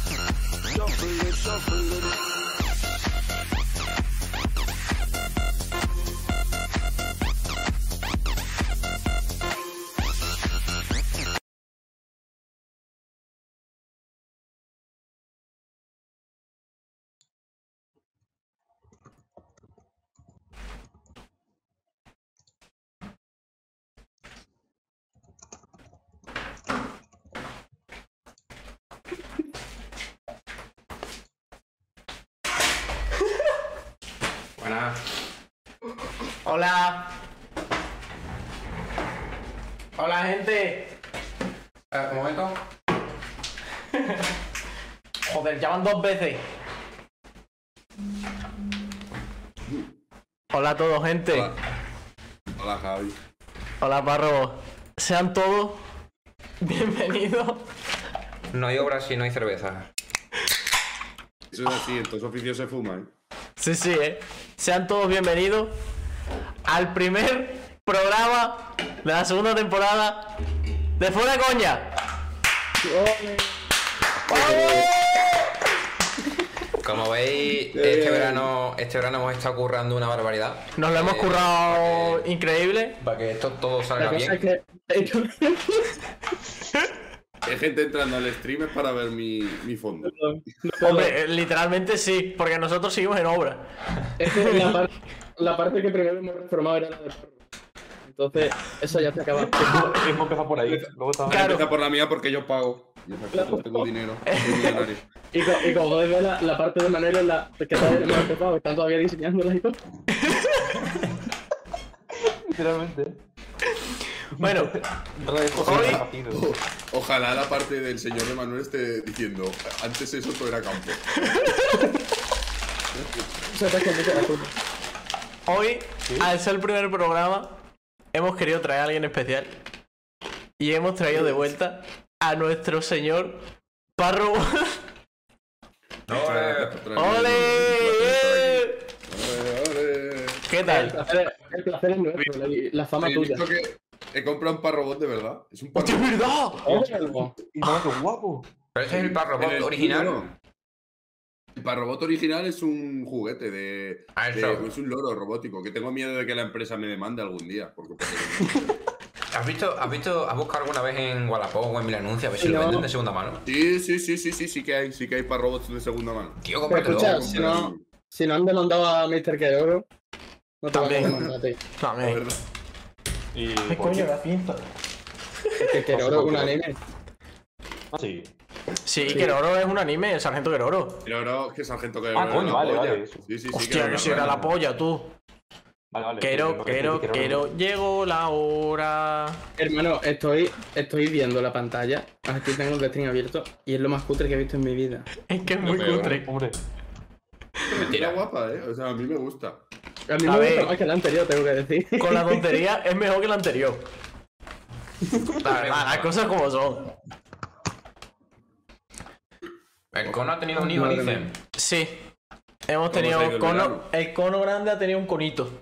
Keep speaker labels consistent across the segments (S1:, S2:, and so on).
S1: Shuffling, shuffling.
S2: Buena.
S3: Hola. Hola, gente.
S2: Eh, un momento.
S3: Joder, llaman dos veces. Hola a todos, gente.
S2: Hola. Hola, Javi.
S3: Hola, Parro. Sean todos bienvenidos.
S2: No hay obras si no hay cerveza.
S4: Eso es así, en todos oficios se fuman.
S3: Sí, sí, eh. Sean todos bienvenidos al primer programa de la segunda temporada de Fuera Coña.
S2: Como veis, este verano, este verano hemos estado currando una barbaridad.
S3: Nos lo hemos
S2: Eh,
S3: currado
S2: para que-
S3: increíble.
S2: Para que esto todo salga bien.
S4: Hay gente entrando al stream es para ver mi, mi fondo.
S3: Hombre, eh, literalmente sí, porque nosotros seguimos en obra.
S5: Esta es la, par- la parte que primero hemos reformado era la de perro. Entonces, eso ya se acaba.
S6: Hemos empezado por ahí. Luego estaba...
S3: Claro.
S4: Empieza por la mía porque yo pago. Yo no tengo dinero. Soy millonario.
S5: Y, co- y como podéis ver, la, la parte de Manuel es la que está hemos empezado, están todavía diseñándola y todo.
S6: Literalmente.
S3: Bueno,
S6: Hoy...
S4: Ojalá la parte del señor de Manuel esté diciendo, antes eso todo era campo.
S5: Se te esconde la culpa.
S3: hoy, al ser el primer programa, hemos querido traer a alguien especial. Y hemos traído de vuelta a nuestro señor Parro.
S4: Muchas gracias por traerme.
S3: ¡Ole! ¡Eh!
S4: ¡Ole! ¡Ole!
S3: ¿Qué
S5: El
S3: tal?
S5: placer, el placer es nuestro, la, la fama
S4: Oye, he
S5: tuya.
S4: visto que he comprado un parrobot de verdad. Es un
S3: ¡Hostia, es
S4: parrobot.
S3: verdad!
S5: Ojo,
S6: Y no, qué guapo.
S2: Pero ese es el
S4: En
S2: parrobot
S4: el
S2: original.
S4: libro. El parrobot original es un juguete de.
S2: Ah, el
S4: de-
S2: loro.
S4: es un loro robótico. Que tengo miedo de que la empresa me demande algún día. Porque
S2: ¿Has visto, has visto, has buscado alguna vez en Wallapop o en Mil Anuncios a ver si lo
S5: No.
S2: venden de segunda mano?
S4: sí, sí, sí, sí, sí, sí que hay, sí que hay parrobots de segunda mano.
S2: Tío,
S5: Pero
S2: cómpratelo.
S5: escucha, si no, si no han demandado a Mr. Queroro, no te
S3: También.
S5: van a demandar a ti.
S4: La
S3: Dame.
S4: verdad.
S6: Y...
S3: ¿Qué coño la pinza?
S5: Porque Queroro es un anime.
S6: Ah, sí.
S3: Sí, Keroro es un anime, el sargento Keroro.
S4: Pero no, que sargento que
S6: Ah, coño,
S4: la
S6: vale,
S4: polla.
S6: vale, eso.
S4: Sí, sí, sí,
S3: Hostia,
S4: era
S3: que si
S4: una
S3: era la
S4: rana.
S3: polla, tú.
S6: Vale, vale.
S3: Quero, quero, quero, llegó la hora.
S5: Hermano, estoy, estoy viendo la pantalla. Aquí tengo el stream abierto y es lo más cutre que he visto en mi vida.
S3: Es que es
S4: Lo
S3: muy
S4: peor.
S3: cutre.
S6: Hombre.
S4: Era guapa, eh. O sea, a mí me gusta.
S5: A mí
S3: A
S5: me
S3: ver.
S5: gusta más que la anterior, tengo que decir.
S3: Con la tontería es mejor que la anterior. La verdad, las cosas como son.
S2: El cono ha tenido un hijo,
S5: Madre
S2: dicen.
S3: Sí. Hemos
S4: se ha ido
S3: tenido
S4: el
S3: cono.
S4: verano?
S3: El cono grande ha tenido un conito.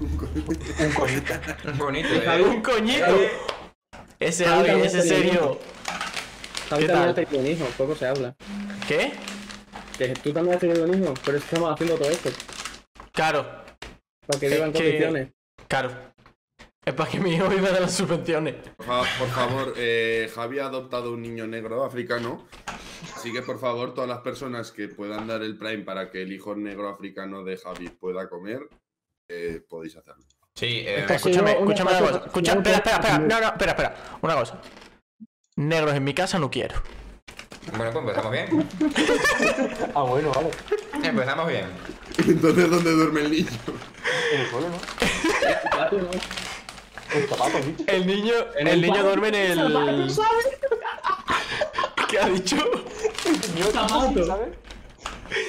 S6: Un coñito.
S2: Bonito,
S5: Javi,
S2: eh.
S3: ¡Un coñito! Ese
S5: Javi
S3: Javi,
S5: también
S3: ese
S5: tenía
S3: serio.
S5: hijo. Javi
S3: ¿Qué
S5: también
S3: tal?
S5: ha tenido un hijo, poco se habla.
S3: ¿Qué?
S5: Que tú también has tenido un hijo, pero estamos haciendo todo esto.
S3: Claro,
S5: Para que
S3: Es
S5: vivan
S3: que-
S5: condiciones.
S3: claro. Es para que mi hijo viva de las subvenciones.
S4: Por, fa- por favor, eh, Javi ha adoptado un niño negro africano. Así que, por favor, todas las personas que puedan dar el Prime para que el hijo negro africano de Javi pueda comer, eh, podéis hacerlo.
S2: Sí, eh,
S5: Está-
S3: Escúchame,
S5: Una
S3: escúchame una
S5: cosa,
S3: cosa. Escucha,
S5: una
S3: espera, espera,
S5: cosa-
S3: espera. No, no, espera, espera. Una cosa. Negros en mi casa no quiero.
S2: bueno, pues empezamos bien.
S6: Ah, bueno, vale.
S2: Empezamos bien.
S4: Entonces, ¿dónde duerme el niño?
S6: En el suelo, ¿no?
S5: Claro, Ah, ¿no?
S6: En zapatos, bicho.
S3: El niño, el niño duerme en el. ¿Qué ha dicho?
S6: ¿Sabes?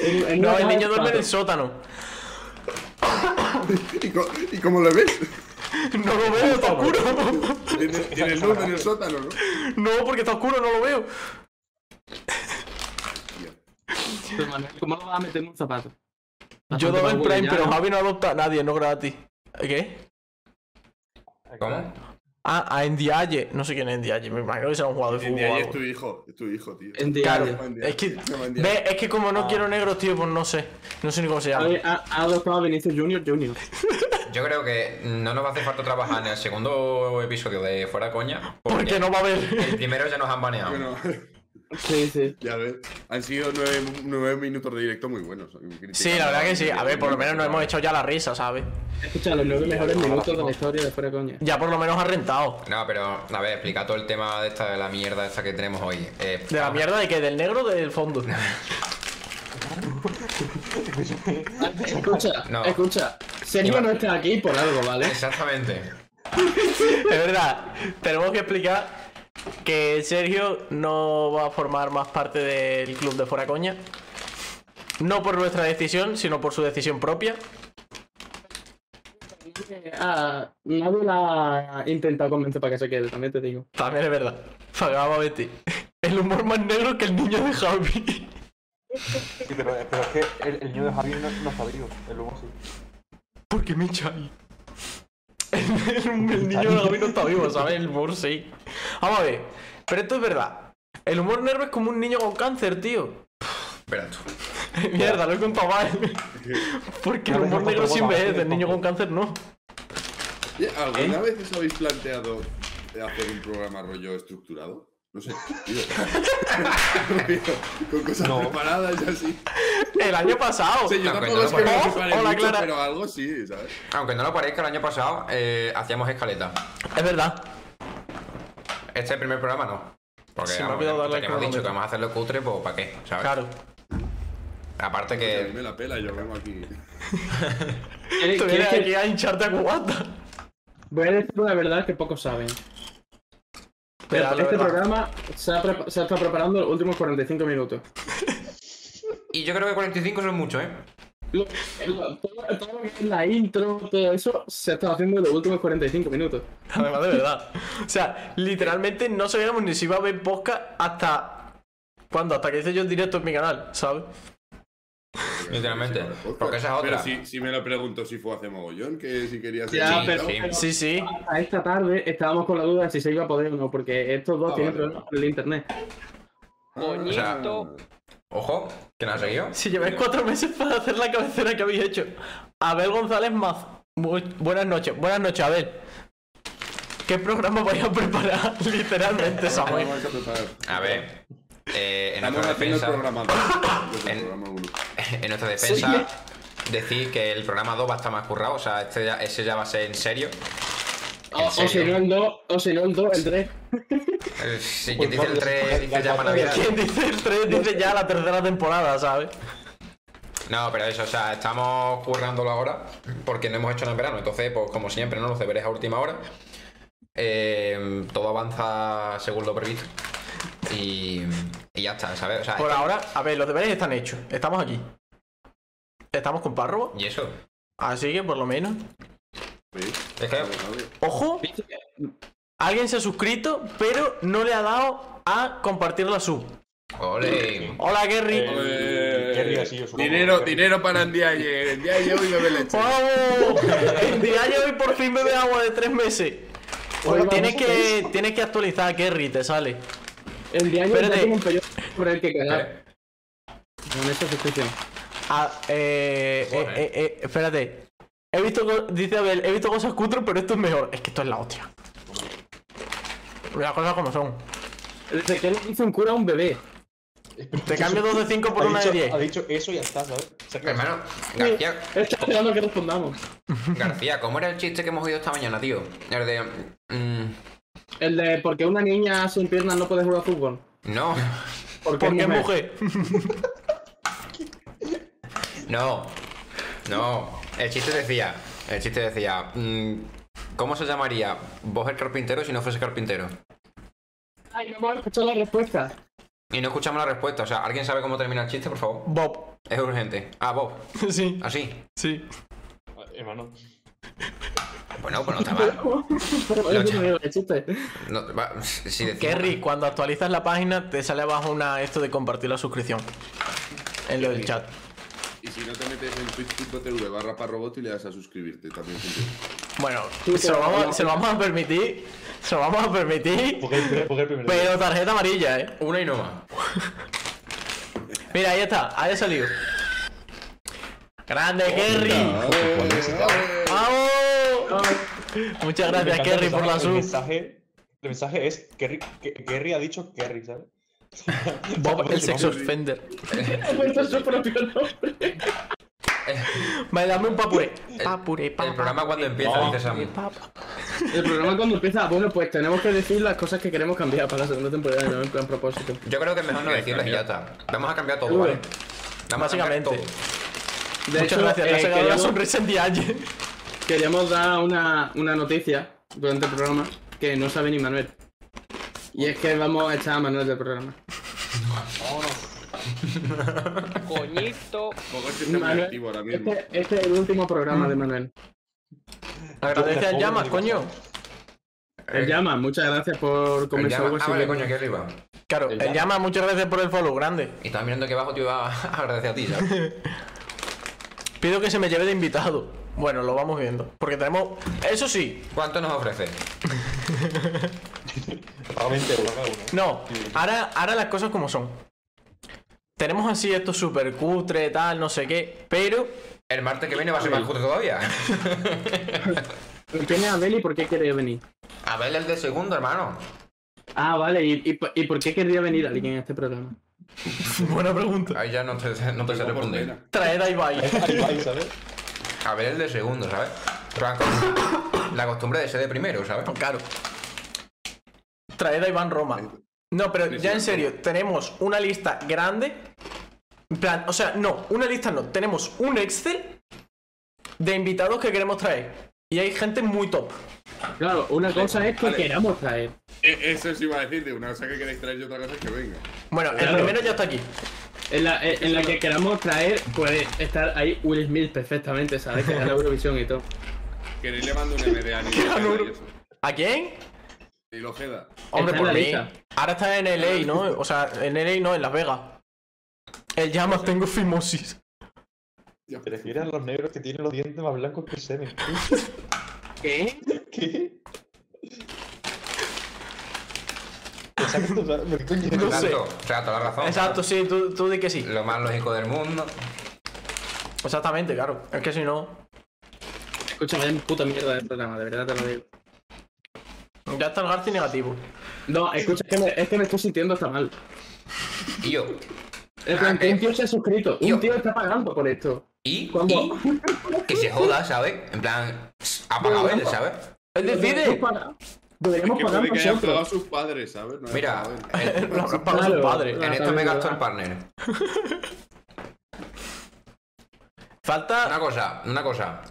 S5: En- en
S3: No,
S5: una
S3: el
S5: caja de
S3: niño duerme en el
S5: zapatos.
S3: sótano.
S4: ¿Y, co- y cómo lo ves?
S3: No lo veo, está oscuro.
S4: Tiene tiene luz en el sótano, ¿no?
S3: No, porque está oscuro, no lo veo.
S4: Tío,
S5: Pero, Manuel, ¿Cómo lo vas a meter en un zapato?
S3: Yo doy el
S5: Bastante
S3: Prime,
S5: ya,
S3: pero
S5: ¿no?
S3: Javi no adopta a nadie, no gratis. ¿Qué?
S2: ¿Cómo?
S3: Ah, a Ndiaye. No sé quién es Ndiaye, me imagino que será un jugador de
S4: En
S3: fútbol.
S4: día
S3: o
S4: ahí es
S3: algo.
S4: tu hijo, es tu hijo, tío.
S5: En
S3: Claro,
S5: diario.
S4: Buen día.
S3: es que,
S4: Buen día.
S3: ve, es que como no
S6: Ah.
S3: quiero negros, tío, pues no sé. No sé ni cómo se
S5: A
S3: llama.
S5: ver, ha, ha adoptado a Vinicius Junior Junior.
S2: Yo creo que no nos va a hacer falta trabajar en el segundo episodio de Fuera Coña.
S3: Porque no va a
S2: El
S3: haber.
S2: primero ya nos han baneado.
S4: Bueno,
S5: Sí, sí.
S4: ya ves. Han sido nueve, nueve minutos de directo muy buenos.
S3: Sí, la verdad que sí. A ver, por lo menos nos hemos echado ya la risa, ¿sabes?
S5: Escucha, los nueve mejores minutos de la historia de fuera coña.
S3: Ya por lo menos ha rentado.
S2: No, pero a ver, explica todo el tema de esta de la mierda esta que tenemos hoy. Eh,
S3: De la mierda de que del negro o del fondo.
S5: Escucha,
S2: No.
S5: escucha. Sergio
S2: Iba-
S5: no está aquí por algo, ¿vale?
S3: Eh.
S2: Exactamente.
S3: Es verdad, tenemos que explicar que Sergio no va a formar más parte del club de Fuera Coña. No por nuestra decisión, sino por su decisión propia.
S5: Ah, nadie la ha intentado convencer para que se quede, también te digo.
S3: También es verdad. Pagaba Betty. El humor más negro que el niño de Javi.
S6: Sí, pero, pero es que el, el niño de Javier no, no está vivo, el humo sí.
S3: ¿Por qué me echáis? El, el- el niño de Javi no está vivo, ¿sabes? El humor sí. Vamos a ver. Pero esto es verdad. El humor negro es como un niño con cáncer, tío.
S2: Espera tú.
S3: Mierda, lo he contado mal. Porque el
S6: No,
S3: humor
S6: no,
S3: negro
S6: no,
S3: sí envejece,
S6: no,
S3: el niño con cáncer no.
S4: ¿Alguna vez os habéis planteado hacer un programa rollo estructurado? No sé, tío. Con cosas
S6: No.
S4: preparadas y así.
S3: El año pasado.
S4: O sea, yo
S2: No, cuéntalo,
S4: tampoco es que me
S3: por
S4: lo
S3: favor.
S4: prepare
S3: Hola,
S4: mucho,
S3: Clara.
S4: pero algo sí, ¿sabes?
S2: Aunque no lo parezca, el año pasado eh, hacíamos escaleta.
S3: Es verdad.
S2: Este es el primer programa, no. Porque
S3: Se me ha
S2: vamos,
S3: olvidado
S2: ya
S3: darle al
S2: teníamos dicho que
S3: cronómetro.
S2: vamos a hacerlo cutre, pues ¿para qué? ¿Sabes?
S3: Claro.
S2: Aparte
S4: Que a mí
S2: que.
S4: me la pela, yo vengo aquí.
S5: ¿Quieres-
S3: Te
S5: quieres
S3: vienes
S5: Eh, que-
S3: aquí a hincharte a cubata.
S5: Voy a decir la verdad que pocos saben. Pero
S3: Pero la
S5: este
S3: verdad.
S5: programa se ha, prepa- se ha estado preparando los últimos 45 minutos.
S2: Y yo creo que 45 son mucho, ¿eh?
S5: Lo- lo- todo, todo lo que es la intro, todo eso, se ha estado haciendo en los últimos 45 minutos.
S3: Además, de verdad. O sea, literalmente no sabíamos ni si iba a haber podcast hasta. ¿Cuándo? Hasta que hice yo en directo en mi canal, ¿sabes?
S2: Literalmente. Porque esa es
S4: Pero
S2: otra.
S4: si, si me lo pregunto si fue hace mogollón, que si quería ser.
S5: Ya,
S2: Sí,
S5: pero-
S2: sí.
S5: pero-
S3: Sí, sí.
S5: A esta tarde estábamos con la duda de si se iba a poder o no, porque estos dos
S4: Ah,
S5: tienen
S4: vale.
S5: problemas con el internet.
S2: Coñito. Ojo, ¿quién ha seguido?
S3: Si lleváis cuatro meses para hacer la cabecera que habéis hecho. Abel González Maz. Muy- buenas noches. Buenas noches, Abel. ¿Qué programa vais a preparar? Literalmente, Samuel.
S4: Vamos a preparar.
S2: A ver. eh, en
S4: Estamos
S2: nuestra
S4: haciendo el
S2: defensa.
S4: programa dos. Pues el
S2: En-
S4: programa uno.
S2: En nuestra defensa, decir que el programa 2 va a estar más currado, o sea, este ya- ese ya va a ser en serio.
S5: O, o si no el 2, o si no el 2, el 3.
S2: Eh, Sí, quien dice el 3 dice ya para Navidad.
S3: ¿Quién dice el 3? Dice ya la tercera temporada, ¿sabes?
S2: No, pero eso, o sea, estamos currándolo ahora porque no hemos hecho nada en verano. Entonces, pues como siempre, ¿no? Los deberes a última hora. Eh, todo avanza según lo previsto. Y, y ya está, ¿sabes? O sea,
S3: Por ahora, a ver, los deberes están hechos. Estamos aquí. Estamos con párrobo.
S2: y eso.
S3: Así que por lo menos.
S4: Sí.
S2: Es que
S3: Ojo, alguien se ha suscrito, pero no le ha dado a compartir la sub.
S2: Ole.
S3: Hola, Gary.
S4: Eh,
S6: Qué río, sí, yo supongo.
S4: dinero, dinero para Andiaye. Andiaye hoy bebe leche.
S3: ¡Vamos! El día de hoy por fin bebe agua de tres meses.
S6: Oye,
S3: Tienes
S6: vamos a
S3: que, tienes que actualizar, Kerry, te sale.
S5: El diario
S3: Espérate.
S5: ya tiene un periodo sobre el que cagar.
S2: Espera.
S5: Con esa suscripción.
S3: Ah, eh, eh,
S2: Joder.
S3: eh, eh, espérate. He visto, co- dice Abel, he visto cosas cutres, pero esto es mejor. Es que esto es la hostia. Las cosas como son.
S5: Desde que le hizo un cura a un bebé.
S3: Te cambio dos de cinco por
S6: Ha
S3: una de
S6: dicho-
S3: diez.
S6: Ha dicho eso y ya está, ¿sabes? Se acabó.
S2: Hermano, García,
S5: Está esperando que respondamos.
S2: García, ¿cómo era el chiste que hemos oído esta mañana, tío? El de. mm,
S5: El de por qué una niña sin piernas no puede jugar a fútbol.
S2: no,
S5: Porque,
S3: Porque es mujer.
S2: no, no. El chiste decía. El chiste decía. mm, ¿Cómo se llamaría vos el carpintero si no fuese carpintero?
S5: Ay, no hemos escuchado la respuesta.
S2: Y no escuchamos la respuesta. O sea, ¿alguien sabe cómo termina el chiste, por favor?
S3: Bob.
S2: Es urgente. Ah, Bob.
S3: Sí,
S2: Así.
S3: sí.
S6: Ah, Hermano.
S2: Bueno, pues no está mal.
S5: Pero
S2: Lo
S5: es
S2: echa.
S5: un error, el chiste.
S2: No, va, si decimos-
S3: Kerry, cuando actualizas la página, te sale abajo una esto de compartir la suscripción. en lo del chat.
S4: Y si no te metes en twitch.tv barra parroboto y le das a suscribirte también. funciona.
S3: Bueno, se lo, vamos, se lo vamos a permitir. Se lo vamos a permitir.
S6: Porque el, primer- porque el primer día.
S3: Pero tarjeta amarilla, eh.
S2: Una y no más.
S3: Mira, ahí está, ahí ha salido. ¡Grande, Kerry!
S4: Eh,
S3: ¡Vamos! Muchas
S6: Me
S3: gracias,
S6: encanta
S3: Kerry,
S6: el
S3: por la
S6: mensaje- El
S3: sub.
S6: mensaje, el mensaje es Kerry, que- Kerry ha dicho Kerry, ¿sabes?
S3: Bob, el sexo
S4: sí.
S3: offender.
S5: Inventó su propio nombre.
S3: Vale, dame un papuré. Papuré, papuré.
S2: El programa cuando empieza, dice Samu.
S5: El programa cuando empieza, bueno, pues tenemos que decir las cosas que queremos cambiar para la segunda temporada, no en plan propósito.
S2: Yo creo que es mejor no decirles y ya está. Vamos a cambiar todo, ¿vale? Vamos a cambiar
S3: Básicamente.
S2: todo.
S5: De
S3: Muchas
S5: hecho,
S3: gracias, le ha
S5: eh,
S3: sacado una
S5: queremos-
S3: sonrisa en Dialle.
S5: queríamos dar una, una noticia durante el programa que no sabe ni Manuel. Y es que vamos a echar a Manuel del programa.
S7: Coñito.
S4: Poco este es que esté muy
S5: Manuel,
S4: activo ahora mismo.
S5: Este, este es el último programa de Manuel.
S3: Agradece a Llamas, coño.
S5: El llama, muchas gracias por
S2: El
S5: comenzar
S2: Eh, llama- Ah, vale, coño, aquí arriba.
S3: Claro, el Llama, muchas gracias por el follow, grande.
S2: Y estaba mirando que abajo te iba a agradecer a ti, ¿sabes?
S3: Pido que se me lleve de invitado. Bueno, lo vamos viendo. Porque tenemos. Eso sí.
S2: ¿Cuánto nos ofrece?
S6: Paga 20 euros cada uno.
S3: No, ahora, ahora las cosas como son. Tenemos así esto súper cutre, tal, no sé qué. Pero
S2: El martes que viene va a ser más justo todavía.
S5: ¿Tiene a Beli por qué quería venir?
S2: A ver el de segundo, hermano.
S5: Ah, vale, ¿y, y, po- y por qué querría venir alguien a este programa?
S3: Buena pregunta.
S2: Ahí ya no te, no te sé
S4: Poco por
S2: responder.
S4: pena.
S3: Traed a Ibai.
S6: Ahí vais, ¿sabes?
S2: A ver el de segundo, ¿sabes? Pero la costumbre- la costumbre de ser de primero, ¿sabes?
S3: Claro. Traed a Iván Roma. No, pero ya en serio, tenemos una lista grande. En plan, o sea, no, una lista no. Tenemos un Excel de invitados que queremos traer. Y hay gente muy top.
S5: Claro, una cosa es que
S4: vale.
S5: queramos traer.
S4: Eh, Eso os iba a decir, de una cosa que queréis traer y otra cosa es que venga.
S3: Bueno, el
S5: Claro.
S3: primero ya está aquí.
S5: En la, en- en la que queramos traer puede estar ahí Will Smith perfectamente, ¿sabes? Que gana Eurovisión y todo.
S4: Queréis le mando un MD a Nilo y eso.
S3: ¿A quién?
S4: Nilo Ojeda.
S3: Hombre,
S5: Está en
S3: por
S5: la
S3: mí.
S5: lista.
S3: Ahora está en LA, ¿no? O sea, en LA no, en Las Vegas. El llamas, tengo fimosis.
S6: Te refieres a los negros que tienen los dientes más blancos que semen.
S5: ¿Qué?
S6: ¿Qué? Pensaba que esto- me estoy yendo.
S3: No sé.
S2: Exacto, exacto, la razón.
S3: Exacto, sí, tú, tú di que sí.
S2: Lo más lógico del mundo.
S3: Exactamente, claro. Es que si no,
S5: Escucha, vaya puta mierda de programa, de verdad te lo digo.
S3: ya está el Garci negativo.
S5: No, escucha, es que me, es que me estoy sintiendo hasta mal.
S2: Y yo.
S5: En
S2: Ah,
S5: plan, que
S2: eh.
S5: un tío se ha suscrito,
S2: Yo-
S5: un tío está pagando por esto.
S2: Y,
S5: ¿Cuándo?
S2: y que se joda, ¿sabes? En plan, apagado él, ¿sabes?
S3: Él decide.
S5: Deberíamos pagar- Deberíamos
S4: Que puede
S5: pagar
S4: que hayan
S5: nosotros.
S4: pagado a sus padres, ¿sabes? No
S2: Mira,
S4: hayan pagado él.
S2: en,
S3: Lo habrán pagado
S5: Claro.
S3: sus padres.
S2: en esto me gasto el partner. Una
S3: Falta.
S2: cosa, una cosa.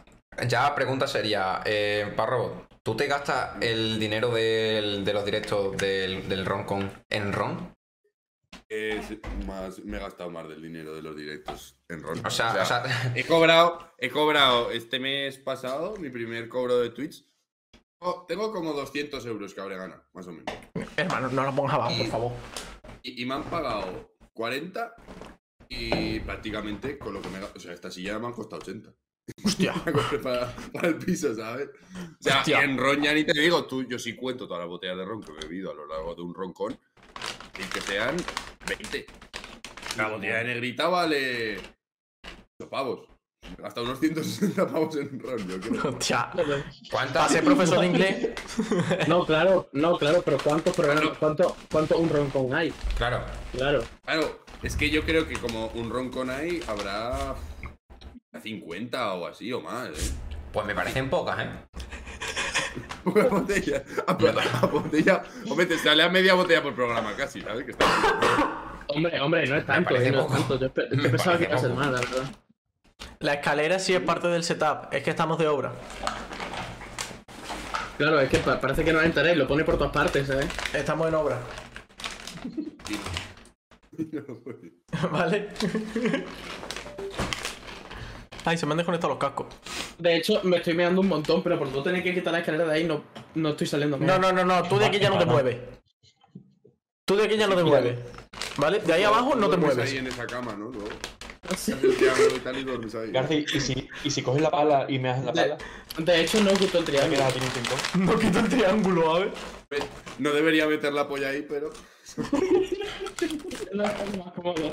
S2: Ya pregunta sería, eh, Parro, ¿tú te gastas el dinero del- de los directos del, del Ron con en Ron?
S4: Eh, sí, más, me he gastado más del dinero de los directos en Ron.
S2: O sea, o sea,
S4: he cobrado, he cobrado este mes pasado mi primer cobro de Twitch. Oh, tengo como 200 euros que habré ganado, más o menos.
S3: Hermano, no lo pongas abajo, por favor.
S4: Y, y me han pagado 40 y prácticamente con lo que me he gastado. O sea, esta silla me han costado 80.
S3: Hostia.
S4: Me compré para, para el piso, ¿sabes? O sea,
S3: Hostia.
S4: y en ron ya ni te digo, tú, yo sí cuento todas las botellas de ron que he bebido a lo largo de un roncón y que sean 20. La botella de negrita vale 8 pavos. Me he gastado unos 160 pavos en ron, yo creo.
S3: Hostia. Para
S2: ¿cuántas?
S3: ser profesor de inglés.
S5: No, claro, no, claro, pero ¿cuántos programas, cuánto, cuánto un roncón hay?
S2: Claro,
S5: Claro.
S4: Claro, es que yo creo que como un roncón ahí habrá 50 o así o más, ¿eh?
S2: pues me parecen pocas, ¿eh?
S4: Una botella. A, a botella. Hombre, te sale a media botella por programa casi, ¿sabes? Que está-
S5: Hombre, hombre, no es tanto,
S2: parece
S5: eh, no es
S2: poco.
S5: tanto. Yo, espe- yo
S2: Me
S5: pensaba
S2: parece
S5: que iba a ser
S2: poco.
S5: más, la verdad.
S3: La escalera sí es parte del setup. Es que estamos de obra.
S5: Claro, es que pa- parece que no le enteréis, lo pone por todas partes, ¿sabes?
S3: Estamos en obra. vale. Ay, se me han desconectado los cascos.
S5: De hecho, me estoy meando un montón, pero por no tener que quitar la escalera de ahí no, no estoy saliendo.
S3: No, no, no, no. Tú de aquí ya no te mueves. Tú de aquí ya no te mueves. ¿Vale? De ahí abajo no te
S4: Duermes
S3: mueves.
S5: Pues
S4: Ahí en esa cama, ¿no? Luego. hace el triángulo y tal y duermes ahí.
S6: Garci, ¿y si, y si coges la pala y me das la pala,
S5: De, de hecho, no ocultó el
S6: te
S5: triángulo.
S6: quedas a ti un tiempo.
S3: No quito el triángulo, a ver.
S4: Ve, No debería meter la polla ahí, pero.
S5: No, es más cómodo.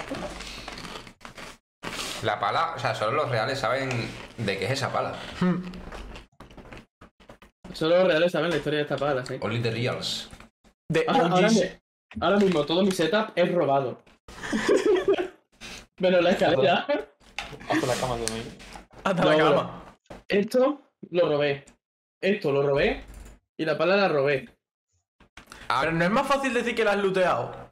S2: La pala, o sea, solo los reales saben de qué es esa pala.
S5: Solo los reales saben la historia de esta pala, sí.
S2: Only the reals.
S3: De
S5: Ahora, ahora
S3: OGs.
S5: mi- ahora mismo todo mi setup es robado. Menos la escalera.
S6: Hasta la cama de domingo.
S3: Hasta
S5: No,
S3: la
S5: bro.
S3: cama.
S5: Esto lo robé. Esto lo robé. Y la pala la robé.
S3: Pero no es más fácil decir que la has looteado.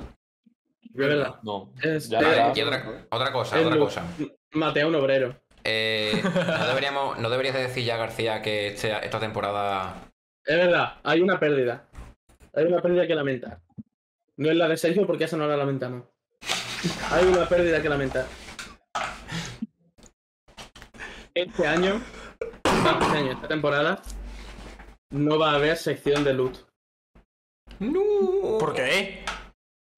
S5: Es verdad.
S6: No.
S5: Es-
S3: Este,
S6: Ya,
S5: eh,
S6: ya.
S2: Y otra, otra cosa,
S5: es
S2: otra
S5: lo-
S2: cosa.
S5: Maté a un obrero.
S2: Eh, no, deberíamos, no deberías de decir ya, García, que este- esta temporada.
S5: Es verdad, hay una pérdida. Hay una pérdida que lamentar. No es la de Sergio porque esa no la lamentamos. Hay una pérdida que lamentar. Este año, no, este año, esta temporada, no va a haber sección de loot. Uh.
S3: ¿Por qué?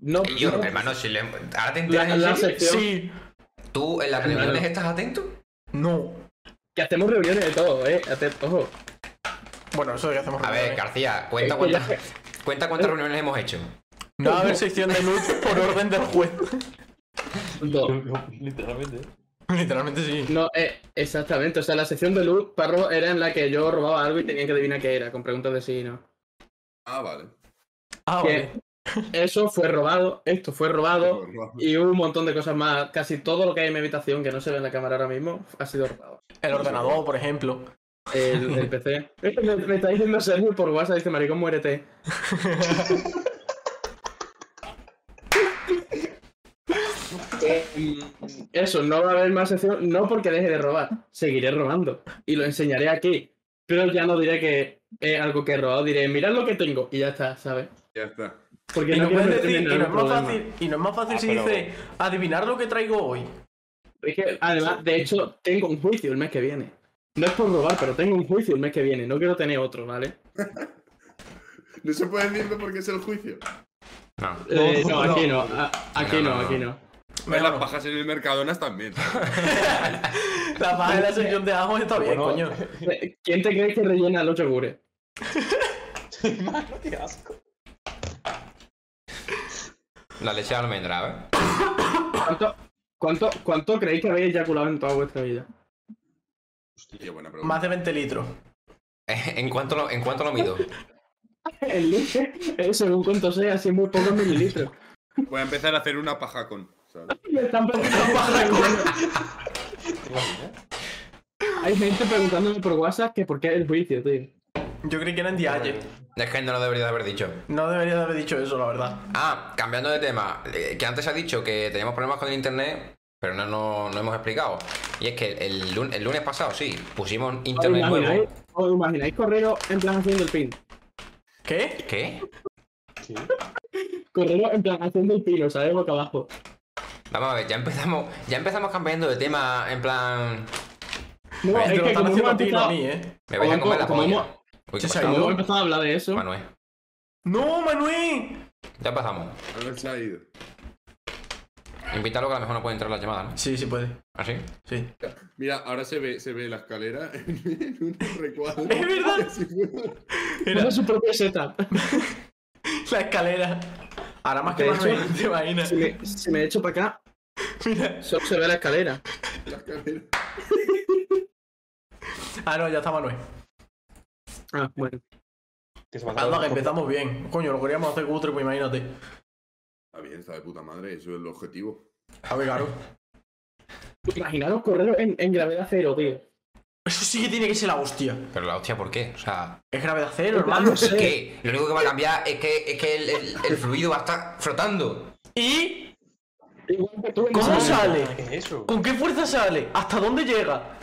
S5: No,
S2: Y yo,
S5: no.
S2: hermano, si le. Ahora te enteras
S5: la,
S2: en
S5: la
S2: serio?
S5: sección
S3: Sí.
S2: ¿Tú en las
S5: Claro.
S2: reuniones estás atento?
S3: No.
S5: que hacemos reuniones de todo, eh. Ate- Ojo,
S3: Bueno, eso es lo que hacemos. ¿eh?
S2: A ver, García, cuenta
S5: Es que ya-
S2: cuántas, cuenta cuántas reuniones hemos hecho.
S3: No va a haber sección de loot por orden del juez.
S5: dos.
S6: Literalmente.
S3: Literalmente sí.
S5: No, eh, exactamente. O sea, la sección de loot, parro, era en la que yo robaba algo y tenía que adivinar qué era, con preguntas de sí y no.
S4: Ah, vale.
S3: Ah,
S5: que
S3: vale.
S5: eso fue robado, esto fue robado y un montón de cosas más. Casi todo lo que hay en mi habitación que no se ve en la cámara ahora mismo ha sido robado.
S3: El ordenador, por ejemplo.
S5: El, el PC. me, me está diciendo Sergio por WhatsApp, dice maricón, muérete. Eh, mm, Eso, no va a haber más sección, no porque deje de robar, seguiré robando y lo enseñaré aquí, pero ya no diré que es algo que he robado, diré, mirad lo que tengo y ya está, ¿sabes?
S4: Ya está.
S5: Porque
S3: Y
S5: no
S3: no,
S5: quiero
S3: puedes
S5: meterme
S3: decir, y
S5: en
S3: no es
S5: ningún
S3: más
S5: problema.
S3: fácil, y no es más fácil
S6: Ah,
S3: si
S6: pero-
S3: dice adivinar lo que traigo hoy.
S5: Es que además, de hecho, tengo un juicio el mes que viene. No es por robar, pero tengo un juicio el mes que viene. No quiero tener otro, ¿vale?
S4: No se puede decirlo porque es el juicio.
S2: No.
S5: Eh,
S6: No,
S5: no,
S6: no.
S5: aquí no. a- Aquí
S2: No,
S5: no,
S2: no, no.
S5: aquí no.
S4: Ver las pajas en el Mercadona también.
S3: La paja de la sección de ajos está bien,
S6: Bueno,
S3: coño.
S5: Eh, ¿Quién te crees que rellena los yogures?
S6: Mano, qué asco.
S2: La leche de almendra, ¿eh?
S5: ¿Cuánto, cuánto, cuánto creéis que habéis eyaculado en toda vuestra vida?
S4: Hostia, buena pregunta.
S3: Más de 20 litros.
S2: ¿eh? ¿En cuánto lo, en cuánto lo mido?
S5: El leche, eh, según cuánto sea, así muy pocos mililitros.
S4: Voy a empezar a hacer una paja con. ¿sabes?
S5: Me están preguntando-
S6: ¿Te imaginas?
S5: ¿eh? Hay gente preguntándome por WhatsApp que por qué el juicio, tío.
S3: Yo creí que eran dialle.
S2: Es que no lo debería de haber dicho.
S3: No debería de haber dicho eso, la verdad.
S2: Ah, cambiando de tema, eh, que antes se ha dicho que teníamos problemas con el internet, pero no, no, no hemos explicado. Y es que el, lun- el lunes pasado, sí, pusimos
S5: ¿Os
S2: internet
S5: imagináis,
S2: nuevo.
S5: os imagináis Correro en plan haciendo el pin?
S3: ¿Qué?
S2: ¿Qué?
S6: Sí.
S5: Correro en plan haciendo el pino, ¿sabes? Boca abajo.
S2: Vamos a ver, ya empezamos, ya empezamos cambiando de tema, en plan.
S5: No,
S2: Pero
S5: es
S3: Te lo
S5: que
S3: están
S5: como
S3: haciendo
S5: hemos
S3: a ti, no a
S5: empezado-
S3: mí, eh.
S2: Me vais a
S5: Como-
S2: comer la
S5: como
S2: polla.
S5: hemos-
S2: Uy, ¿qué
S3: se
S2: ha
S5: Como
S2: pasado?
S5: hemos empezado a hablar de eso,
S2: Manuel,
S3: ¡No, Manuel!
S2: ya pasamos.
S4: A ver si ha ido.
S2: Invítalo que a lo mejor no puede entrar la llamada, ¿no? ¿Ah,
S3: Sí, sí puede.
S2: ¿Así?
S3: Sí.
S4: Mira, ahora se ve, se ve la escalera en un recuadro.
S3: Es verdad.
S4: Así fue.
S3: Era
S5: tiene su propio setup.
S3: la escalera. Ahora más que
S5: De
S3: Manuel,
S5: hecho-
S3: te imaginas.
S5: Si me, si me echo para acá,
S3: Mira.
S5: solo se ve la escalera.
S4: La escalera.
S3: Ah, no, ya está Manuel.
S5: Ah, bueno.
S6: Que se va a
S3: Anda, que
S6: acabar.
S3: empezamos bien. Coño, lo queríamos hacer cutre, pues imagínate.
S4: Está bien, está de puta madre, eso es el objetivo.
S3: A ver, claro.
S5: Imaginaros correr en, en gravedad cero, tío.
S3: Eso sí que tiene que ser la hostia.
S2: Pero la hostia, ¿por qué? O sea,
S3: Es gravedad cero,
S5: En plan,
S3: hermano.
S5: no sé.
S2: ¿qué? Lo único que va a cambiar es que, es que el, el- el fluido va a estar flotando.
S3: ¿Y
S5: Igual que tú en
S3: cómo
S5: ese-
S3: sale?
S6: ¿Qué es eso?
S3: ¿Con qué fuerza sale? ¿Hasta dónde llega?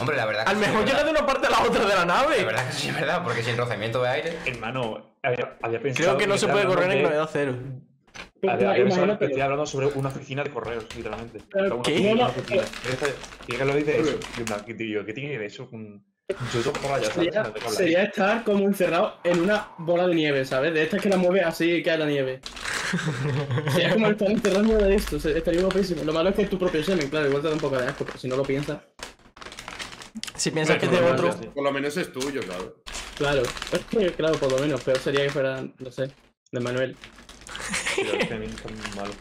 S2: Hombre, la verdad que
S3: Al
S2: sí,
S3: mejor
S2: es
S3: llega
S2: verdad.
S3: de una parte a la otra de la
S2: La
S3: nave.
S2: verdad que sí es verdad, porque sin rozamiento de aire.
S6: Hermano, había, había pensado.
S3: Creo que no se puede correr en gravedad cero.
S5: Pero,
S6: Había, había pensado que
S5: imagínate.
S6: estoy hablando sobre una oficina de correos, literalmente.
S5: Pero,
S3: ¿qué?
S6: Una
S5: No, no,
S6: oficina. Esta- Tiene que hablar de eso. Y en plan, que digo, ¿qué tiene que ver eso con.? Yo tengo que ya, ¿sabes? No
S5: Sería,
S6: tengo que hablar.
S5: sería estar como encerrado en una bola de nieve, ¿sabes? De estas que la mueves así y cae la nieve. Sería como estar enterrando de esto, se- estaría guapísimo. Lo malo es que es tu propio semen, claro, igual te da un poco de asco, pero si no lo piensas.
S3: Si piensas que es de
S5: Bueno,
S3: otro.
S4: Por lo menos es tuyo, ¿sabes?
S5: Claro, es que, claro, por lo menos, peor sería que fuera, no sé, de Manuel.
S6: Tío, este es que a mí es tan malo.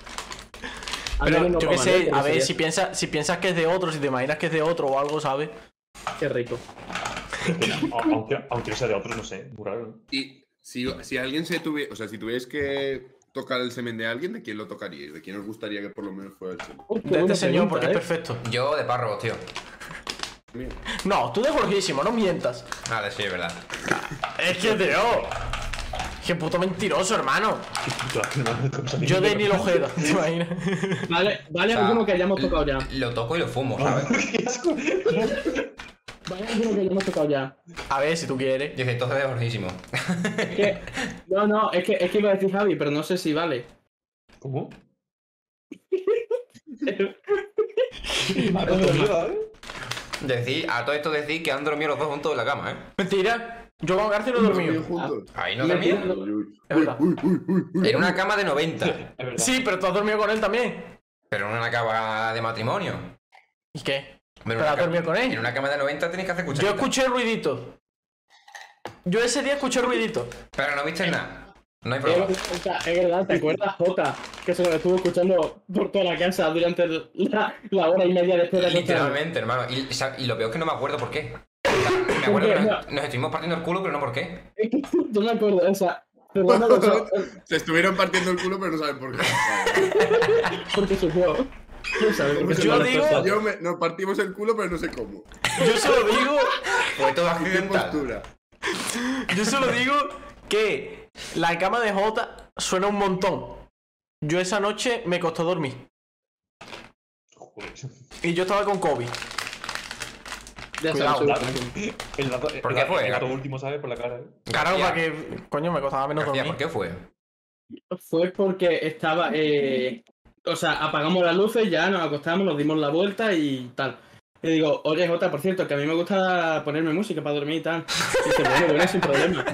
S5: Al
S3: Pero
S5: menos no
S3: yo
S5: pa'
S3: qué
S5: Manuel,
S3: sé,
S5: pero
S3: a ver,
S5: sería-
S3: si piensas, si piensas que es de otro, si te imaginas que es de otro o algo, ¿sabes?
S5: Qué rico.
S6: A- Aunque, aunque no sea de otro, no sé, muy raro. ¿no?
S4: Y si, si alguien se tuviera, o sea, si tuvierais que tocar el semen de alguien, ¿de quién lo tocaríais? ¿De quién os gustaría que por lo menos fuera el semen?
S5: Uy, qué
S3: De este
S5: buena
S3: señor,
S5: pregunta,
S3: porque
S5: ¿eh?
S3: es perfecto.
S2: Yo de párrobos, tío.
S4: Mío.
S3: No, tú de Jorgísimo, no mientas.
S2: Vale, sí, es verdad.
S5: pues
S3: Es que, tío. Qué puto mentiroso, hermano.
S6: Qué puta, hermano, qué cosa
S3: Yo
S6: mierda.
S3: de Nilo Ojeda, ¿te imaginas?
S5: Vale, vale
S2: O sea, eh.
S5: alguno que hayamos tocado ya. Ah.
S2: Lo toco y lo fumo, ¿sabes?
S6: Qué asco.
S5: Vale alguno que hayamos tocado ya.
S3: A ver, si tú quieres.
S2: Dice, entonces es jorgísimo.
S5: Es que, no, no, es que, es que iba a decir Javi, pero no sé si vale.
S6: ¿Cómo?
S2: Decir, a todo esto decir que han dormido los dos juntos en la cama, ¿eh?
S3: Mentira, yo con García no he dormido.
S4: juntos.
S2: Ahí no
S5: Me
S2: dormía.
S5: pierdo.
S4: Uy, uy,
S3: Es verdad.
S4: uy, uy, uy, uy.
S2: Era una cama de 90,
S6: Es verdad.
S3: Sí, pero tú has dormido con él también.
S2: pero no una cama de matrimonio.
S3: ¿Y qué?
S2: Hombre,
S3: Pero
S2: una
S3: has
S2: ca-
S3: dormido con él.
S2: En una cama de 90 tienes que hacer
S3: Yo
S2: cucharita.
S3: escuché ruidito. Yo ese día escuché ruidito.
S2: Pero no viste nada. No hay
S5: Es
S2: problema.
S5: verdad, o sea, es verdad, ¿te acuerdas, Jota? Que se lo estuvo escuchando por toda la casa durante la, la hora y media después de la noche.
S2: Literalmente, hermano. Y, o sea, y lo peor es que no me acuerdo por qué. O sea, Me acuerdo que nos, nos estuvimos partiendo el culo, pero no por qué.
S5: Es que yo me acuerdo, o sea, perdónalo, o sea,
S4: Se estuvieron partiendo el culo, pero no saben por qué.
S5: porque su juego. ¿Quién sabe? Porque
S3: Yo
S5: no-
S3: digo-
S4: Yo me- nos partimos el culo, pero no sé cómo.
S3: Yo se lo digo,
S2: Fue todo
S4: ¿Y qué
S2: accidental.
S4: postura?
S3: yo se lo digo que la cama de Jota suena un montón. Yo esa noche me costó dormir.
S6: Joder.
S3: Y yo estaba con COVID.
S5: Ya
S3: Cuidado,
S5: sabes,
S6: claro. El gato, el
S2: ¿Por qué
S6: gato-
S2: fue,
S6: el gato
S2: Gato?
S6: último, ¿sabes? Por la cara. ¿eh?
S3: Claro,
S2: García,
S3: para que. Coño, me costaba menos
S2: García, ¿por
S3: dormir.
S2: qué fue?
S5: Fue porque estaba. eh, o sea, apagamos las luces, ya nos acostamos, nos dimos la vuelta y tal. Y digo, oye, Jota, por cierto, que a mí me gusta ponerme música para dormir y tal. Y dice, bueno, bueno, sin problema.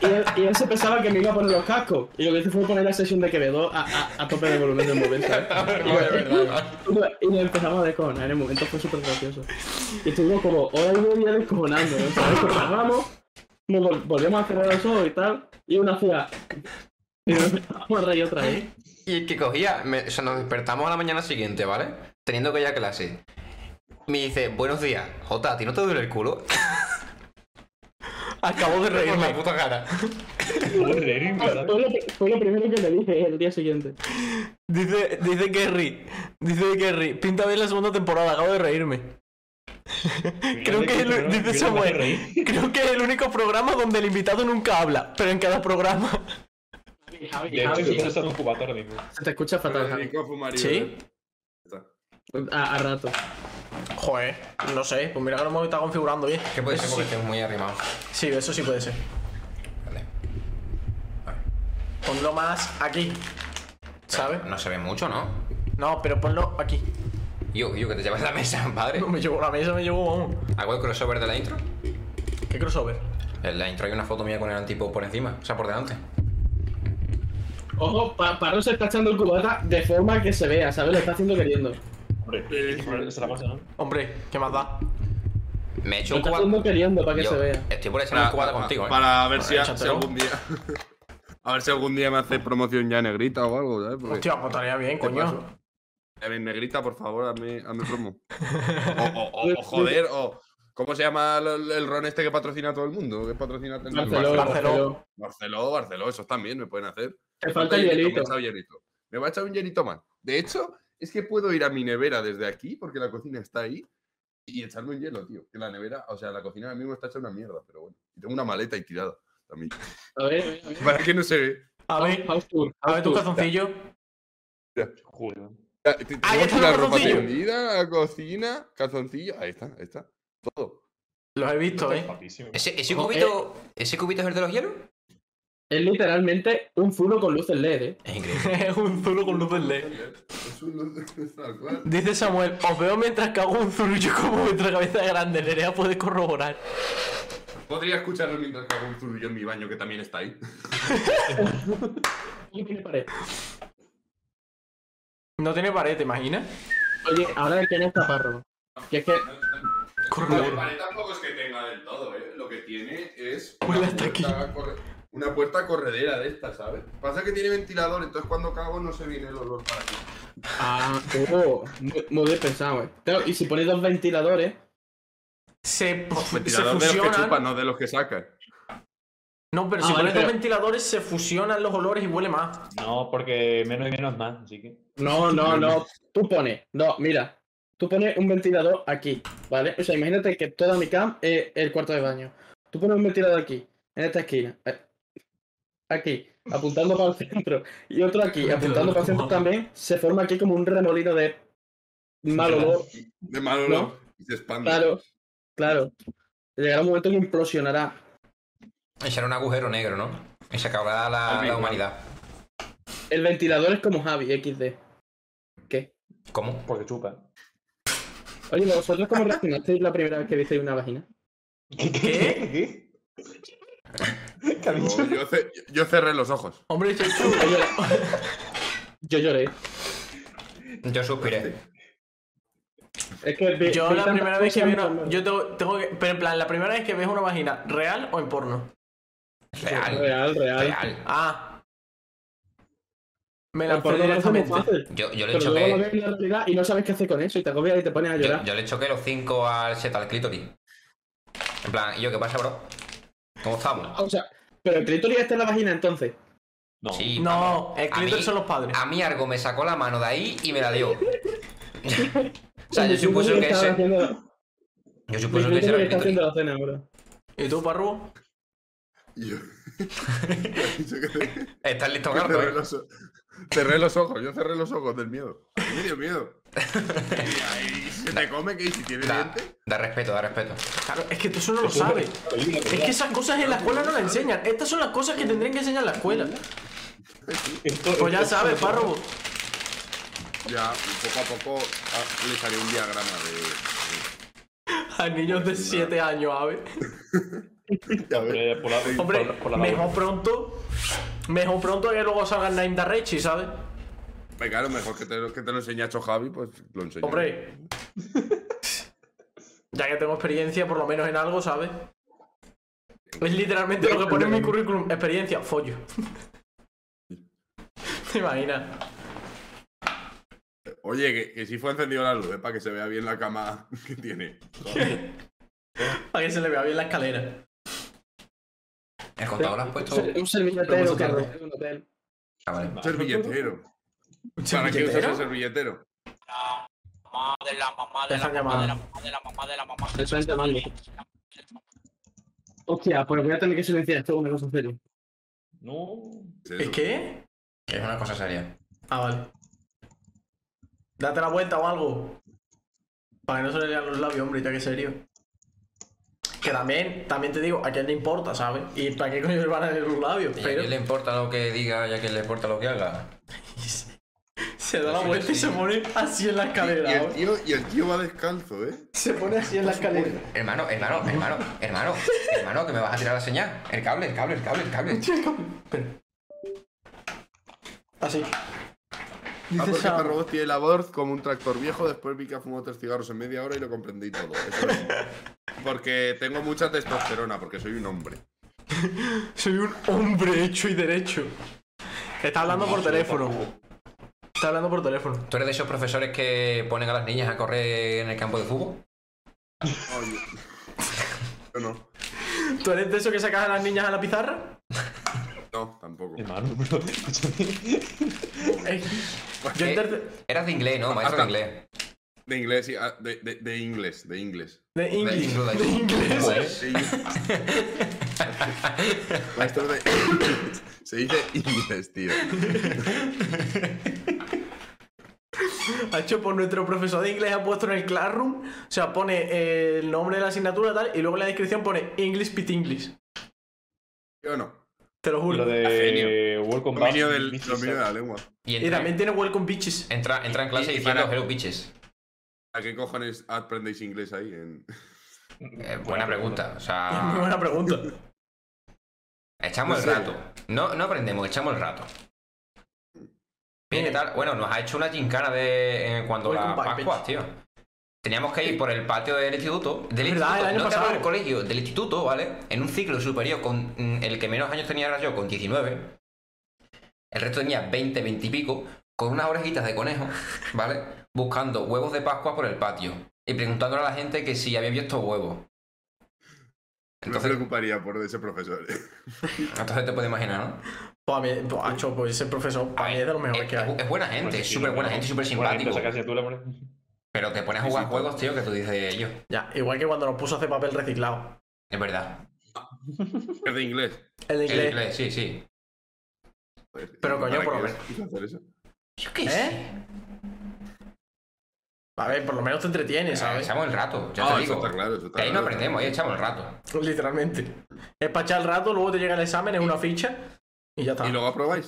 S5: Y él, y él se pensaba que me iba a poner los cascos. Y lo que hice fue poner la sesión de Quevedo a, a, a tope de volumen del móvil, ¿sabes? Y yo- Y nos empezamos a descojonar en el momento, fue súper gracioso. Y estuvimos como hora y media descojonando, ¿no? ¿sabes? Nos paramos, nos vol- volvíamos a cerrar los ojos y tal, y una hacía... Y nos empezamos a reír otra vez.
S2: Y el que cogía, me- o sea, nos despertamos a la mañana siguiente, ¿vale? Teniendo que ir a clase. Me dice, buenos días, Jota, ¿a ti no te duele el culo?
S3: Acabo de
S2: Por la
S3: reírme.
S2: puta cara.
S6: Joder, Eric, ¿verdad?
S5: Fue lo, pri- fue lo primero que le dije el día siguiente.
S3: Dice, dice Kerry. Dice Kerry. Pinta bien la segunda temporada, acabo de reírme. Creo que es el, dice Samuel. Creo que es el único programa donde el invitado nunca habla, pero en cada programa.
S6: De
S5: Ah,
S6: hecho, yo estoy en un cubato ahora mismo.
S5: Se te escucha fatal,
S4: Me
S5: Javi.
S4: dedico a fumar y
S3: ¿Sí?
S4: beber.
S5: A, a rato.
S3: Joder, no sé, pues mira que lo hemos estado configurando bien.
S2: ¿Qué puede ser?
S3: Eso
S2: Porque
S3: sí,
S2: estoy muy arrimado.
S3: sí, eso sí puede ser.
S2: Vale.
S3: Ponlo más aquí. ¿Sabes?
S2: No se ve mucho, ¿no?
S3: No, pero ponlo aquí.
S2: Yo, yo, que te llevas la mesa, padre.
S3: No me llevo la mesa, me llevo, vamos.
S2: ¿Hago el crossover de la intro?
S3: ¿Qué crossover?
S2: En la intro hay una foto mía con el antipo por encima, o sea, por delante.
S5: Ojo, Pa- Parro se está echando el cubata de forma que se vea, ¿sabes? Lo está haciendo queriendo.
S6: Hombre, esa es la cosa, ¿no?
S3: Hombre, ¿qué más da?
S2: Me he hecho un
S5: Lo está
S2: cubata.
S5: haciendo queriendo para que
S2: Yo
S5: se vea.
S2: Estoy por echar
S4: Para,
S2: un cubata
S4: para-
S2: contigo, ¿eh?
S4: para ver si,
S3: échatelo.
S4: si algún día. A ver si algún día me hace promoción ya negrita o algo, ¿sabes? Porque-
S3: Hostia, pues estaría bien,
S4: ¿Qué
S3: coño.
S4: pasa? A ver, negrita, por favor, hazme, hazme promo. O, o- o- o joder, o. ¿Cómo se llama el, el ron este que patrocina a todo el mundo? Que patrocina a todo el mundo?
S5: Barceló,
S3: Barceló.
S5: Barceló.
S4: Barceló, Barceló, esos también me pueden hacer.
S5: Te falta el
S4: hierito,
S5: hielito.
S4: Me, he echado hierito. Me va a echar un hierito más. De hecho, es que puedo ir a mi nevera desde aquí, porque la cocina está ahí, y echarme un hielo, tío. Que la nevera, o sea, la cocina ahora mismo está hecha una mierda, pero bueno. Y tengo una maleta ahí tirada también.
S5: A ver, a ver, a ver.
S4: Para que no se ve.
S3: A ver,
S5: House tour,
S3: a ver
S5: house
S3: tu
S5: tour.
S3: calzoncillo.
S6: Joder.
S4: Ya, te-
S3: Ahí
S4: tengo
S3: está
S4: aquí la
S3: el
S4: ropa
S3: calzoncillo.
S4: tendida, la cocina, calzoncillo. Ahí está, ahí está. Todo.
S3: Los he visto,
S6: Es
S3: eh.
S6: guapísimo.
S2: ¿Ese, ese
S5: Ojo,
S2: cubito, ¿Ese cubito es el de los hielos?
S5: Es literalmente un zulo con luces LED, ¿eh?
S2: Es increíble.
S3: Es un zulo con luces LED.
S4: Es un tal cual.
S3: Dice Samuel, os veo mientras cago un zurullo como vuestra cabeza grande. Nerea puede corroborar.
S4: Podría escucharlo mientras hago un zurullo en mi baño, que también está ahí.
S5: no tiene pared.
S3: No tiene pared, ¿te imaginas?
S5: Oye, ahora el que no es taparro. Que es que
S4: La pared tampoco es que tenga del todo, ¿eh? Lo que tiene es una
S3: Huele hasta aquí.
S4: corre- una puerta corredera de esta, ¿sabes? Pasa que tiene ventilador, entonces cuando cago no se viene el olor para aquí.
S5: Ah, oh, muy, muy bien pensado, eh. Claro, y si pones dos ventiladores,
S3: Se, Pues se
S4: Ventilador de los que
S3: fusionan.
S4: chupan, no de los que sacan.
S3: No, pero
S5: Ah,
S3: si
S5: vale,
S3: pones dos
S5: pero-
S3: ventiladores se fusionan los olores y huele más.
S6: No, porque menos y menos más, así que.
S5: no, no, no. Tú pones, no, mira, tú pones un ventilador aquí, ¿vale? O sea, imagínate que toda mi cam es el cuarto de baño. Tú pones un ventilador aquí, en esta esquina, eh, aquí, apuntando para el centro, y otro aquí, apuntando para el centro también, se forma aquí como un remolino de mal olor.
S4: De mal olor.
S5: No.
S4: Y se expande.
S5: Claro, claro. Llegará un momento que implosionará.
S2: Echará un agujero negro, ¿no? Y se acabará la, la humanidad.
S5: El ventilador es como Javi, XD.
S2: ¿Cómo?
S6: Porque chupa.
S5: Oye, ¿no ¿vosotros cómo reaccionasteis la primera vez que visteis una vagina?
S6: ¿Qué? ¿Qué? ¿Qué? ha
S4: Yo,
S6: dicho?
S4: yo ce- yo cerré los ojos.
S3: Hombre, yo-
S5: Yo lloré. Yo lloré.
S2: Yo suspiré.
S5: Es que vi-
S3: yo
S5: vi
S3: la
S5: tantas
S3: primera vez que
S5: cosas
S3: veo una,
S5: tan-
S3: yo tengo, tengo que, pero en plan, la primera vez que ves una vagina, ¿real o en porno?
S2: Real.
S5: Real, real.
S2: Real.
S3: Ah. Me
S5: El
S3: lancé
S5: porno lo hace muy
S3: directamente.
S5: fácil,
S2: Yo, yo le
S5: Pero luego lo
S2: choqué.
S5: ves en la realidad y no sabes qué hacer con eso y te agobias y te pones a
S2: Yo,
S5: llorar.
S2: yo le choqué los cinco al set al clítoris. En plan, ¿y yo qué pasa, bro? ¿Cómo estamos?
S5: O sea, pero el clítoris está en la vagina entonces.
S6: oh, No.
S2: Sí,
S3: No, el
S2: A mí-
S3: clítoris son los padres.
S2: A mí algo me sacó la mano de ahí y me la dio. o sea, yo
S5: Mi clítoris
S2: supuse que
S5: estaba
S2: ese.
S5: haciendo-
S2: Yo supuse que
S5: mi
S2: ese
S5: clítoris
S2: era el
S5: está
S2: clítoris.
S5: haciendo la cena, bro.
S3: ¿Y tú, parrubo?
S4: Y yo. Yo que cer-
S2: Estás listo,
S4: que
S2: Gardo,
S4: cerré,
S2: eh?
S4: los, o- cerré los ojos, yo cerré los ojos del miedo. A mí Me dio miedo. Y ahí se te come que si tiene
S2: Da,
S4: dientes.
S2: da respeto, da respeto.
S3: Claro, es que tú eso no lo sabes. Es que esas cosas en la escuela no las enseñan. Estas son las cosas que tendrían que enseñar en la escuela.
S6: Esto-
S3: Pues ya
S6: esto-
S3: sabes, párrobo.
S4: Ya, poco a poco ah, le salió un diagrama de.
S3: A niños de 7 años, ave.
S4: Ya ves.
S6: Hombre, por la-
S3: Hombre,
S6: por la- por la labor.
S3: mejor pronto. Mejor pronto que luego salga el Name da Rechi, ¿sabes?
S4: Hombre, pues Claro, mejor que te, lo- que te lo enseñacho Javi, pues lo enseño.
S3: Hombre. Ya que tengo experiencia, por lo menos en algo, ¿sabes? Es literalmente lo que pone en mi currículum. Experiencia, follo. ¿Te imaginas?
S4: Oye, que, que sí fue encendido la luz, ¿eh? para que se vea bien la cama que tiene.
S3: Para que se le vea bien la escalera.
S2: El contador lo has puesto.
S5: Un servilletero,
S3: Vamos a
S5: Carlos.
S3: hacerlo.
S5: un hotel.
S2: Ah, vale.
S4: servilletero. ¿Para qué usas el servilletero?
S7: Mamá de la mamá de la mamá
S3: Deja
S7: de la
S3: llamada.
S7: mamá de la mamá de la mamá.
S5: El frente mal. Hostia, pues voy a tener que silenciar esto, una cosa seria.
S6: No.
S3: ¿Es qué?
S2: Es una cosa seria.
S3: Ah, vale. Date la vuelta o algo. Para que no se le lean los labios, hombre, ya que serio. Que también, también te digo, a quién le importa, ¿sabes? ¿Y para qué coño le van a leer los labios?
S2: ¿Y a
S3: Pero
S2: quién le importa lo que diga y a quién le importa lo que haga?
S3: se, se da la vuelta y se pone así en la escalera.
S4: Y el,
S3: ¿sabes?
S4: tío, y el tío va descalzo, ¿eh?
S3: Se pone así en la escalera.
S2: Hermano, hermano, hermano, hermano, hermano, que me vas a tirar la señal. El cable, el cable, el cable, el cable.
S3: Espera. Así.
S4: Ah,
S3: Dice
S4: porque
S3: Sam,
S4: este robot tiene la voz como un tractor viejo, después vi que ha fumado tres cigarros en media hora y lo comprendí todo. Eso es. Porque tengo mucha testosterona, porque soy un hombre.
S3: soy un hombre hecho y derecho. Está hablando por teléfono. Está hablando por teléfono.
S2: ¿Tú eres de esos profesores que ponen a las niñas a correr en el campo de fútbol?
S4: Oye. Yo no,
S3: ¿Tú eres de esos que sacas a las niñas a la pizarra?
S4: no, tampoco.
S6: Hermano, pero.
S3: Ey, Yo
S2: Eh,
S3: en tercer-
S2: Eras de inglés, ¿no? Maestro de inglés.
S4: De inglés, sí, ah, de, de, de inglés, de inglés.
S3: De inglés.
S2: de-
S3: De inglés.
S2: Pues,
S4: De inglés. Maestro de. Se dice inglés, tío.
S3: Ha hecho por nuestro profesor de inglés, ha puesto en el Classroom, o sea, pone eh, el nombre de la asignatura tal, y luego en la descripción pone English Pit English.
S4: Yo no.
S3: Te lo juro.
S6: Lo de. Welcome back.
S4: Dominio, del,
S6: Mrs.
S4: dominio de la lengua.
S2: Y
S3: Y
S2: entra,
S3: también tiene Welcome Bitches.
S2: entra, entra en clase
S4: Y- y
S2: diciendo
S4: para-
S2: hello bitches.
S4: ¿A qué cojones aprendéis inglés ahí? En...
S2: Eh, buena pregunta. O
S6: Ah.
S3: Es muy
S2: sea,
S3: buena pregunta.
S2: echamos el
S4: No sé.
S2: rato. No, no aprendemos, echamos el rato. Bien, ¿qué tal? Bueno, nos ha hecho una gincana de eh, cuando
S3: Welcome
S2: la
S3: back,
S2: Pascua, tío. Teníamos que ir por el patio del instituto, del
S3: Es verdad,
S2: instituto,
S3: el año
S2: no te hablo
S3: pasado.
S2: del colegio, del instituto, ¿vale? En un ciclo superior con mm, el que menos años tenía era yo, con 19. El resto tenía 20, 20 y pico, con unas orejitas de conejo, ¿vale? Buscando huevos de Pascua por el patio y preguntándole a la gente que si habían visto huevos.
S4: Me
S2: Entonces,
S4: preocuparía por ese profesor.
S2: entonces te puedes imaginar, ¿no?
S3: Pues, a mí- pues, acho, pues ese profesor para mí es de lo mejor
S2: es,
S3: que hay.
S2: es buena gente, es súper buena gente, súper simpático. Pero te pones a jugar juegos, tío, que tú dices yo.
S3: Ya, igual que cuando nos puso a hacer papel reciclado.
S2: Es verdad.
S4: Es de inglés.
S3: El de
S2: El
S3: inglés.
S2: inglés, sí, sí.
S4: Joder,
S3: Pero
S4: ¿y
S3: coño,
S4: para
S3: por lo
S4: qué hizo hacer eso?
S2: Yo qué
S3: ¿Eh?
S2: sé.
S3: A ver, por lo menos te entretienes,
S2: Ah,
S3: ¿sabes?
S2: Echamos el rato, ya
S4: Ah,
S2: te
S4: eso
S2: digo.
S4: está claro, eso está
S2: Que ahí no
S4: claro.
S2: aprendemos, ahí echamos el rato.
S3: Literalmente. Es para echar el rato, luego te llega el examen, es una ficha y ya está.
S4: Y luego aprobáis.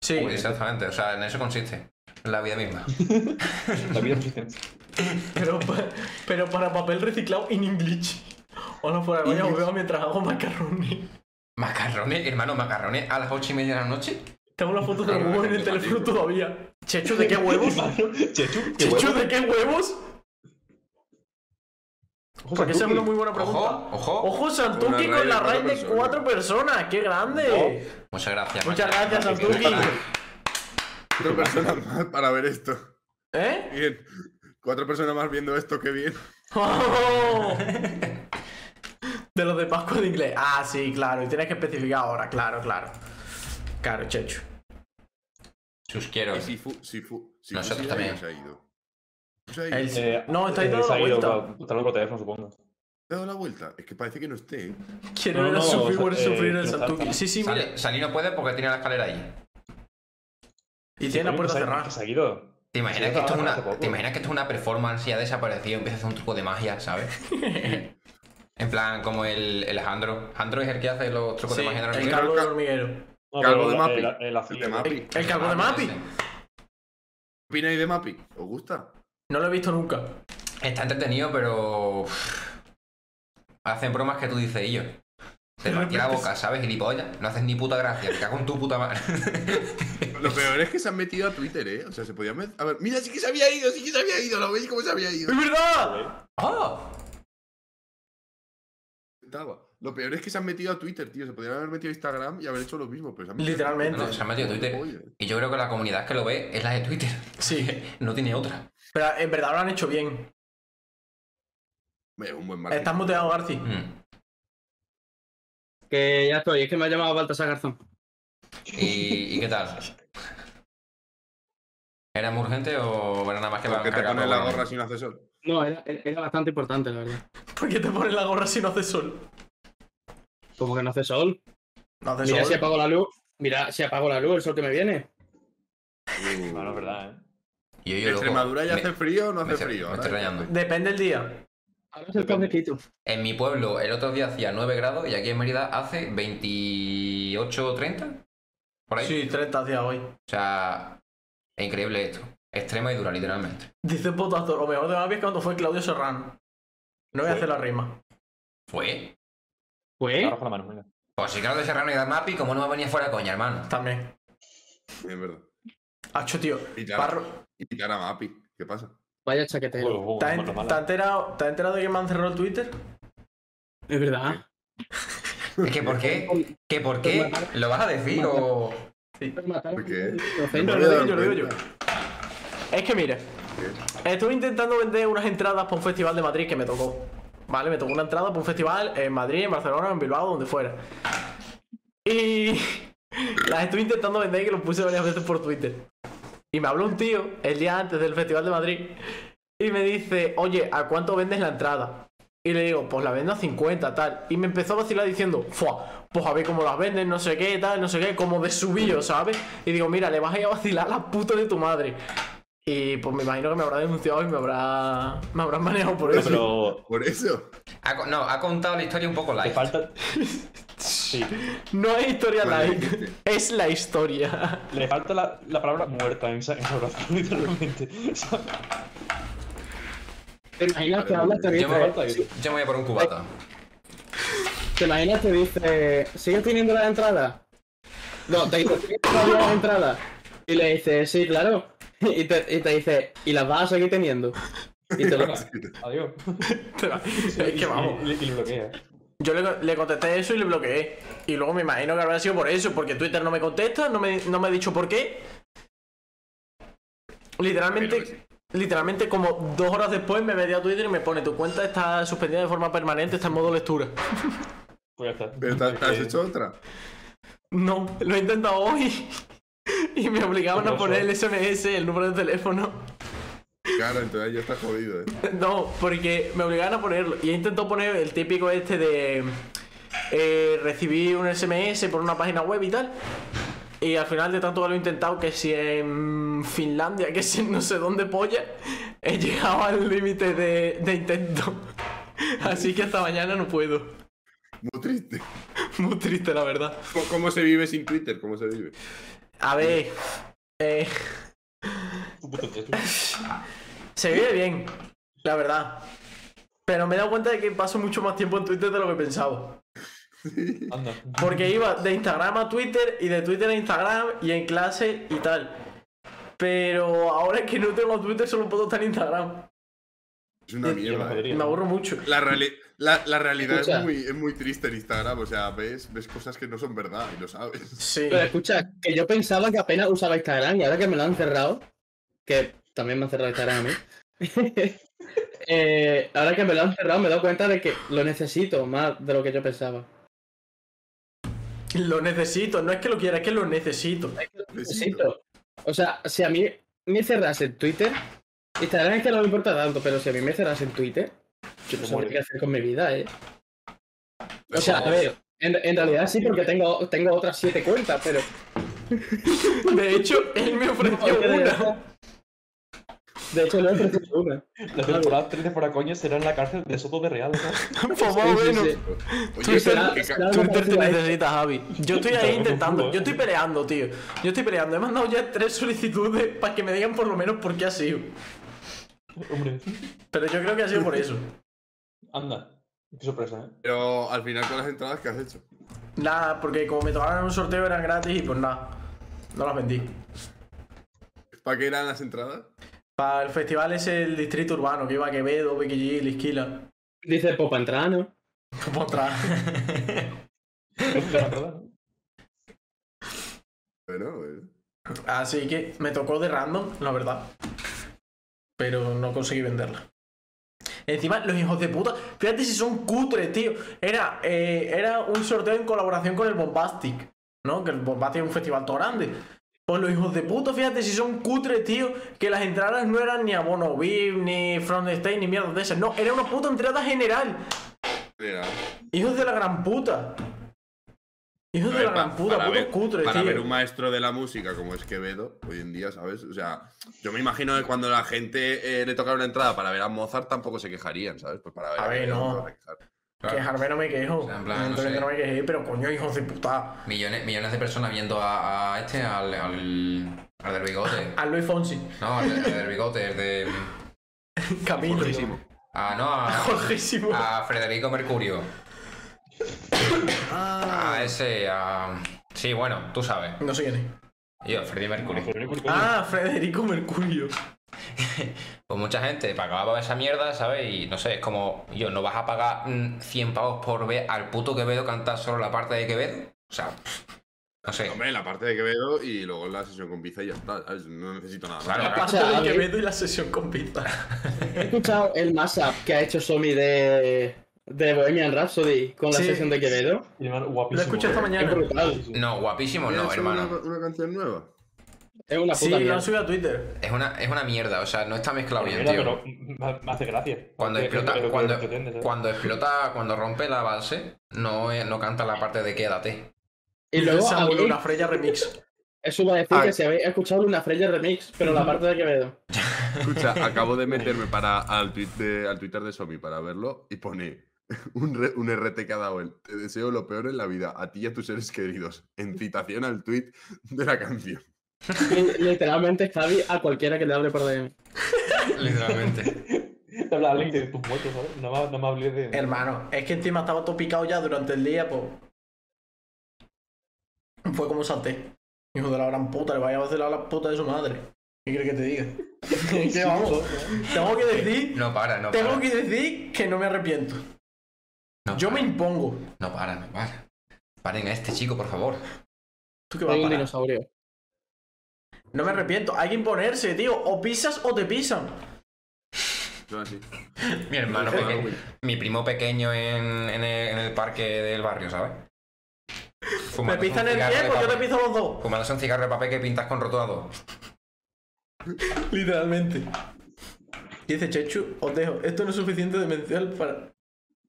S3: Sí,
S2: pues Exactamente, o sea, en eso consiste. La vida misma.
S6: La vida existe.
S3: pero, pa- pero para papel reciclado in English. Hola, fuera de coña, os veo mientras hago macarrones.
S2: Macarrones, hermano, macarrones a las ocho y media de la noche.
S3: Tengo la foto del
S4: Claro,
S3: huevo en
S4: es
S3: el teléfono
S4: automático.
S3: todavía. Chechu, ¿de qué huevos?
S6: Chechu, ¿qué
S3: Chechu,
S6: huevo?
S3: ¿de qué huevos?
S6: Ojo,
S3: Porque esa es
S6: Santuki.
S3: una muy buena
S2: Ojo,
S3: pregunta.
S2: ojo.
S3: Ojo, Santuki
S4: Una
S3: con la raid
S4: raid de
S3: de cuatro
S4: cuatro
S3: personas. ¡Qué grande!
S2: Muchas gracias.
S3: Muchas
S2: macho.
S3: gracias, Santuki.
S4: Cuatro personas más para ver esto.
S3: ¿Eh?
S4: Bien. Cuatro personas más viendo esto, qué bien.
S3: ¡Oh! De los de Pascua de inglés. Ah, sí, claro. Y tienes que especificar ahora, claro, claro. Claro, Chechu.
S2: Sus quiero.
S4: Y si fu, si fu, si
S2: Nosotros
S4: Fusi
S2: también.
S4: se ha ido. Se ha ido.
S3: El-
S6: Eh,
S3: no, está ahí
S6: eh,
S3: dando
S6: se
S3: la
S6: ha ido,
S3: vuelta.
S6: va, Está loco el teléfono, supongo.
S4: ¿Te ha dado la vuelta? Es que parece que no esté. ¿eh?
S3: Quiero
S6: No,
S3: ver a
S6: no,
S3: su
S6: o sea,
S3: viewer
S6: eh,
S3: sufrir el
S6: no está-
S3: Santuki. Sí, sí, mira.
S2: Sali, Salí no puede porque tiene la escalera ahí.
S3: Y tiene la puerta
S6: Coño, que se ha-
S3: cerrada.
S6: que Se ha ido.
S2: ¿Te imaginas,
S6: Sí,
S2: que esto es
S6: hace
S2: una,
S6: poco.
S2: ¿Te imaginas que esto es una performance y ha desaparecido? Empieza a hacer un truco de magia, ¿sabes? en plan, como el, el Jandro. Jandro es el que hace los trucos
S3: Sí,
S2: de magia de los
S3: el
S2: niños.
S3: calvo
S4: hormiguero.
S3: del hormiguero.
S6: No,
S4: Calvo
S6: pero
S4: de
S6: la-
S4: Mapi.
S6: eh, la- eh, la
S4: El
S6: fila-
S4: de Mapi.
S3: El,
S4: ¿Qué
S3: el calvo
S2: Ah,
S3: de Mapi.
S4: opináis de Mapi? ¿Os gusta?
S3: No lo he visto nunca.
S2: Está entretenido, pero. uff, Hacen bromas que tú dices, y yo. Te
S3: De
S2: partí la
S3: repente
S2: boca, ¿sabes? Gilipollas. No haces ni puta gracia. Te cago en tu puta madre.
S4: Lo peor es que se han metido a Twitter, ¿eh? O sea, se podían met- A ver, mira, sí que se había ido, sí que se había ido. ¿Lo veis cómo se había ido?
S3: ¡Es verdad!
S2: ¡Oh!
S4: Estaba. Lo peor es que se han metido a Twitter, tío. Se podrían haber metido a Instagram y haber hecho lo mismo. Pero se han metido a
S3: Literalmente.
S4: Twitter.
S2: No, se han metido a Twitter.
S4: Oye,
S2: Y yo creo que la comunidad que lo ve es la de Twitter.
S3: Sí.
S2: No tiene otra.
S3: Pero en verdad lo han hecho bien.
S4: es un buen marketing.
S3: Estás muteado, Garci.
S2: Mm.
S5: Que ya estoy, es que me ha llamado Baltasar Garzón.
S2: ¿Y, y qué tal? ¿Era muy urgente o era nada más que
S4: Porque te
S2: cargar
S4: pones la
S2: todo?
S4: gorra sin asesor.
S5: No, era, era bastante importante, la verdad.
S3: ¿Por qué te pones la gorra si no hace sol?
S5: Como que no hace sol.
S3: No hace
S5: Mira
S3: sol.
S5: si apago la luz. Mira si apago la luz, el sol que me viene.
S6: No, no, es verdad, ¿eh?
S2: Yo, yo,
S4: ¿En
S2: loco,
S4: Extremadura ya
S2: me-
S4: hace frío o no
S2: me
S4: hace
S2: estoy-
S4: frío?
S2: me
S4: Ahora
S2: estoy
S4: ya
S2: rayando.
S4: hace-
S3: Depende el día.
S5: Ahora es el
S6: Depende.
S5: fresquito.
S2: En mi pueblo el otro día hacía 9 grados y aquí en Mérida hace 28 o 30. Por ahí.
S3: Sí, 30 hacia hoy.
S2: O sea, es increíble esto. Extrema y dura, literalmente.
S3: Dice Potazor, lo mejor de Mapi es cuando fue Claudio Serrano. No voy a hacer la rima.
S2: ¿Fue?
S5: Pues,
S6: Agarra con la mano, venga.
S2: Pues si claro de Serrano y de Mapi, como no me venía fuera coña, hermano.
S3: También.
S4: Es verdad.
S3: Hacho, tío.
S4: Y
S3: Parro,
S4: Tara, y Tara Mapi. ¿Qué pasa?
S5: vaya chaquetero.
S6: Juego, juego,
S3: ¿te has
S6: mala,
S3: en-
S6: mala.
S3: te has enterado, te has enterado de que me han cerrado el Twitter?
S5: Es verdad.
S2: Es que ¿por qué? ¿Que por qué? ¿Lo vas a decir o...?
S4: ¿Por qué?
S3: Yo lo
S4: No me he
S3: digo,
S4: dado
S3: yo lo digo yo.
S4: cuenta.
S3: Es que mire, estoy intentando vender unas entradas para un festival de Madrid que me tocó. Vale, me tocó una entrada para un festival en Madrid, en Barcelona, en Bilbao, donde fuera. Y las estoy intentando vender y que lo puse varias veces por Twitter. Y me habló un tío el día antes del festival de Madrid y me dice, oye, ¿a cuánto vendes la entrada? Y le digo, pues la vendo a 50, tal. Y me empezó a vacilar diciendo, Fua, pues a ver cómo las venden, no sé qué, tal, no sé qué, como de subillo, ¿sabes? Y digo, mira, le vas a ir a vacilar a la puta de tu madre. Y pues me imagino que me habrá denunciado y me habrá. me habrán manejado por eso.
S6: Pero
S4: Por eso.
S2: Ha co- no, ha contado la historia un poco
S6: te
S2: light.
S6: falta. Sí.
S3: No es historia
S4: Vale,
S3: light,
S4: dijiste.
S3: es la historia.
S6: Le falta la, la palabra muerta en esa, en esa oración, literalmente. O sea,
S5: ¿Te imaginas que hablas, te
S2: Yo me,
S5: dice,
S2: yo me voy a por un cubata.
S5: te imaginas, te dice, ¿sigues teniendo las entradas? No, te dice, ¿sigues teniendo las entradas? Y le dice, sí, claro. Y te, y te dice, ¿y las vas a seguir teniendo? Y te lo das.
S6: Adiós.
S3: Es que vamos.
S6: Y, y- y lo bloquea.
S3: Yo le, le contesté eso y le bloqueé. Y luego me imagino que habrá sido por eso, porque Twitter no me contesta, no me, no me ha dicho por qué.
S4: Imagino
S3: Literalmente, literalmente como dos horas después me metí a Twitter y me pone tu cuenta está suspendida de forma permanente, está en modo lectura.
S6: Pues ya está.
S4: Pero te, te has
S6: Eh,
S4: hecho otra.
S3: No, lo he intentado hoy. Y me obligaban a
S6: Curioso.
S3: poner el SMS, el número de teléfono.
S4: Claro, entonces ya estás jodido, eh.
S3: No, porque me obligaban a ponerlo. Y he intentado poner el típico este de eh, recibí un SMS por una página web y tal. Y al final de tanto que lo he intentado, que si en Finlandia, que si en no sé dónde polla, he llegado al límite de, de intento. Así que hasta mañana no puedo.
S4: Muy triste.
S3: Muy triste, la verdad.
S4: ¿Cómo, cómo se vive sin Twitter? ¿Cómo se vive?
S3: A ver. Eh,
S6: un puto texto.
S3: Se vive bien, la verdad. Pero me he dado cuenta de que paso mucho más tiempo en Twitter de lo que pensaba.
S6: Anda.
S3: Porque iba de Instagram a Twitter y de Twitter a Instagram y en clase y tal. Pero ahora que no tengo Twitter solo puedo estar en Instagram.
S4: Es una
S6: Yo no
S4: mierda. eh.
S6: podría.
S3: Me aburro mucho.
S4: La, reali- la, la realidad es
S5: Escucha.
S4: muy, es muy triste en Instagram. O sea, ves, ves cosas que no son verdad y lo sabes.
S3: Sí.
S5: Pero escucha, que yo pensaba que apenas usaba Instagram y ahora que me lo han cerrado, que también me han cerrado Instagram a mí. eh, ahora que me lo han cerrado me he dado cuenta de que lo necesito más de lo que yo pensaba.
S3: Lo necesito. No es que lo quiera, es que lo necesito.
S5: Necesito. O sea, si a mí me cerrasen Twitter, Instagram es que no me importa tanto, pero si a mí me cerrasen Twitter,
S3: Pues
S5: yo no
S6: Te
S5: sabría
S6: mueres.
S5: qué hacer con mi vida, ¿eh? O sea, a ver, en, en realidad sí, porque tengo, tengo otras siete cuentas, pero...
S3: De hecho, él me ofreció una.
S5: De hecho, no he ofrecido una.
S6: La temporada 3 de Fuera Coña será en la cárcel de Soto de Real, ¿no?
S3: Por favor,
S5: Sí, sí,
S3: bueno.
S5: sí.
S4: Oye,
S3: Twitter-
S4: que ca-
S5: Claro,
S3: Twitter te
S5: parecido a esto.
S3: necesita, Javi. Yo estoy ahí intentando, yo estoy peleando, tío. Yo estoy peleando. He mandado ya tres solicitudes para que me digan por lo menos por qué ha sido.
S6: Hombre,
S3: Pero yo creo que ha sido por eso.
S6: anda. Qué sorpresa, ¿eh?
S4: Pero al final con las entradas que has hecho.
S3: Nada, porque como me tocaron en un sorteo eran gratis y pues nada. No las vendí.
S4: ¿Para qué eran las entradas?
S3: Para el festival es el distrito urbano, que iba a Quevedo, Becky G, Lisquila.
S5: Dice Popa entrar, ¿no?
S3: Por atrás.
S6: La verdad, ¿no?
S4: Bueno, pues, bueno.
S3: Así que me tocó de random, la verdad. Pero no conseguí venderla. Encima, los hijos de puta, fíjate si son cutres, tío. Era, eh, era un sorteo en colaboración con el Bombastic, ¿no? Que el Bombastic es un festival todo grande. Pues los hijos de puta, fíjate si son cutres, tío, que las entradas no eran ni abono VIP, ni front stage, ni mierda de esas. No, era una puta entrada general.
S4: Mira,
S3: Hijos de la gran puta. Hijos
S4: a
S3: de
S4: ver,
S3: la
S4: pa-
S3: gran puta,
S4: para
S3: putos
S4: ver-
S3: cutres,
S4: para
S3: tío.
S4: ver un maestro de la música como es Quevedo, hoy en día, ¿sabes? O sea, yo me imagino que cuando la gente eh, le tocara una entrada para ver a Mozart tampoco se quejarían, ¿sabes? Pues para ver
S3: A ver,
S4: Quevedo
S3: no.
S4: se van a quejar. Claro.
S3: Quejarme no me quejo.
S2: O sea, en plan, no
S3: Evidentemente
S2: sé.
S3: no me quejé, pero coño, hijos de puta.
S2: Millones, millones de personas viendo a, a este, al, al, al del bigote.
S4: Ah.
S3: A Luis Fonsi.
S2: No, al, al del bigote, el de.
S3: Camilo.
S2: Ah, no, a,
S3: Jorgísimo.
S2: a Federico Mercurio.
S4: Ah.
S2: A ese, a. Sí, bueno, tú sabes.
S3: No sé quién es.
S2: Yo, Freddy Mercury.
S6: Pero no culpa mía.
S3: Ah, Federico Mercurio.
S2: Pues mucha gente pagaba por esa mierda, ¿sabes? Y no sé, es como, yo, ¿no vas a pagar mm, 100 pavos por ver al puto Quevedo cantar solo la parte de Quevedo? O sea, no sé.
S4: Hombre, la parte de Quevedo y luego la sesión con Pizza y ya está, ¿sabes? No necesito nada más.
S2: Claro.
S3: La parte
S5: O sea, a
S3: de
S5: ver.
S3: Quevedo y la sesión con pizza.
S5: He escuchado el mashup que ha hecho Somi de, de Bohemian Rhapsody con la
S3: Sí.
S5: sesión de Quevedo.
S6: Y además, guapísimo.
S3: Lo escuché esta
S6: ¿eh?
S5: Es
S3: mañana.
S5: brutal.
S2: No, guapísimo no,
S4: ¿Tienes Una,
S2: hermano.
S4: una canción nueva.
S5: Es una
S3: Sí,
S5: puta
S3: lo han
S5: mierda.
S3: subido a Twitter.
S2: Es una, es una mierda, o sea, no está mezclado
S4: Pues
S2: bien,
S6: Mierda,
S2: tío.
S6: pero me- me hace gracia.
S2: Cuando
S6: Es lo que-
S2: explota,
S6: lo que
S2: cuando,
S6: pretendes, ¿eh?
S2: cuando explota, cuando rompe la base, no, eh, no canta la parte de quédate.
S5: Y luego
S3: Samuel
S5: habéis-
S3: una Freya remix.
S5: eso va a
S3: Ah.
S5: decir
S4: A
S5: que
S4: ver.
S5: si habéis escuchado una Freya remix, pero la parte de Quevedo.
S4: Escucha, acabo de meterme para, al, tuit de- al Twitter de Somi para verlo y pone un, re- un RT que ha dado él. Te deseo lo peor en la vida, a ti y a tus seres queridos. En citación al tweet de la canción.
S5: Y Literalmente Javi a cualquiera que le hable por DM.
S2: Literalmente.
S6: Te habla alguien de tus muertos, ¿sabes? No me, no me hables de.
S3: Hermano, es que encima estaba todo picado ya durante el día, pues. Fue como salté. Hijo de la gran puta, le vaya a vacilar a la puta de su madre. ¿Qué quieres que te diga? Es que vamos, tengo que decir,
S2: No para, no para.
S3: tengo que decir que no me arrepiento.
S2: No
S3: Yo me
S2: para,
S3: impongo.
S2: No para, no para. Paren a este chico, por favor.
S3: ¿Tú qué vas a
S5: Hay un
S3: parar?
S5: dinosaurio.
S3: No me arrepiento, hay que imponerse, tío. O pisas o te pisan.
S4: Yo así.
S2: Mi hermano
S4: Pero,
S2: pequeño.
S4: güey,
S2: este Mi primo pequeño en, en el, en el parque del barrio, ¿sabes?
S3: Me
S2: Fumándose un
S3: pisan el
S2: cigarro
S3: pie,
S2: de
S3: pues yo te
S2: papel.
S3: piso los dos.
S2: Fumándose un cigarro de papel que pintas con rotulador.
S3: Literalmente. Dice Chechu, os dejo. Esto no es suficiente demencial para,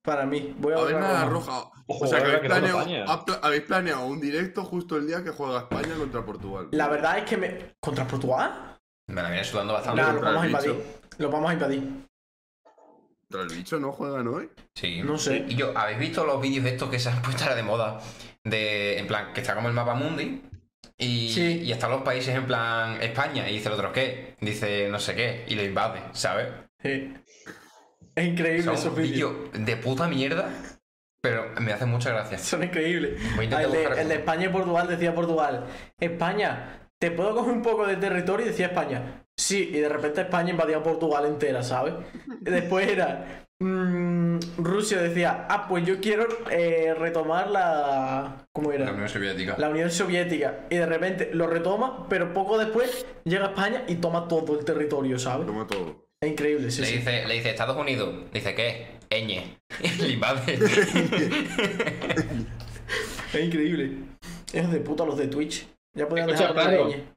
S3: para mí. Voy a
S4: A ver,
S3: volver a
S4: nada
S3: Roma.
S4: roja.
S6: Ojo,
S4: O sea, que
S6: eh,
S4: habéis
S6: que no
S4: planeado,
S6: España.
S4: ha pla- habéis planeado un directo justo el día que juega España contra Portugal.
S3: La verdad es que me. ¿Contra Portugal?
S2: Me la viene sudando
S3: No,
S2: bastante.
S4: Nah.
S3: los vamos a
S4: contradicho.
S3: invadir. Los vamos a invadir.
S4: Contra el bicho no juegan hoy.
S2: Sí.
S3: No sé.
S2: Y yo, ¿habéis visto los vídeos estos que se han puesto ahora de moda? De, en plan, que está como el mapa mundi. Y,
S3: Sí.
S2: y están los países en plan España. Y dice el otro, ¿qué? Dice no sé qué. Y lo invade, ¿sabes?
S3: Sí. Es increíble
S2: Son
S3: esos vídeos.
S2: vídeos de puta mierda. Pero me hacen mucha gracia.
S3: Son increíbles.
S2: Voy a
S3: Ah,
S2: intentar
S3: el, de,
S2: buscar
S3: el de España y Portugal decía Portugal. España, ¿te puedo coger un poco de territorio? Y decía España. Sí, y de repente España invadía Portugal entera, ¿sabes? Y Después era. mm, Rusia decía, ah, pues yo quiero eh, retomar la. ¿Cómo
S2: La
S3: era?
S2: Unión Soviética.
S3: La Unión Soviética. Y de repente lo retoma, pero poco después llega España y toma todo el territorio, ¿sabes?
S4: Toma todo.
S3: Es increíble, sí,
S2: le,
S3: sí.
S2: Dice, le dice Estados Unidos. Dice, ¿qué? Ñ. Y le invade.
S3: Es increíble. Es de puta los de Twitch. Ya podían
S5: Escucha,
S3: dejar de
S5: Pablo.
S3: reñir.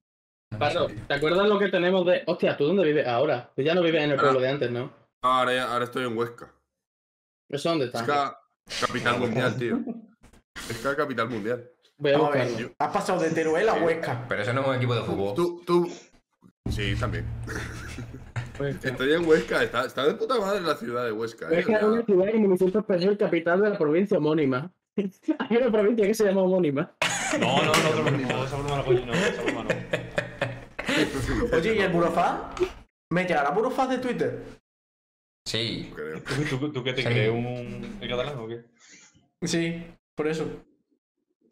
S5: Pardo, ¿te acuerdas lo que tenemos de. Hostia, ¿tú dónde vives ahora? Tú ya no vives en el pueblo de antes, ¿no?
S4: Ah, Ahora, ya- ahora estoy en Huesca.
S5: ¿Eso dónde está?
S4: Huesca, capital mundial, tío. Huesca, capital mundial.
S5: Voy a
S3: Vamos a
S5: buscarlo.
S3: ver, has pasado de Teruel a
S2: Sí.
S3: Huesca.
S2: Pero eso no es un equipo de fútbol.
S4: Tú, tú. Sí, también.
S5: Huesca.
S4: Estoy en Huesca. Está, está de puta madre la ciudad de Huesca. eh,
S5: Huesca
S4: o
S5: es
S4: sea,
S5: una ciudad y municipio español capital de la provincia homónima. Hay una provincia que se llama homónima.
S6: No, no, no, no, no, esa broma no, coño, no, esa broma no.
S3: Oye, ¿y el Burofaz? ¿Me llegará Burofaz de Twitter?
S2: Sí.
S4: creo.
S6: ¿Tú, tú, tú qué te
S2: Sí.
S6: crees? ¿Un el catalán o qué?
S3: Sí, por eso.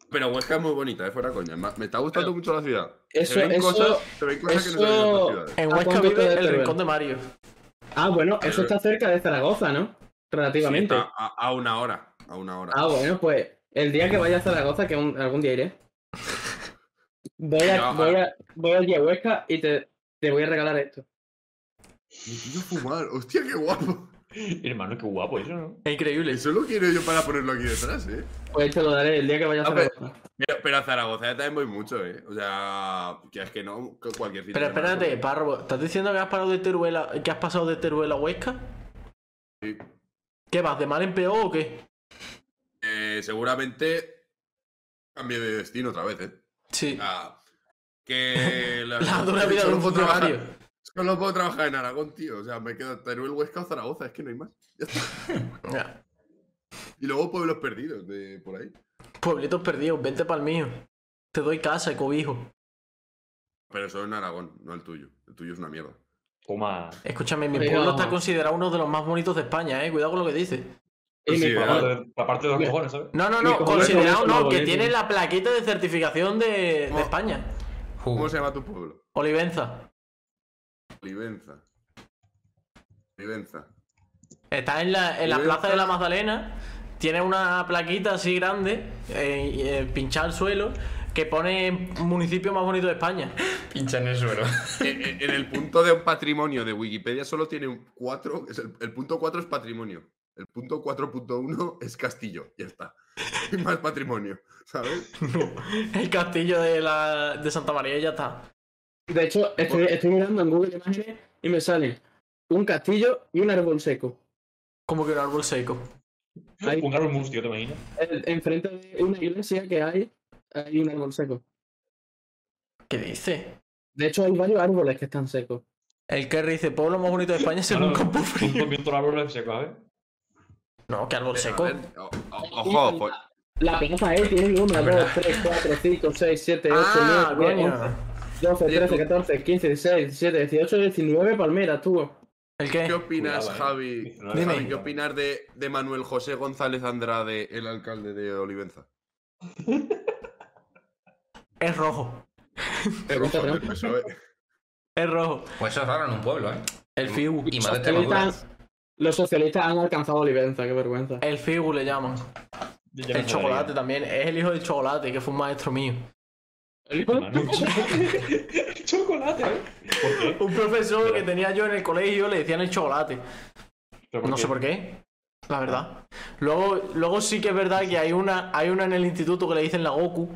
S4: Pero Huesca es muy bonita, eh, fuera coña. Ma- Me está gustando mucho la ciudad.
S5: Eso-
S4: se ven
S5: eso-
S4: cosas, se ven cosas que no se ven en
S5: eso-
S4: otras ciudades.
S3: En
S5: ¿A
S3: Huesca
S5: cuánto
S3: vive
S5: queda de
S3: el
S5: Teruel?
S3: rincón de Mario.
S5: Ah, bueno, eso está cerca de Zaragoza, ¿no? Relativamente.
S4: Sí, a, a- a una hora. A una hora.
S5: Ah, bueno, pues el día que vaya a Zaragoza, que un- algún día iré, voy, a,
S4: No,
S5: voy, a, voy allí a Huesca y te, te voy a regalar esto.
S4: Me quiero fumar. Hostia, qué guapo.
S6: Hermano, qué guapo eso, ¿no?
S3: Es increíble.
S4: Eso lo quiero yo para ponerlo aquí detrás, eh.
S5: Pues te lo daré el día que vaya a
S4: Ah, pero-
S5: Zaragoza.
S4: Pero, pero a Zaragoza ya también voy mucho, eh. O sea, que es que no, que cualquier fin de
S3: Pero
S4: semana.
S3: espérate, Parvo, ¿estás diciendo que has, parado de Teruel a- que has pasado de Teruel a Huesca?
S4: Sí.
S3: ¿Qué vas, de mal en peor o qué?
S4: Eh, seguramente cambie de destino otra vez, eh.
S3: Sí.
S4: Ah, que la,
S3: La dura vida de
S4: solo
S3: un
S4: puedo
S3: funcionario.
S4: trabajar- Solo puedo trabajar en Aragón, tío. O sea, me quedo Teruel, Huesca o Zaragoza, es que no hay más. Ya está.
S3: Ya.
S4: Y luego pueblos perdidos de por ahí.
S3: Pueblitos perdidos, vente pa'l mío. Te doy casa y cobijo.
S4: Pero solo en Aragón, no el tuyo. El tuyo es una mierda.
S6: Toma.
S3: Escúchame, mi
S5: Pero-
S3: pueblo está considerado uno de los más bonitos de España, eh. Cuidado con lo que dices.
S5: Y
S4: Sí,
S5: mi
S4: ¿verdad?
S5: papá-
S6: La parte de los cojones, ¿sabes?
S3: No, no,
S5: Y
S3: no,
S5: como
S3: considerado
S5: no es
S3: no,
S5: como
S3: que
S5: bonito.
S3: tiene la plaqueta de certificación de, de
S4: Oh.
S3: España.
S2: Ju.
S4: ¿Cómo se llama tu pueblo?
S3: Olivenza.
S4: Olivenza. Olivenza.
S3: Está en la, en la
S4: Olivenza.
S3: plaza de la Magdalena, tiene una plaquita así grande, eh, y, eh, pinchada al suelo, que pone municipio más bonito de España.
S2: Pincha en el suelo.
S4: Eh, eh, en el punto de patrimonio de Wikipedia solo tiene un 4. Es el, el punto 4 es patrimonio. El punto 4.1 es castillo. Ya está. Y más patrimonio. ¿Sabes?
S3: El castillo de, la, de Santa María y ya está.
S5: De hecho, estoy, estoy mirando en Google Imágenes y me salen un castillo y un árbol seco.
S3: Como que un árbol seco.
S5: Ahí.
S6: Un árbol mustio, ¿te imaginas?
S5: El- Enfrente de una iglesia que hay, hay un árbol seco.
S3: ¿Qué dice?
S5: De hecho, hay varios árboles que están secos.
S3: El Kerry dice, pueblo más bonito de España según
S6: Claro.
S3: Campo
S6: Un
S3: Frío.
S6: poquito el árbol seco, ¿sabes?
S3: No, que árbol
S4: A
S3: seco. Ah,
S4: ver, o- o- ojo, ojo.
S5: La plaza E tiene 1, 2, 3, 4, 5, 6, 7, 8,
S3: Ah,
S5: 9, 10,
S3: coño.
S5: 11, 12, 13, 14, 15, 16, 17, 18, 19 palmeras tuvo.
S3: ¿El qué?
S4: ¿Qué opinas,
S6: Cuidado, eh.
S4: Javi?
S6: Dime.
S4: Javi, ¿Qué opinas de, de Manuel José González Andrade, el alcalde de Olivenza?
S3: Es rojo.
S4: Es rojo el del PSOE.
S3: Es rojo.
S2: Pues eso es raro en un pueblo, ¿eh?
S3: El Fiu.
S2: Y más de este Extremadura.
S5: Socialistas- los socialistas han alcanzado la libertad, qué vergüenza.
S3: El Fiu le llaman.
S6: Yo ya me
S3: El chocolate
S6: jodería.
S3: también. Es el hijo del chocolate, que fue un maestro mío.
S5: El hijo de
S6: chocolate, ¿eh? ¿Por qué?
S3: Un profesor que tenía yo en el colegio le decían el chocolate.
S6: Pero
S3: No sé por qué. La verdad. Luego, luego sí que es verdad que hay una, hay una en el instituto que le dicen la Goku.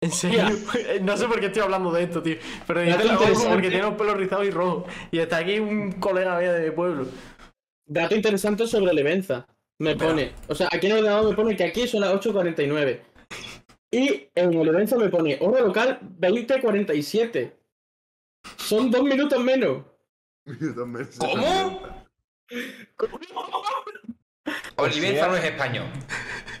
S3: En serio. No sé por qué estoy hablando de esto, tío. Pero le
S5: Ya te
S3: dicen la
S5: lo
S3: Goku
S5: interesante.
S3: porque tiene los pelos rizados y rojos. Y está aquí un colega mío de mi pueblo.
S5: Dato interesante sobre Levenza. Me pone, o sea, aquí en el ordenador me pone que aquí son las 8.49. Y en el Levenza me pone, hora local 20.47. Son dos minutos menos.
S4: Dos meses.
S2: ¿Cómo? Olivenza no es español.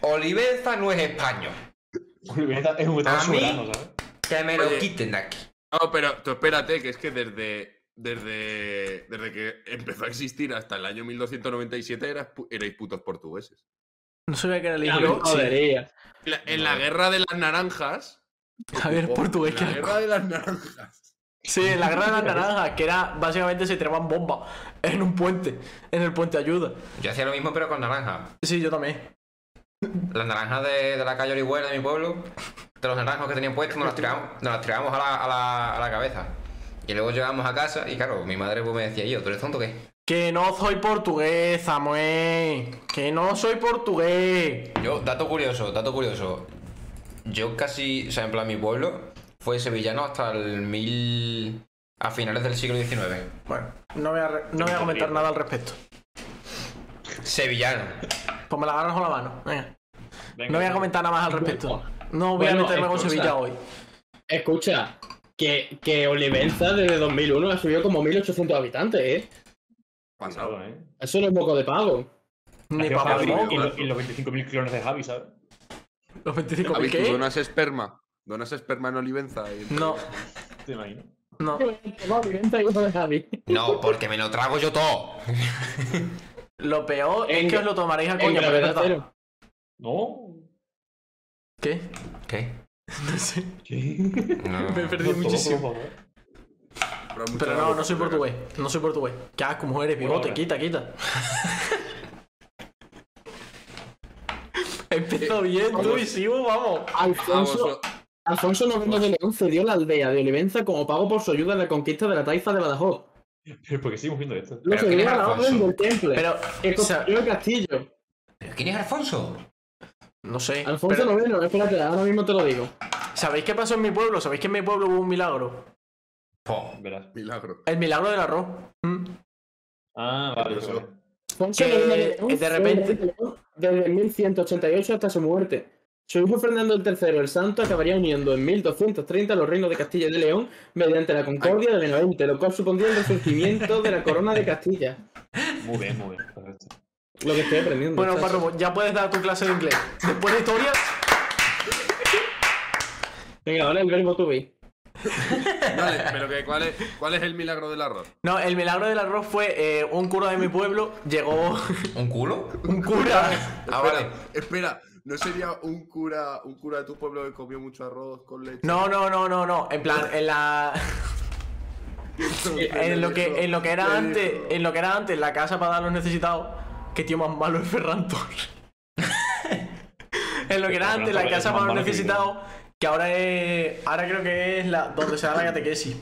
S2: Olivenza no es español.
S6: qué. Es un estado
S2: A mí-
S6: soberano, ¿sabes?
S2: Que me lo
S4: Oye.
S2: quiten de aquí.
S4: No, pero tú espérate, que es que desde, desde, desde que empezó a existir hasta el año 1297 eras pu- erais putos portugueses.
S3: No sabía que era el hijo.
S5: La
S3: de- sí.
S5: jodería.
S4: En la- en la guerra de las naranjas.
S3: Javier
S4: ocupó-
S3: portugués,
S4: en
S3: qué
S4: La
S3: asco.
S4: guerra de las naranjas.
S3: Sí, la guerra de las naranjas, que era básicamente se tiraban bombas en un puente, en el puente ayuda.
S2: Yo hacía lo mismo, pero con naranja.
S3: Sí, yo también.
S2: Las naranjas de, de la calle Orihuela de mi pueblo, de los naranjos que tenían puestos, nos las tirábamos, nos las tirábamos a, la, a, la, a la cabeza. Y luego llegábamos a casa y, claro, mi madre pues, me decía, yo, ¿tú eres tonto o qué?
S3: Que no soy portugués, Samuel. Que no soy portugués.
S2: Yo, dato curioso, dato curioso. Yo casi, o sea, en plan, mi pueblo fue sevillano hasta el mil... a finales del siglo XIX.
S3: Bueno, no voy a, re- no voy a comentar nada al respecto.
S2: Sevillano.
S3: Pues me la ganas con la mano. Venga.
S6: Venga,
S3: No voy a
S6: venga.
S3: comentar nada más al respecto. No voy a
S5: Bueno,
S3: meterme con
S5: escucha.
S3: Sevilla hoy.
S5: Escucha, que, que Olivenza desde 2001 ha subido como 1.800 habitantes, ¿eh?
S4: Pasado.
S6: Pasado, ¿eh?
S5: Eso no es poco de pago.
S3: Ni
S6: Aquí
S3: para
S6: Javi
S3: Pokémon.
S6: y, lo- y los 25.000 clones de Javi, ¿sabes?
S3: ¿Los 25
S4: Javi, ¿tú
S3: qué?
S4: donas esperma? ¿Donas esperma en Olivenza? Y-
S3: No,
S6: Te imagino.
S3: no.
S5: Olivenza y de Javi.
S2: No, porque me lo trago yo todo.
S3: Lo peor es
S5: En-
S3: que os lo tomaréis a
S5: En
S3: coña, pero es verdad.
S5: gravedad cero.
S6: No.
S3: ¿Qué?
S2: ¿Qué?
S3: No sé.
S6: Me
S2: No.
S3: Me he perdido muchísimo.
S4: mucho
S3: Pero no,
S4: amor,
S3: no soy
S4: pero-
S3: portugués. No soy portugués. Qué asco, mujeres,
S6: Bueno,
S3: bigote,
S6: ahora.
S3: quita, quita. Empezó bien, tú
S4: vamos.
S3: y sigo, vamos.
S4: Ah, vosotros-
S5: Alfonso, Alfonso IX de León cedió la aldea de Olivenza como pago por su ayuda en la conquista de la taifa de Badajoz.
S6: Pero ¿por qué seguimos viendo esto?
S5: Lo
S2: ¿Pero quién
S5: cedió
S2: es
S5: a la
S2: Alfonso?
S5: orden del temple.
S3: Pero,
S5: que
S3: o sea,
S5: construyó el castillo.
S2: ¿Pero quién es Alfonso?
S3: no sé.
S5: Alfonso
S3: eh, pero-
S5: IX, espérate, ahora mismo te lo digo.
S3: ¿Sabéis qué pasó en mi pueblo? ¿Sabéis que en mi pueblo hubo un milagro?
S2: Po.
S6: Verás.
S4: Milagro.
S3: El milagro del arroz. Mm.
S6: Ah, vale.
S4: Eso.
S6: vale.
S5: Alfonso
S3: Que
S5: IX de León
S3: de
S5: fue
S3: repente-
S5: rey de León Desde 1188 hasta su muerte. Su hijo Fernando III el Santo acabaría uniendo en 1230 los reinos de Castilla y de León mediante la Concordia de Benavente, lo cual supondría el resurgimiento de la corona de Castilla.
S6: Muy bien, muy bien. Perfecto.
S5: Lo que estoy aprendiendo.
S3: Bueno,
S5: chacho.
S3: Parrobo, ya puedes dar tu clase de inglés. Después de historia,
S5: Venga, ahora el verbo to be.
S4: Vale, pero que, ¿cuál, es, ¿cuál es el milagro del arroz?
S3: No, el milagro del arroz fue eh, un cura de mi pueblo, llegó
S2: ¿Un culo?
S3: un cura.
S2: Ah, vale.
S4: Espera, ¿no sería un cura, un cura de tu pueblo que comió mucho arroz con leche?
S3: No, no, no, no, no. En plan, en la. Eh, En lo que, en lo que era antes, en lo que era antes la casa para dar los necesitados, qué tío más malo es Ferran Torres. en lo que era
S6: Pues Ferran
S3: antes la
S6: Torres es
S3: casa
S6: más
S3: para los
S6: malo que mi
S3: necesitados, que ahora es, ahora creo que es la donde se da la catequesis.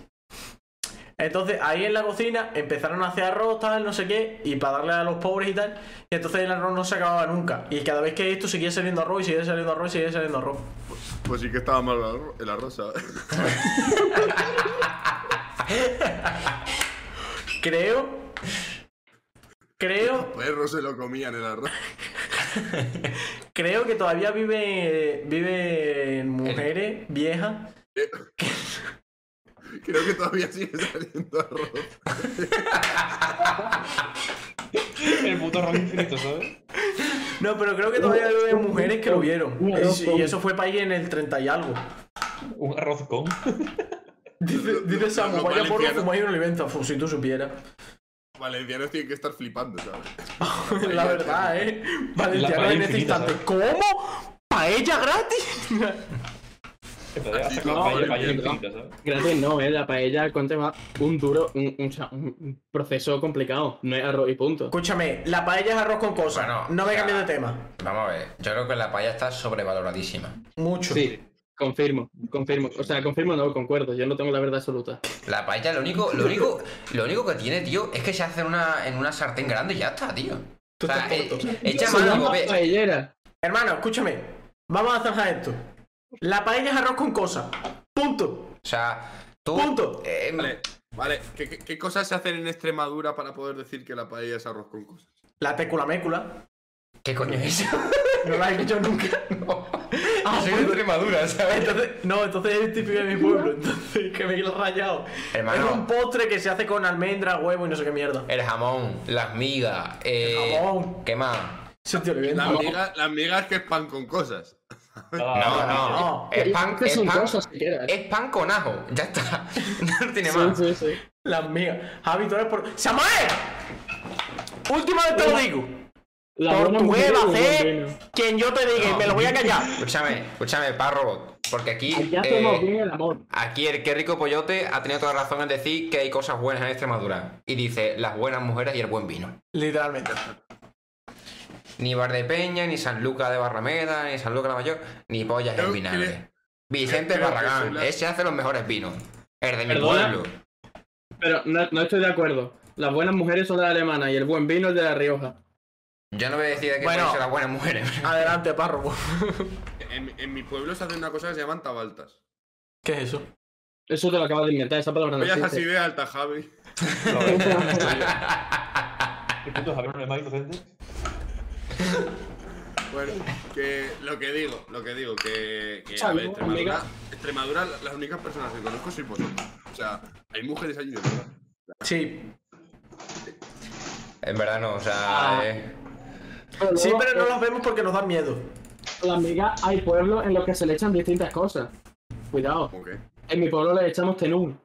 S3: Entonces ahí en la cocina empezaron a hacer arroz, tal, no sé qué, y para darle a los pobres y tal, y entonces el arroz no se acababa nunca. Y cada vez que esto seguía saliendo arroz y seguía saliendo arroz y seguía saliendo arroz.
S4: Pues sí que estaba mal el arroz- el arroz, ¿sabes?
S3: Creo, creo
S4: Perros se lo comían el arroz.
S3: Creo que todavía vive viven mujeres viejas.
S4: Creo que todavía sigue saliendo arroz.
S6: El puto rock infinito, ¿sabes?
S3: No, pero creo que todavía viven mujeres que lo vieron.
S5: Una, dos,
S3: Y, y eso fue para ahí en el 30 y algo.
S6: Un arroz con.
S3: Dice, dice Samu,
S4: Los
S3: vaya porro
S4: valencianos-
S3: fumáis en Olivenza, fu, si tú supieras.
S4: Valencianos tienen que estar flipando, ¿sabes?
S3: La verdad, eh. Valenciano
S6: paella
S3: en este
S6: infinita,
S3: instante. ¿Cómo? ¿Paella gratis?
S6: Entonces, hace
S4: No,
S6: paella-
S4: hombre,
S6: paella
S4: mierda.
S6: infinita, ¿sabes?
S5: Gratis no, ¿eh? La paella cuenta más un duro, un, un, o sea, un- un proceso complicado. No es arroz y punto.
S3: Escúchame, la paella es arroz con cosas.
S2: Bueno,
S3: no me
S2: ya.
S3: cambies de tema.
S2: Vamos a ver, yo creo que la paella está sobrevaloradísima.
S3: Mucho.
S5: Sí, confirmo, confirmo. O sea, confirmo no, concuerdo. Yo no tengo la verdad absoluta.
S2: La paella lo único, lo único, lo único que tiene, tío, es que se hace en una, en una sartén grande y ya está, tío. O sea, eh, echa
S5: Se
S2: mano,
S5: llama
S2: ve.
S3: eh.
S5: paellera.
S3: Hermano, escúchame. Vamos a zanjar esto. La paella es arroz con cosas. Punto.
S2: O sea, tú.
S3: Punto.
S2: eh,
S4: Vale, vale. ¿Qué, qué, qué cosas se hacen en Extremadura para poder decir que la paella es arroz con cosas?
S3: La tecula mécula.
S2: ¿Qué coño es eso?
S3: No la he hecho nunca. Ah,
S2: Soy de
S3: bueno.
S2: Extremadura, ¿sabes?
S3: Entonces, no, entonces es típico de mi pueblo. Entonces, que me he rayado.
S2: Hermano.
S3: Es un postre que se hace con almendra, huevo y no sé qué mierda.
S2: El jamón, las migas, eh,
S3: El jamón.
S2: ¿qué más?
S3: Se te olvidó.
S4: Las migas, las migas que es pan con cosas.
S6: Ah,
S2: No, no,
S3: Ah, no.
S2: Es pan,
S5: Que
S2: es
S5: son
S2: pan-
S5: cosas que quieras.
S2: es pan con ajo, ya está. No tiene
S5: Sí,
S2: más.
S5: sí, sí.
S3: Las mías. Javi, tú eres por. ¡Samael! Última vez te lo digo.
S5: La buena
S3: Portugués
S5: mujer
S3: va
S5: o
S3: a
S5: el
S3: hacer
S5: bueno.
S3: quien yo te diga y me lo voy a callar.
S2: Escúchame, escúchame, parro, porque aquí.
S5: Allá
S2: eh,
S5: hacemos bien el amor.
S2: Aquí el qué rico pollote ha tenido toda razón en decir que hay cosas buenas en Extremadura. Y dice las buenas mujeres y el buen vino.
S3: Literalmente.
S2: Ni Bar de Peña, ni San Luca de Barrameda, ni San Luca de Mayor, ni pollas
S4: Creo
S2: en
S4: que-
S2: vinagre. Vicente
S4: creo que
S2: Barragán,
S4: son las-
S2: ese hace los mejores vinos. El de mi
S5: Perdona.
S2: pueblo.
S5: Pero no, no estoy de acuerdo. Las buenas mujeres son las alemanas y el buen vino es de La Rioja.
S2: Yo no voy a decir de qué
S3: Bueno.
S2: país son las buenas mujeres.
S3: Adelante, párroco.
S4: En, en mi pueblo se hace una cosa que se llaman tabaltas.
S3: ¿Qué es eso?
S5: Eso te lo acabas de inventar, esa palabra no
S4: Ollas
S5: existe.
S4: así de alta, Javi.
S6: ¿Qué puto Javier no es más inocente?
S4: Bueno, que lo que digo, lo que digo, que, que a
S5: Salud,
S4: ver, Extremadura,
S5: amiga.
S4: Extremadura, las únicas personas que conozco soy vosotros. O sea, hay mujeres allí de verdad.
S3: Sí.
S2: En verdad no, o sea.
S5: Ah.
S2: eh,
S5: Pero
S3: Sí,
S5: luego,
S3: pero no eh. los vemos porque nos dan miedo.
S5: en La amiga, hay pueblos en los que se le echan distintas cosas. Cuidado.
S4: ¿Cómo que?
S5: En mi pueblo le echamos tenún.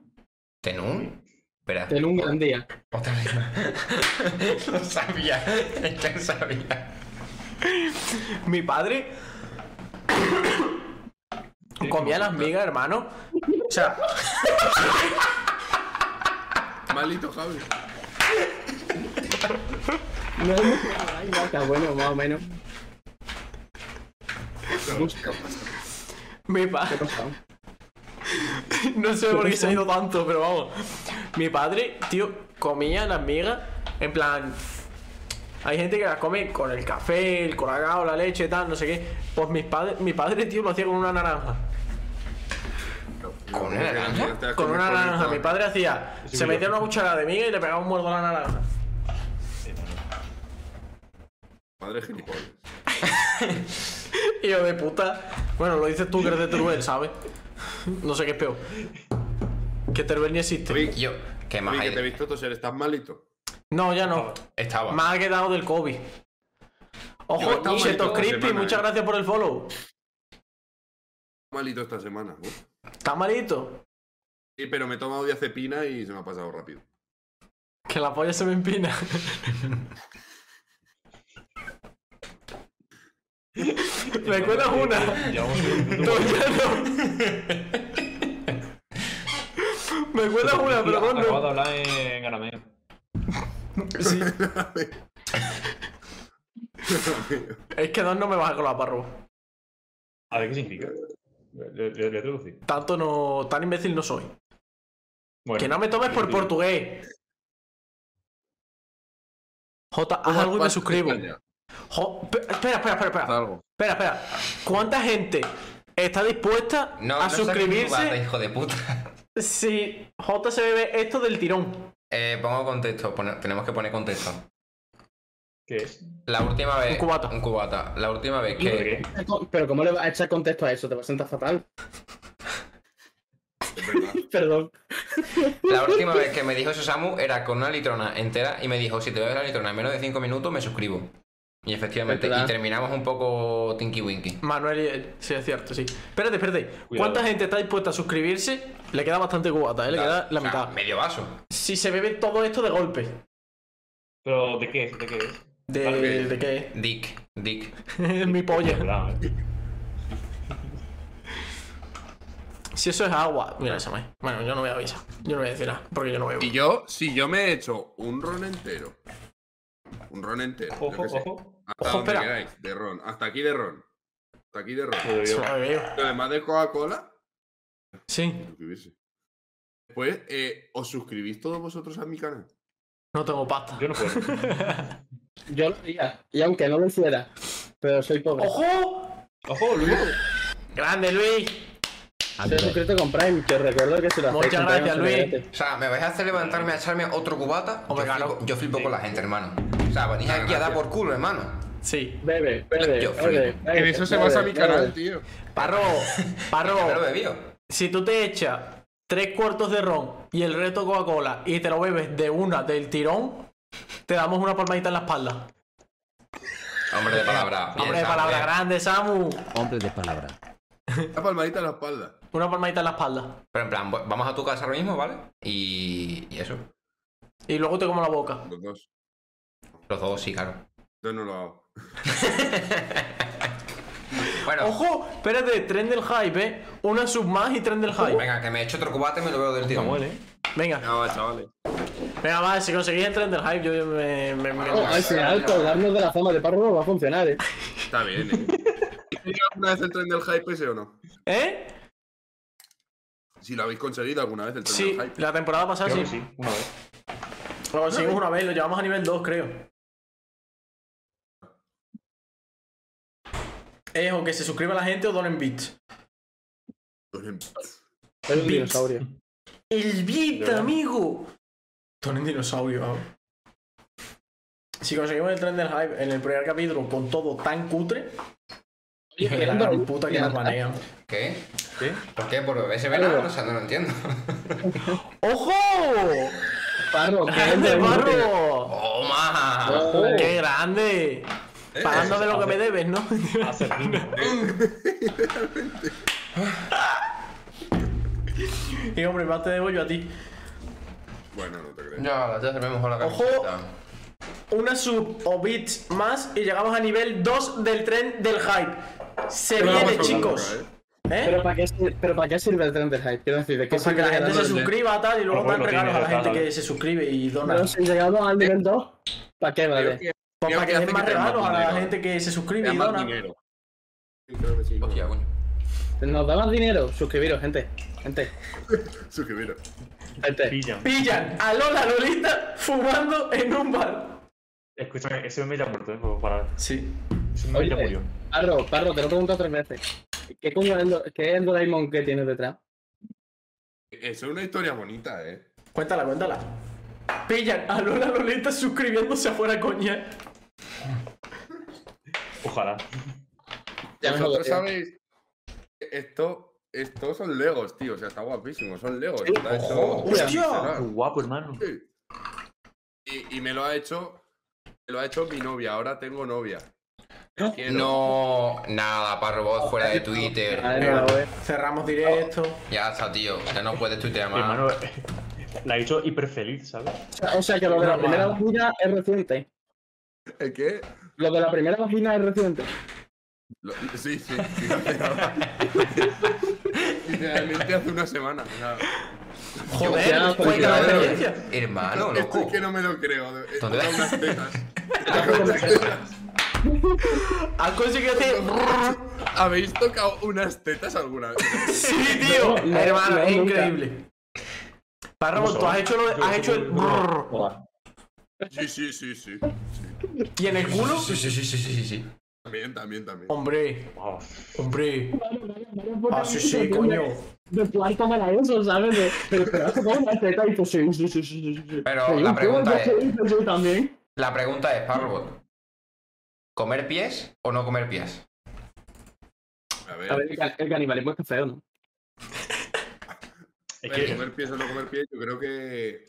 S2: ¿Tenún? Espera.
S5: Tenún gran día.
S2: Otra vez. lo sabía. Ya lo sabía.
S3: Mi padre comía las migas, hermano. O sea,
S4: Malito, Javi.
S5: No es mucho, ay, no, está bueno, más o menos. Busca,
S3: mi padre. No sé por qué se ha ido tanto, pero vamos. Mi padre, tío, comía las migas. En plan. Hay gente que las come con el café, el colacao, la leche, tal, no sé qué. Pues mis padres, mi padre, tío, lo hacía con una naranja.
S2: ¿Con una naranja?
S4: Te las
S3: Con
S4: comes
S3: una
S4: el
S3: naranja.
S4: favor.
S3: Mi padre hacía.
S6: Sí,
S3: Se
S6: mira.
S3: metía una cucharada de miga y le pegaba un muerdo a la naranja.
S4: Madre gilipollas.
S3: Y yo de puta. Bueno, lo dices tú que eres de Teruel, ¿sabes? No sé qué es peor. Que Teruel ni existe.
S4: Javi,
S2: Yo, ¿qué más
S4: Javi,
S2: hay?
S4: que te he visto toser, estás malito.
S3: No, ya no.
S2: Estaba.
S3: Me ha quedado del COVID.
S4: Yo he
S3: Ojo,
S4: estado malito
S3: Chetos
S4: esta
S3: Crispy,
S4: semana,
S3: muchas
S4: eh.
S3: gracias por el follow.
S4: Malito esta semana. ¿no?
S3: Está malito.
S4: Sí, pero me he tomado diazepina y se me ha pasado rápido.
S3: Que la polla se me empina. ¿Me cuentas una?
S6: Llevamos un
S3: No,
S6: minuto.
S3: ya no. ¿Me cuentas una, pero
S6: Acabas de
S3: no?
S6: hablar en arameo.
S3: Sí. Es que dos no me vas a colar, parro.
S6: A ver, ¿qué significa? Le, le- le traducí.
S3: Tanto no. Tan imbécil no soy.
S6: Bueno,
S3: Que no me tomes por
S6: sí.
S3: portugués. Jota, haz algo y me suscribo. Jo- pe- espera, espera, espera, espera.
S4: Algo.
S3: Espera, espera. ¿Cuánta gente está dispuesta
S2: No,
S3: a
S2: no saques tu bata,
S3: suscribirse
S2: hijo de puta.
S3: si J se bebe esto del tirón?
S2: Eh, pongo contexto, pone- tenemos que poner contexto.
S6: ¿Qué es?
S2: La última vez.
S3: Un cubata.
S2: Un cubata. La última vez que.
S6: ¿Qué?
S5: Pero ¿cómo le vas a echar contexto a eso? Te vas a sentar fatal.
S4: Es verdad.
S5: Perdón.
S2: La última vez que me dijo eso Samu era con una litrona entera y me dijo, si te bebes la litrona en menos de 5 minutos, me suscribo. Y efectivamente,
S5: ¿Verdad?
S2: y terminamos un poco tinky winky.
S3: Manuel, y él. sí, es cierto, sí. Espérate, espérate.
S6: Cuidado.
S3: ¿Cuánta gente está dispuesta a suscribirse? Le queda bastante cubata, ¿eh? Le queda la
S2: O sea,
S3: mitad.
S2: Medio vaso.
S3: Si se bebe todo esto de golpe.
S6: ¿Pero de qué es? ¿De qué es?
S3: ¿De,
S6: Claro que-
S3: ¿de qué?
S2: Dick, Dick.
S3: Mi polla.
S6: Perdón, eh.
S3: Si eso es agua. Mira, esa mae. Bueno, yo no voy a avisar. Yo no voy a decir nada, porque yo no bebo.
S4: Y yo, si yo me he hecho un ron entero. Un ron entero. yo
S6: Ojo,
S4: qué sé,
S6: ojo.
S4: Hasta
S3: Ojo,
S4: donde
S3: espera.
S4: queráis, de ron. Hasta aquí de ron. Hasta aquí de ron.
S6: Lo
S3: Eso
S6: veo.
S3: no lo bebo.
S4: Además de Coca-Cola,
S3: Sí,
S4: suscribirse. Después, eh, ¿os suscribís todos vosotros a mi canal?
S3: no tengo pasta.
S6: Yo no puedo.
S5: Yo lo haría. Y aunque no lo hiciera, pero soy pobre.
S3: ¡Ojo!
S6: Ojo, Luis.
S3: ¡Grande, Luis!
S5: Soy suscrito con Prime, que os recuerdo que se lo hacéis
S3: Muchas
S5: con Prime,
S3: gracias,
S5: no se lo
S3: Luis.
S5: gratis.
S2: O sea, ¿me vais a hacer levantarme a echarme otro cubata?
S3: Hombre,
S2: yo,
S3: claro.
S2: flipo, yo flipo con la gente, hermano. O sea, venís aquí a dar por culo, hermano.
S3: Sí.
S5: Bebe, bebe,
S2: Yo
S5: bebe,
S3: Eh,
S2: flipo.
S5: bebe, bebe, bebe.
S4: tío.
S3: Parro, parro.
S2: Me lo he bebido.
S3: Si tú te echas tres cuartos de ron y el resto Coca-Cola y te lo bebes de una del tirón, te damos una palmadita en la espalda.
S2: Hombre de palabra.
S3: Hombre, de palabra grande, Samu.
S8: Hombre de palabra.
S4: La palmadita en la espalda.
S3: Una palmadita en la espalda.
S2: Pero en plan, vamos a tu casa ahora mismo, ¿vale? Y, y eso.
S3: Y luego te como la boca.
S4: Los dos.
S2: Los dos, sí, claro.
S4: Yo no lo hago.
S2: Bueno,
S3: Ojo, espérate, tren del hype, eh. Una sub más y tren del hype.
S2: venga, que me echo otro cubata y me lo veo del tío.
S6: Samuel, ¿eh?
S3: Venga,
S4: No, chavales.
S3: venga, va, si conseguís el tren del hype, yo me. me, me-
S5: Oh, al final, colgarnos de la fama de Parro no va a funcionar, eh.
S4: Está bien, eh. ¿Tenéis alguna vez el tren del hype ese o no?
S3: ¿Eh?
S4: Si lo habéis conseguido alguna vez el tren
S3: Sí,
S4: del hype.
S3: la temporada pasada
S6: Creo
S3: Ah, sí.
S6: que sí, una vez.
S3: Lo conseguimos una vez, lo llevamos a nivel 2, creo. Es Eh, o que se suscriba la gente o donen bits.
S4: pues
S5: Soy un
S3: Bits.
S5: dinosaurio.
S3: ¡El bit,
S6: ¿De verdad?
S3: amigo! Donen dinosaurio, vamos. Si conseguimos el tren del hype en el primer capítulo con todo tan cutre, hija de la gran puta que nos maneja.
S2: ¿Qué?
S6: ¿Qué?
S2: ¿Por qué? ¿Por beberse venado? O sea, no lo entiendo.
S3: ¡Ojo!
S5: Parro, que
S3: ¡Grande,
S5: entra, inútil.
S3: barro!
S2: ¡Oh, ma!
S5: Oh,
S3: ¡Qué grande! Pagándome lo que me debes, ¿no?
S6: Hace ritmo.
S3: y hombre, más te debo yo a ti.
S4: Bueno, no te creo.
S2: Ya, ya se me mejor la
S3: Ojo.
S2: camiseta.
S3: una sub o bits más y llegamos a nivel 2 del tren del hype. Se viene,
S4: Pero vamos a hablar
S3: chicos.
S4: ahora, ¿eh?
S3: ¿Eh?
S5: Pero ¿para qué, sir- pero ¿para qué sirve el tren del hype? Quiero decir, ¿de qué
S3: Pues para
S5: sirve
S3: que la
S5: llegar
S3: gente se
S5: al-
S3: suscriba tal y luego
S6: Pero
S3: dan
S6: Pues bueno,
S3: regalos a
S6: tiene
S3: la gente
S6: regalo.
S3: que se suscribe y dona.
S5: Pero si llegamos al nivel 2, ¿para qué
S4: Creo
S5: vale?
S4: que-
S3: Pues
S4: creo
S3: para
S4: que
S3: que
S4: hace
S3: den
S4: que
S3: más
S4: te den más
S3: regalos a la
S4: dinero.
S3: gente que se
S4: te
S3: suscribe
S4: dan
S3: y
S4: más
S3: dona.
S4: dinero. Creo que sí, ¿no?
S2: Hostia, coño.
S5: ¿Nos da más dinero? Suscribiros, gente. Gente,
S4: Suscribiros.
S5: gente.
S6: Pillan.
S3: Pillan a Lola Lolita fumando en un bar.
S6: Escúchame, ese me ya ha muerto, ¿eh? Puedo parar.
S3: Sí.
S6: Ese me ya
S5: Oye.
S6: murió.
S5: Parro, Parro, te lo pregunto tres veces. ¿Qué coño es el, do- qué es el Doraemon que tienes detrás?
S4: Eso es una historia bonita, eh.
S3: Cuéntala, cuéntala. Pillan a Lola Lolita suscribiéndose afuera, coña.
S6: Ojalá.
S5: Ya me
S4: Vosotros
S5: jodería.
S4: sabéis. Esto. Estos son Legos, tío. O sea, está guapísimo. Son Legos. Está
S2: Ojo.
S4: hecho-
S3: ¡Hostia!
S6: Qué guapo, hermano.
S4: Y, y me lo ha hecho. Me lo ha hecho mi novia. Ahora tengo novia. Quiero-
S2: No, nada, parro, vos fuera de Twitter.
S5: Madre mía, güey.
S3: Cerramos directo.
S2: Ya está, tío. Ya no puedes tuitear
S3: Ah.
S2: más.
S6: Hermano, la he hecho hiper feliz, ¿sabes?
S5: O sea- O sea que lo de la
S3: No,
S5: primera
S3: no.
S5: vagina es reciente.
S4: ¿El qué?
S5: Lo de la primera vagina es reciente.
S4: Lo- sí, sí. sí, hace nada. Literalmente hace una semana. o sea,
S3: Joder, cuenta la
S2: Cuidado,
S3: experiencia.
S2: Hermano,
S4: esto
S2: Ah, loco.
S4: es que no me lo creo. Esto
S2: ¿Dónde? Ah,
S4: da unas tetas.
S3: Has conseguido hacer
S4: ¿Habéis tocado unas tetas alguna vez?
S3: Sí, tío.
S5: No, no,
S3: Hermano,
S5: no,
S3: es
S5: nunca.
S3: increíble. Párrafo, tú has hecho, lo de- has hecho el brrr.
S6: Ojalá.
S4: Sí, sí, sí, sí.
S3: ¿Y en el culo?
S2: Sí, sí, sí, sí, sí, sí, sí.
S4: También, también, también.
S3: Hombre,
S6: Wow.
S3: hombre. Ah, sí, sí, coño.
S5: De cuarto para eso, ¿sabes? De, pero te vas a poner una teta y pues sí, sí, sí, sí, sí, sí.
S2: Pero
S5: Sí,
S2: la
S5: yo
S2: pregunta
S5: creo que
S2: es-
S5: sí, pues Yo también.
S2: La pregunta es, Parrobot. ¿Comer pies o no comer pies?
S4: A
S5: A ver,
S4: ver,
S5: el, ca- el canibalismo es que es feo, ¿no?
S6: Es
S4: eh,
S6: que
S4: comer pies o no comer pies, yo creo que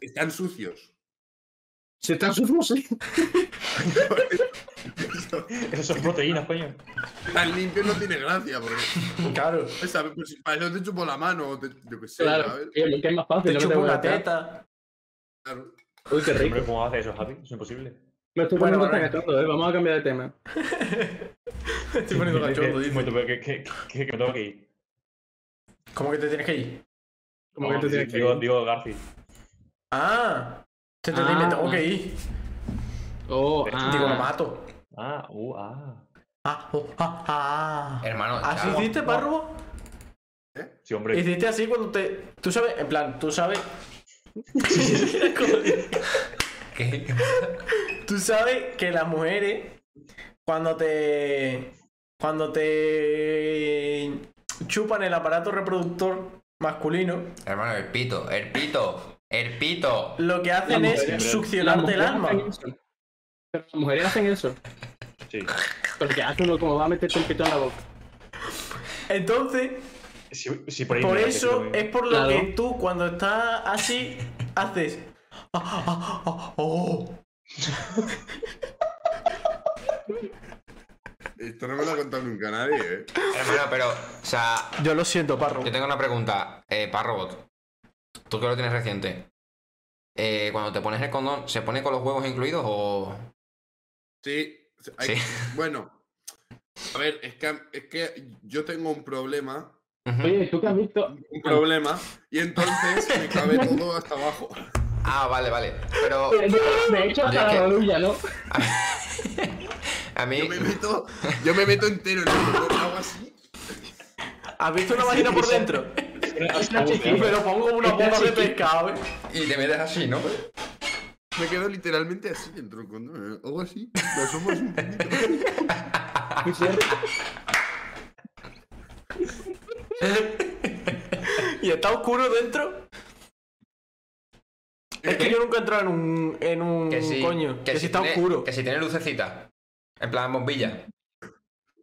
S4: están sucios.
S5: Si están sucios, sí.
S6: esas son proteínas, coño.
S4: Tan limpio no tiene gracia, porque
S3: Claro.
S4: ¿sabes? Pues, para eso te chupo la mano, o te, yo qué sé,
S5: Claro,
S4: ¿sabes?
S5: que que es más fácil.
S3: Te
S5: no
S3: chupo
S5: voy a
S3: una
S5: gastar.
S3: teta.
S4: Claro.
S5: Uy, qué rico.
S6: Hombre, ¿cómo hace eso, Javi? Es imposible.
S5: Me estoy
S3: Bueno,
S5: poniendo
S3: vale.
S5: hasta todo, ¿eh? Vamos a cambiar de tema.
S3: Estoy poniendo cachondo,
S6: Un
S3: dice.
S6: momento, pero que, que, que, que me tengo que ir.
S3: ¿Cómo que te tienes que ir?
S5: Como que tú tienes que
S6: Ah, digo,
S5: ir.
S6: digo Garci.
S3: Ah, te entendí, me
S5: Ah.
S3: tengo que ir.
S5: Oh, ah.
S3: Digo, lo mato.
S6: Ah, uh, ah.
S3: Ah, oh, ah, ah.
S2: Hermano,
S3: ¿Así
S2: chao.
S3: hiciste, párrobo?
S6: Sí, hombre.
S3: Hiciste así cuando te. Tú sabes, en plan, tú sabes.
S2: ¿Qué?
S3: Tú sabes que las mujeres, cuando te. Cuando te. chupan el aparato reproductor masculino,
S2: Hermano, el pito, el pito, el pito.
S3: lo que hacen
S5: Las
S3: es
S5: mujeres- Las
S3: succionarte el
S5: mujeres
S3: alma.
S5: hacen eso. Pero las mujeres hacen eso.
S6: Sí.
S5: Porque hazlo como va a meterte el pito en la boca.
S3: Entonces,
S6: Sí, sí, por ahí
S3: por
S6: mira, que
S3: eso
S6: creo que-
S3: es por lo
S5: Claro.
S3: que tú, cuando estás así, haces. ah, ah, ah, oh.
S4: Esto no me lo ha contado nunca nadie, ¿eh?
S2: Hermano, pero, o sea,
S3: Yo lo siento, Parro.
S2: yo tengo una pregunta, eh, Parrobot. Tú que lo tienes reciente. Eh, cuando te pones el condón, ¿se pone con los huevos incluidos o.?
S4: Sí. hay-
S2: Sí.
S4: Bueno. A ver, es que, es que yo tengo un problema.
S2: Ujú.
S5: Oye, ¿tú qué has visto?
S4: Un problema. Y entonces me cabe todo hasta abajo.
S2: Ah, vale, vale. Pero
S5: De hecho,
S2: Yo
S5: hasta la
S2: que-
S5: rodilla, ¿no?
S2: a mí.
S4: Yo me meto, yo me meto entero en el color, hago así.
S3: ¿Has visto una vagina por dentro? Me lo pongo como una
S5: Está
S3: boca de
S5: chiquito.
S3: pescado, eh.
S2: Y te metes así, ¿no?
S4: Me quedo literalmente así dentro del condón. Hago así. Me asomo así un poquito.
S3: ¿Y está oscuro dentro? Es que yo nunca he entrado en un, en un
S2: Que sí.
S3: Mm, coño. Que, si está
S2: tiene-
S3: oscuro.
S2: Que si tiene lucecita. En plan bombilla.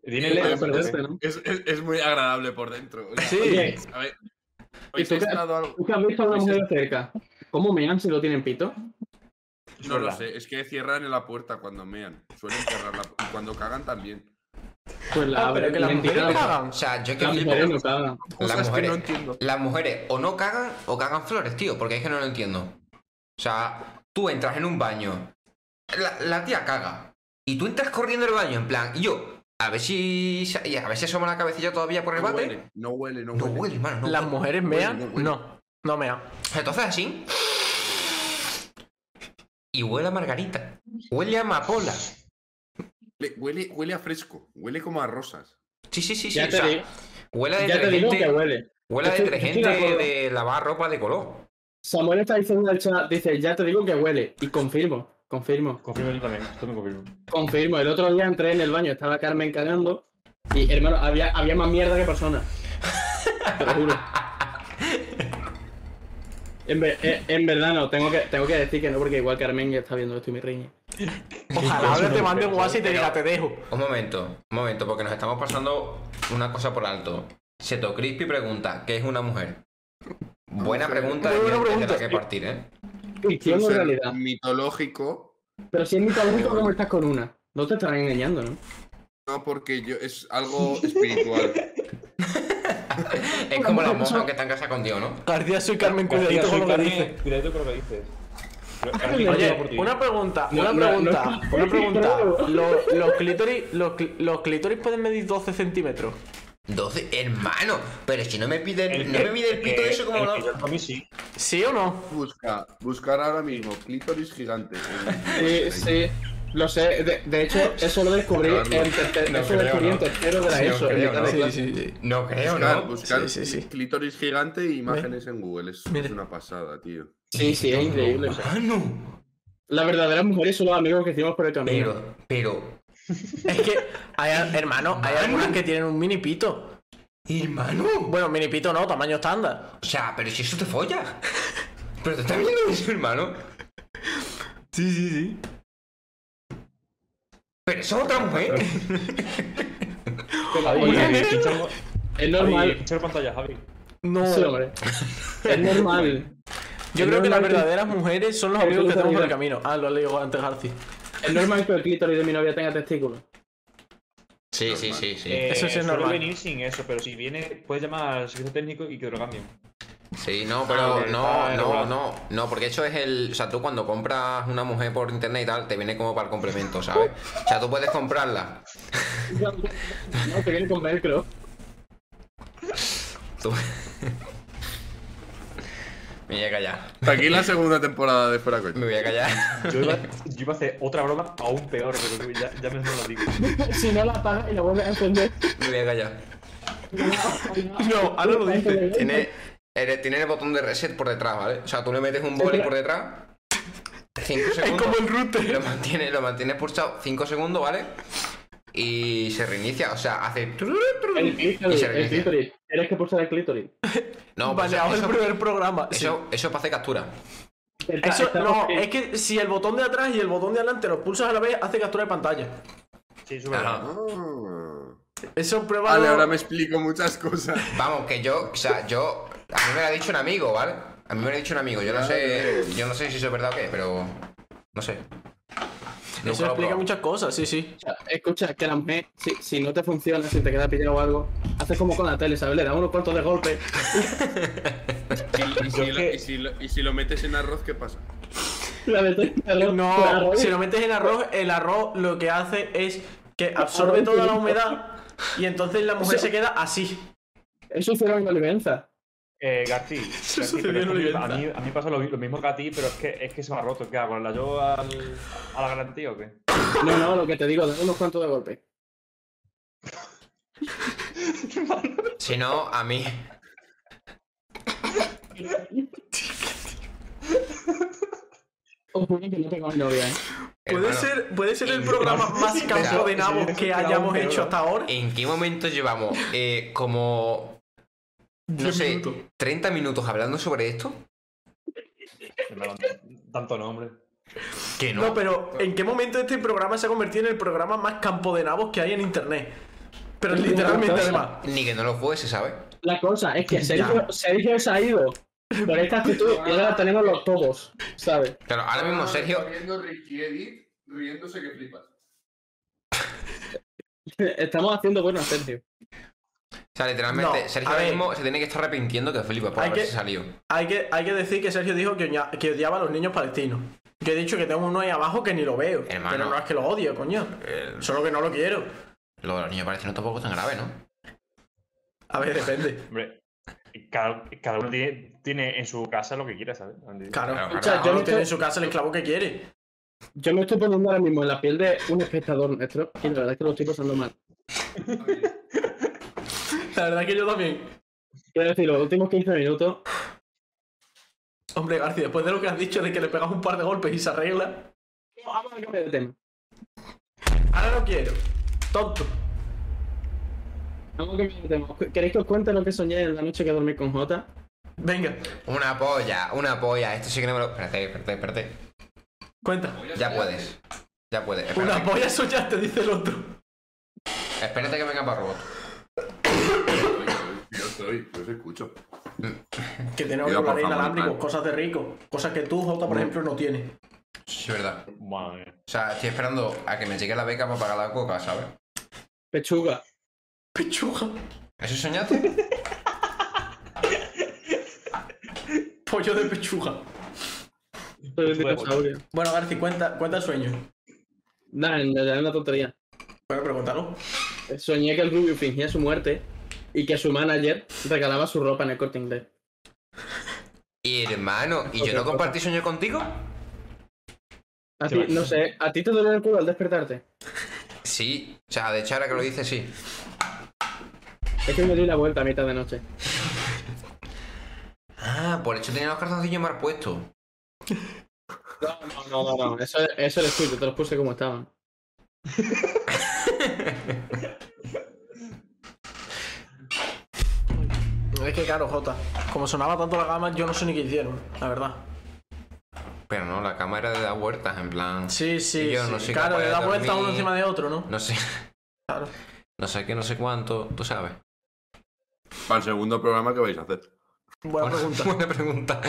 S6: Tiene
S5: Oye,
S6: lentes,
S5: pero
S6: ¿no?
S5: este, ¿no?
S4: Es, es- es muy agradable por dentro. O sea,
S3: Sí.
S5: Oye,
S4: A ver. ¿Habéis
S5: tú qué-
S4: estado algo?
S5: ¿Tú qué has visto a una mujer de cerca? ¿Cómo mean si lo tienen pito?
S6: Es
S4: No lo
S6: verdad.
S4: sé, es que cierran la puerta cuando mean. Suelen cerrar la puerta. Cuando cagan también.
S5: Pues la
S3: Ah, pero
S5: abren,
S3: que las
S5: tienen pito,
S3: mujeres
S5: la-
S3: cagan.
S2: O sea, yo que
S5: Las
S2: flipo.
S5: mujeres no cagan.
S4: Cosas
S2: mujeres.
S4: que no entiendo.
S2: Las mujeres o no cagan o cagan flores, tío, porque es que no lo entiendo. O sea, tú entras en un baño, la, la tía caga, y tú entras corriendo al baño, en plan, y yo, a ver si. sa- y a ver si asoma la cabecilla todavía por el
S4: No
S2: bate.
S4: huele, no huele, no
S2: No
S4: huele.
S2: huele, hermano, no.
S3: ¿Las mujeres mean?
S4: no huele.
S3: No, no mean.
S2: Entonces así. Y huele a margarita. Huele a amapola.
S4: Le- Huele, huele a fresco, huele como a rosas.
S2: Sí, sí, sí, sí.
S5: Ya
S2: o
S5: te
S2: sea,
S5: digo-
S2: huele a
S5: ya te digo que
S2: detergente.
S5: huele.
S2: Huele a
S5: Yo estoy- yo estoy de
S2: detergente
S5: acuerdo.
S2: de lavar ropa de color.
S5: Samuel está diciendo en el chat, dice, ya te digo que huele. Y confirmo, confirmo,
S6: Confirmo yo también. Esto me confirmo.
S5: confirmo. El otro día entré en el baño, estaba Carmen cagando. Y hermano, había, había más mierda que personas. Te lo juro. En, ve- eh, en verdad no, tengo que, tengo que decir que no, porque igual Carmen ya está viendo esto y me riñe.
S3: Ojalá ahora te mande un WhatsApp y te
S2: Pero-
S3: diga, te dejo.
S2: Un momento, un momento, porque nos estamos pasando una cosa por alto. Seto Crispy pregunta, ¿qué es una mujer? Buena pregunta,
S3: Muy buena
S2: desde
S3: pregunta.
S2: la que partir, ¿eh?
S5: Ficción o
S4: ser
S5: realidad.
S4: mitológico,
S5: Pero si es mitológico, ¿cómo estás con una? No te estarán engañando, ¿no?
S4: no porque yo es algo espiritual.
S2: Es como las monjas que están en casa con Dios, ¿no?
S3: García, soy Carmen,
S6: García,
S3: cuidadito con
S6: soy
S3: lo que
S6: Carmen,
S3: dices.
S6: Cuidadito con lo que dices.
S5: Oye,
S6: Oye,
S3: Oye, una pregunta,
S5: No,
S3: una
S5: no, no.
S3: pregunta, una pregunta.
S5: No.
S3: Los, los clítoris, los, cli- los clítoris pueden medir 12 centímetros.
S2: 12, hermano, pero si no me pide,
S6: El
S2: no
S6: que-
S2: me mide el pito
S6: que-
S2: eso como
S6: el
S2: no.
S6: que yo A mí sí.
S3: ¿Sí o no?
S4: Busca, buscar ahora mismo clítoris gigante.
S5: Sí, sí. Lo sé, de, de hecho, eso lo descubrí en tercer-
S2: No
S5: eso
S2: creo,
S5: lo descubrí
S2: ¿no?
S5: en tercero de la
S2: No
S5: ESO. en
S2: creo,
S5: mitad
S2: ¿no?
S5: de
S2: Sí,
S5: clase.
S3: sí.
S2: No creo,
S4: Buscar,
S3: pues-
S2: ¿no?
S4: buscar
S3: Sí, sí, sí.
S4: clítoris gigante e imágenes en Google. Es, es
S3: Mira.
S4: una pasada, tío.
S5: Sí, sí, es increíble.
S2: Ah, Hermano,
S5: Las verdaderas mujeres son los amigos que hicimos por el camino.
S2: pero, pero,
S3: Es que, hay, hermano, hay algunas que tienen un mini pito.
S2: hermano,
S3: Bueno, mini pito no, tamaño estándar.
S2: o sea, pero si eso te folla. Pero te está viendo eso, hermano.
S3: Sí, sí, sí.
S2: Pero eso es otra mujer.
S5: Pero,
S6: Oye,
S5: oye,
S6: Javi, pinchalo-
S5: es
S6: Javi,
S5: normal.
S6: pinchalo pantalla, Javi.
S3: No.
S5: Sí, hombre. Es normal.
S3: Yo
S5: Es
S3: creo que las
S5: normal
S3: verdaderas mujeres son los
S5: que
S3: amigos que
S5: tú
S3: tenemos por el
S5: también.
S3: camino. Ah, lo he leído antes Garci.
S5: Es normal que el clítoris de mi novia tenga testículos.
S2: Sí, sí, sí, sí.
S6: Eh,
S3: Eso sí es
S6: suele
S3: normal.
S6: venir sin eso, pero si viene, puedes llamar al servicio técnico y que te lo cambien.
S2: Sí, no, pero
S6: ok,
S2: no,
S6: está
S2: no,
S6: regulado.
S2: no, no, porque eso es el. O sea, tú cuando compras una mujer por internet y tal, te viene como para el complemento, ¿sabes? O sea, tú puedes comprarla.
S5: No, te viene con velcro.
S2: Tú. Me voy a callar.
S4: Hasta aquí la segunda temporada de Fuera Coña.
S2: Me voy a callar.
S6: Yo iba, yo iba a hacer otra broma aún peor, pero ya, ya me lo digo.
S5: Si no la apagas y la vuelves a encender.
S2: Me voy a callar.
S3: No, ahora lo dice.
S2: Tiene, el, tiene el botón de reset por detrás, ¿vale? O sea, tú le metes un boli por detrás. 5
S3: Es
S2: segundos.
S3: como el router.
S2: Lo mantienes lo mantienes pulsado 5 segundos, ¿vale? Y se reinicia, o sea, hace. tururú, tururú,
S5: El
S2: y
S5: clítoris,
S2: se
S5: el
S2: reinicia.
S5: clítoris. Tienes que pulsar el clítoris.
S2: No, pues
S3: Vale,
S2: eso,
S3: ahora el
S2: eso,
S3: primer programa. sí.
S2: eso- eso es para hacer captura.
S5: Está-
S3: Eso,
S5: está-
S3: no, eh. es que si el botón de atrás y el botón de adelante los pulsas a la vez, hace captura de pantalla.
S6: Sí, eso es verdad.
S2: Claro.
S4: Ah.
S3: Eso prueba.
S4: Vale, ahora me explico muchas cosas.
S2: Vamos, que yo, o sea, yo. A mí me lo ha dicho un amigo, ¿vale? A mí me lo ha dicho un amigo, yo no sé. Yo no sé si eso es verdad o qué, pero. No sé. Nunca
S3: Eso
S2: lo he
S3: explica
S2: probado.
S3: muchas cosas, sí, sí.
S5: Escucha, Escucha, que la mujer, si, si no te funciona, si te queda pillado o algo, haces como con la tele, ¿sabes? Le da unos cuantos de golpe.
S4: ¿Y si, lo, y si lo- y si lo metes en arroz, ¿qué pasa?
S5: La metes en el arroz, la
S3: No,
S5: arroz.
S3: si lo metes en arroz, el arroz lo que hace es que absorbe toda la humedad y entonces la mujer se queda así.
S5: Eso hicieron en Olivenza.
S6: Eh, Garci, Garci,
S3: sucedió
S6: pero es
S3: en
S6: que
S3: Olivenza.
S6: a, mí, a mí pasa lo, lo mismo que a ti, pero es que, es que se me ha roto. ¿Qué hago? ¿La llevo al, a la garantía o qué?
S5: No, no, lo que te digo, da unos cuantos de golpe.
S2: Si no, a mí.
S5: Os juro que no tengo mi novia, ¿eh?
S3: Puede
S2: Hermano,
S3: ser, puede ser el
S2: y-
S3: programa más campo de nabos que hayamos hecho hasta ahora.
S2: ¿En Eh, qué momento llevamos eh, como. No
S3: Diez
S2: sé,
S3: minutos.
S2: 30 minutos hablando sobre esto?
S6: Me ha dado Tanto nombre.
S2: Que
S3: No, pero ¿en qué momento este programa se ha convertido en el programa más campo de nabos que hay en internet? Pero literalmente además.
S2: Ni que no lo fuese, ¿sabes?
S5: La cosa es que Sergio, Sergio se ha ido por esta actitud y ahora la tenemos los todos, ¿sabes?
S2: Claro, ahora
S3: Ah.
S2: mismo Sergio.
S4: Riendo Ricky Edit, riéndose que flipas.
S5: Estamos haciendo bueno a Sergio.
S2: O sea, literalmente,
S3: No,
S2: Sergio
S3: a
S2: ahora
S3: ver.
S2: mismo se tiene que estar arrepintiendo que flipa por
S3: Hay
S2: haberse
S3: que-
S2: salido.
S3: Hay que, hay que decir que Sergio dijo que, oña- que odiaba a los niños palestinos. Yo he dicho que tengo uno ahí abajo que ni lo veo.
S2: Hermano.
S3: Pero no es que lo odio, coño.
S2: Eh,
S3: Solo que no lo quiero.
S2: lo de los niños parece no tampoco es tan grave, ¿no?
S3: A ver, depende.
S6: Hombre, cada, cada uno tiene, tiene en su casa lo que quiera, ¿sabes?
S3: Claro.
S2: Claro,
S3: O
S2: claro.
S3: sea, yo
S5: Ahora
S3: no tiene
S5: estoy-
S3: en su casa el esclavo que quiere.
S5: Yo me estoy poniendo ahora mismo en la piel de un espectador nuestro y la verdad es que lo estoy pasando mal.
S3: La verdad es que yo también.
S5: Quiero decir, los últimos 15 minutos
S3: Hombre, García, después de lo que has dicho de que le pegas un par de golpes y se arregla,
S5: Vamos a cambiar de tema.
S3: ahora no quiero. Tonto.
S5: Vamos a cambiar de tema. ¿Queréis que os cuente lo que soñé en la noche que dormí con Jota?
S3: Venga,
S2: Una polla, una polla. Esto sí que no me lo. Espérate, espérate, espérate.
S3: cuenta.
S2: Ya puedes. Ya puedes.
S3: Una
S2: Espérate,
S3: polla soñaste, dice el otro.
S2: espérate que venga para robot.
S4: Yo estoy, yo os escucho.
S3: Que tenemos que
S4: Cuidado,
S3: hablar
S4: por favor, Mm.
S3: inalámbricos,
S4: Fran.
S3: cosas de rico. Cosas que tú, Jota, por ejemplo, no tienes.
S2: Sí, es verdad.
S6: Madre mía.
S2: O sea, estoy esperando a que me llegue la beca para pagar la coca, ¿sabes?
S5: Pechuga.
S3: Pechuga.
S2: ¿Eso soñaste?
S3: Pollo de pechuga.
S5: Soy un
S6: Pechuga de
S5: dinosaurio.
S3: Bueno, García, cuenta, cuenta el sueño.
S5: Nah, en realidad es una tontería.
S3: Bueno, preguntarlo.
S5: Soñé que el Rubio fingía su muerte y que su manager regalaba su ropa en el corte inglés.
S2: Y hermano, ¿y yo no compartí sueño contigo?
S5: A ti, no sé, ¿a ti te duele el culo al despertarte?
S2: Sí. O sea, de hecho, ahora que lo dices, sí.
S5: Es que me di la vuelta a mitad de noche.
S2: Ah, por hecho tenía los calzoncillos mal puestos.
S5: No, no, no, no. Eso, eso eres tuyo, te los puse como estaban.
S3: Es que claro, Jota. Como sonaba tanto la gama, yo no sé ni qué hicieron, la verdad.
S2: Pero no, la cama era de dar vueltas, en plan.
S3: Sí, sí.
S2: Y yo no
S3: sí.
S2: soy
S3: claro,
S2: capaz
S3: le
S2: de
S3: da vuelta
S2: dormir.
S3: uno encima de otro, ¿no?
S2: No sé,
S3: Claro.
S2: no sé qué, no sé cuánto, tú sabes.
S4: Para el segundo programa, ¿qué vais a hacer?
S3: Buena pregunta.
S2: Buena pregunta.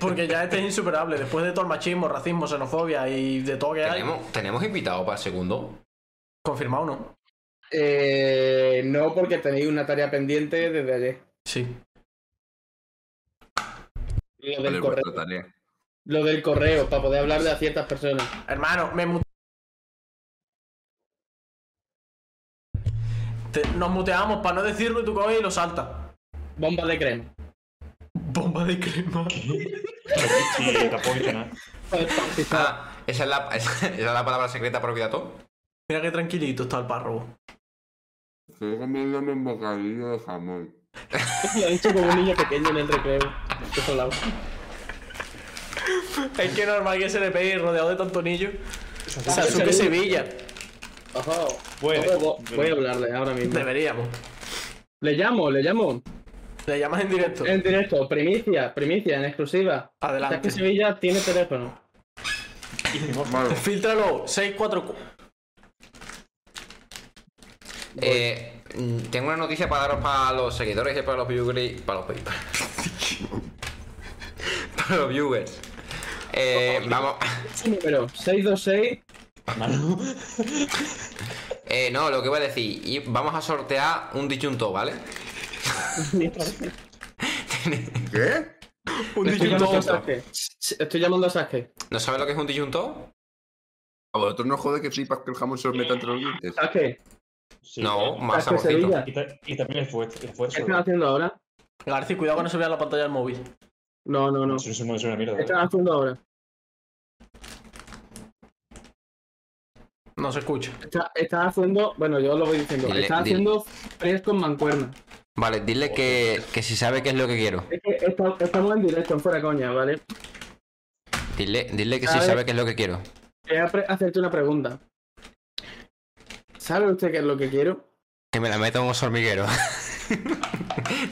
S3: Porque ya este es insuperable. Después de todo el machismo, racismo, xenofobia y de todo que hay.
S2: ¿Tenemos, ¿Tenemos invitado para el segundo?
S3: Confirmado, ¿no?
S5: Eh, no, porque tenéis una tarea pendiente desde ayer.
S3: Sí.
S5: Lo
S4: Vale, pues vuestra
S5: del correo,
S4: tarea.
S5: lo del correo para poder hablar de a ciertas personas.
S3: Hermano, me mute- Te- Nos muteamos para no decirlo y tú coges y lo saltas.
S5: Bomba de crema.
S3: Bomba de crema.
S6: Sí, tampoco he dicho nada.
S2: Ah, esa es la, esa es la palabra secreta para Okidato.
S3: Mira qué tranquilito está el párroco.
S4: Estoy comiéndome un bocadillo de jamón.
S5: Lo ha dicho como un niño pequeño en el recreo. Qué solao.
S3: Es que normal que se le pegue rodeado de tanto anillo.
S5: Sevilla.
S3: Sasuke Sevilla.
S5: Ojo.
S6: Bueno.
S5: Ojo, vo- voy a hablarle ahora mismo.
S3: Deberíamos.
S5: Le llamo, le llamo.
S3: Le llamas en directo.
S5: En directo, primicia, primicia, en exclusiva.
S3: Adelante.
S5: Sasuke Sevilla tiene teléfono.
S4: Vale.
S3: Filtralo. 644.
S2: Eh, mm, tengo una noticia para daros para los seguidores y para los viewers. Para los viewers. para los viewers.
S3: Oh,
S2: Eh, vamos.
S5: Número 626.
S2: Eh, no, lo que voy a decir. y vamos a sortear un disyunto, ¿vale?
S4: ¿Qué?
S3: Un
S5: Estoy llamando a
S3: digital.
S5: Sasuke. Estoy llamando a Sasuke.
S2: ¿No sabes lo que es un disyunto?
S4: A vosotros no jode que flipas que el jamón se os meta entre los dientes.
S5: Sasuke,
S6: Sí.
S2: no, más
S5: Sasuke
S2: saborcito.
S5: Sevilla.
S6: Y, ta- y también el esfuerzo. El
S5: ¿Qué
S6: esfuerzo.
S5: están haciendo ahora?
S3: García, cuidado que no se vea la pantalla del móvil.
S5: No, no, no.
S6: Eso, eso no es una mierda.
S5: ¿Qué están haciendo ahora?
S3: No se escucha.
S5: Está- Estás haciendo, bueno, yo lo voy diciendo,
S2: Dile,
S5: estás
S2: dile.
S5: haciendo fries con mancuerna.
S2: Vale, dile que, que si sabe qué es lo que quiero.
S5: Es que esta- estamos en directo, en fuera coña, ¿vale?
S2: Dile, dile que si
S5: ¿Sabe?
S2: sabe qué es lo que quiero.
S5: Voy a pre- hacerte una pregunta. ¿Sabe usted qué es lo que quiero?
S2: Que me la meta en un hormiguero.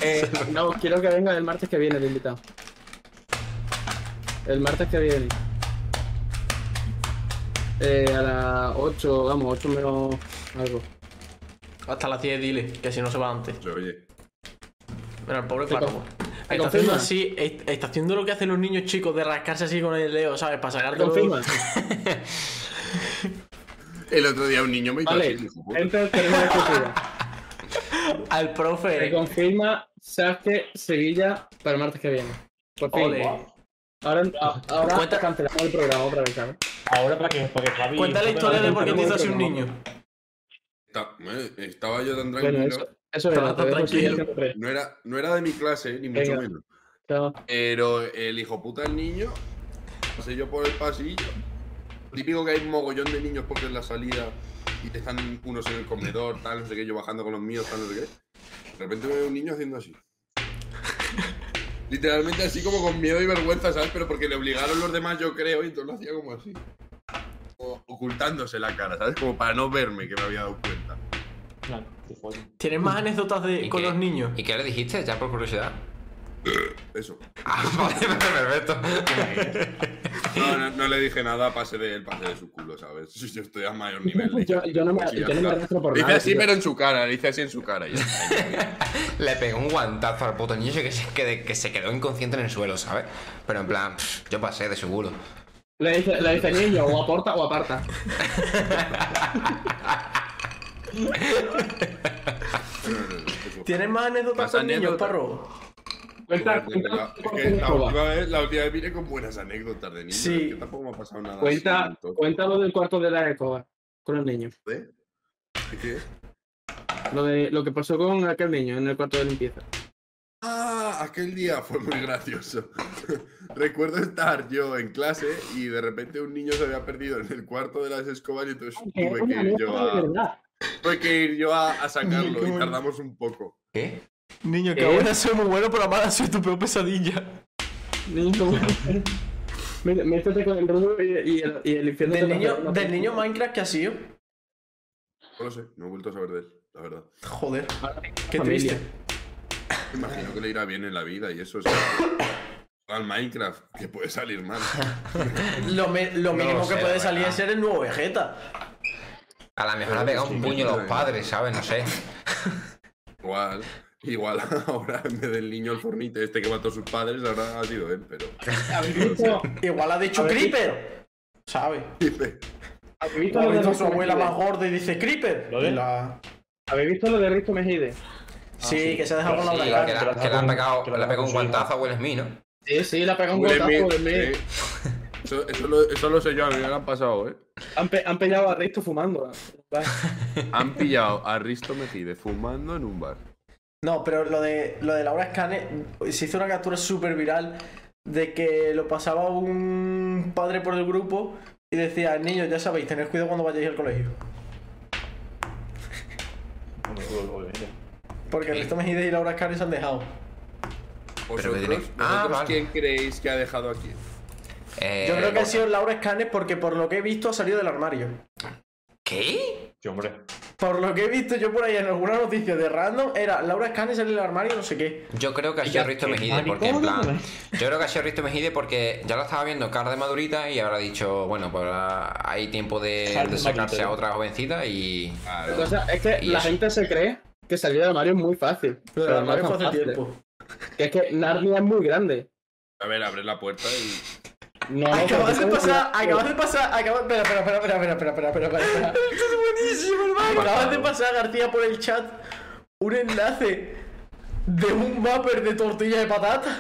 S5: Eh, no, quiero que venga el martes que viene el invitado. El martes que viene. Eh, a las 8, vamos, 8 menos algo.
S3: Hasta las 10 dile, que si no se va antes.
S4: Oye,
S3: Mira, el pobre
S5: Te
S3: claro.
S5: con- te
S3: Está haciendo
S5: confirma.
S3: así, est- está haciendo lo que hacen los niños chicos de rascarse así con el dedo, ¿sabes? Para
S5: ¿Me
S3: sacarte
S5: confirma?
S4: el otro día un niño me hizo
S5: Vale,
S4: así, hijo puta.
S5: entonces tenemos la exclusiva.
S3: al
S5: Se
S3: profe.
S5: confirma Sasuke Sevilla para el martes que viene. Por fin.
S3: Ole.
S5: Ahora, a- ahora
S3: Cuenta-
S5: cancelamos el programa otra vez, ¿sabes?
S6: Ahora para que, para que Javi.
S3: Cuenta la historia de por qué te hizo así un
S5: Bueno,
S3: niño.
S4: Esta- eh, Estaba yo tan
S5: Bueno,
S4: tranquilo.
S5: eso, eso
S3: Está-
S5: era.
S3: está
S5: te dejo
S3: tranquilo.
S5: sin siempre.
S4: No, era, no era de mi clase, ni mucho
S5: Venga.
S4: menos.
S5: Chao.
S4: Pero el hijo puta del niño, pasé yo por el pasillo. Típico que hay un mogollón de niños porque en la salida y están unos en el comedor, tal, no sé qué, yo bajando con los míos, tal, no sé qué. De repente veo un niño haciendo así. Literalmente así como con miedo y vergüenza, ¿sabes? Pero porque le obligaron los demás, yo creo, y entonces lo hacía como así. Como ocultándose la cara, ¿sabes? Como para no verme, que me había dado cuenta.
S6: Claro, te follan.
S3: ¿Tienes más anécdotas de,
S2: ¿Y
S3: con
S2: qué?
S3: los niños?
S2: ¿Y qué le dijiste? Ya por curiosidad.
S4: Eso.
S2: Ah, vale, perfecto.
S4: No, no, no le dije nada, pase de él, pase de su culo, ¿sabes? Yo estoy a mayor nivel. le dije
S5: Yo-
S4: así,
S5: yo no me-
S4: pues, sí,
S5: yo
S4: ya
S5: no me
S4: está.
S5: arrastro por
S4: Le hice
S5: nada,
S4: así,
S5: tío.
S4: pero en su cara, le hice así en su cara. y ya está.
S2: Le pegó un guantazo al puto niño que se, que, que se quedó inconsciente en el suelo, ¿sabes? Pero en plan, pff, yo pasé de seguro.
S5: Le dice, le dice niño, o aporta o aparta.
S4: No, no, no, eso.
S3: ¿Tienes más anécdotas
S4: Más
S3: con niños,
S4: anécdotas.
S3: parro?
S5: Cuenta,
S4: La-
S5: cuenta,
S4: es que la
S5: cuenta,
S4: última vez, la última vez vine con buenas anécdotas de niños.
S3: Sí.
S4: es que tampoco me ha pasado nada. así,
S5: cuenta,
S4: entonces,
S5: cuenta lo del cuarto de la escoba con los niños.
S4: ¿eh? ¿De qué?
S5: Lo, de, lo que pasó con aquel niño en el cuarto de limpieza.
S4: Ah, aquel día fue muy gracioso. Recuerdo estar yo en clase y de repente un niño se había perdido en el cuarto de las escobas y entonces tuve que ir yo a, tuve que ir yo a, a sacarlo y tardamos un poco.
S2: ¿Qué?
S3: Niño, que
S5: ¿Qué?
S3: buena soy muy bueno, pero amada soy tu peor pesadilla.
S5: Niño, mira, métete con el rudo y, y el, y el infierno.
S3: Del
S5: te
S3: niño,
S5: va a-
S3: del niño Minecraft que ha sido.
S4: No lo sé, no he vuelto a saber de él, la verdad.
S3: Joder,
S5: Ahora tiene
S3: qué
S5: familia.
S3: triste.
S4: Me imagino que le irá bien en la vida y eso es. Al Minecraft, que puede salir mal.
S3: Lo, me- lo
S2: No lo
S3: mínimo
S2: sé,
S3: que
S2: la
S3: puede
S2: verdad.
S3: salir es ser el nuevo Vegeta.
S2: A lo mejor ha pegado un puño a los padres, ¿sabes? No sé.
S4: Igual, igual ahora en vez del niño el fornite este que mató a sus padres, ahora ha sido él, pero.
S5: Visto-
S3: Igual ha dicho
S5: A ver,
S3: Creeper. ¿Sabes?
S5: ¿Habéis visto,
S3: Ha
S5: lo de
S3: visto a
S5: Risto
S3: su abuela
S5: Mejide?
S3: más gorda y dice Creeper.
S6: ¿Lo de?
S3: Y la-
S5: ¿Habéis visto lo de Risto Mejide?
S3: Sí,
S6: sí.
S3: que se ha dejado con la
S2: Sí, que,
S3: oreja.
S2: la- que le han pegado, que le ha pegado un guantazo a Will Smith, ¿no?
S5: Sí, sí, le ha pegado un
S4: Will
S5: guatazo
S4: Smith,
S5: de mí.
S4: sí. Eso, eso lo, eso lo sé yo, a mí me lo han pasado, ¿eh?
S5: Han, pe- han pillado a Risto fumando.
S4: Han pillado a Risto Mejide fumando en un bar.
S3: No, pero lo de, lo de Laura Scane se hizo una captura súper viral de que lo pasaba un padre por el grupo y decía, niños, ya sabéis, tened cuidado cuando vayáis al colegio.
S6: Bueno, pues, obviamente.
S3: Porque Ernesto Mejide y Laura Scane se han dejado.
S2: Pero que
S4: ¿Vosotros,
S2: tiene- Ah,
S4: vosotros
S2: vale.
S4: quién creéis que ha dejado aquí?
S2: Eh,
S3: Yo creo que ha sido Laura Scane porque por lo que he visto ha salido del armario.
S2: ¿Qué?
S6: Sí, hombre.
S3: Por lo que he visto yo por ahí en alguna noticia de random, era Laura Scane salió del armario no sé qué.
S2: Yo creo que ha sido Risto Mejide, porque en plan. Yo creo que ha sido Risto Mejide porque ya lo estaba viendo cara de madurita y habrá dicho, bueno, pues ahora hay tiempo de,
S6: Cara de
S2: de sacarse
S6: madurita.
S2: a otra jovencita y.
S4: Claro.
S5: O sea, es que
S2: Y
S5: la
S2: eso.
S5: gente se cree que salir del armario es muy fácil.
S3: Pero
S5: Pero
S3: del armario
S5: no
S3: fue
S5: es tan
S3: hace
S5: fácil.
S3: tiempo.
S5: Que es que Narnia es muy grande.
S4: A ver, abre la puerta y.
S5: No, no,
S3: Acabas de
S5: no,
S3: pasar,
S5: no.
S3: acabas de pasar, acabas. Espera, espera, espera, espera, espera, espera, espera, espera, espera. Esto es buenísimo, hermano. Acabas de pasar, García, por el chat un enlace de un vapor de tortilla de patata.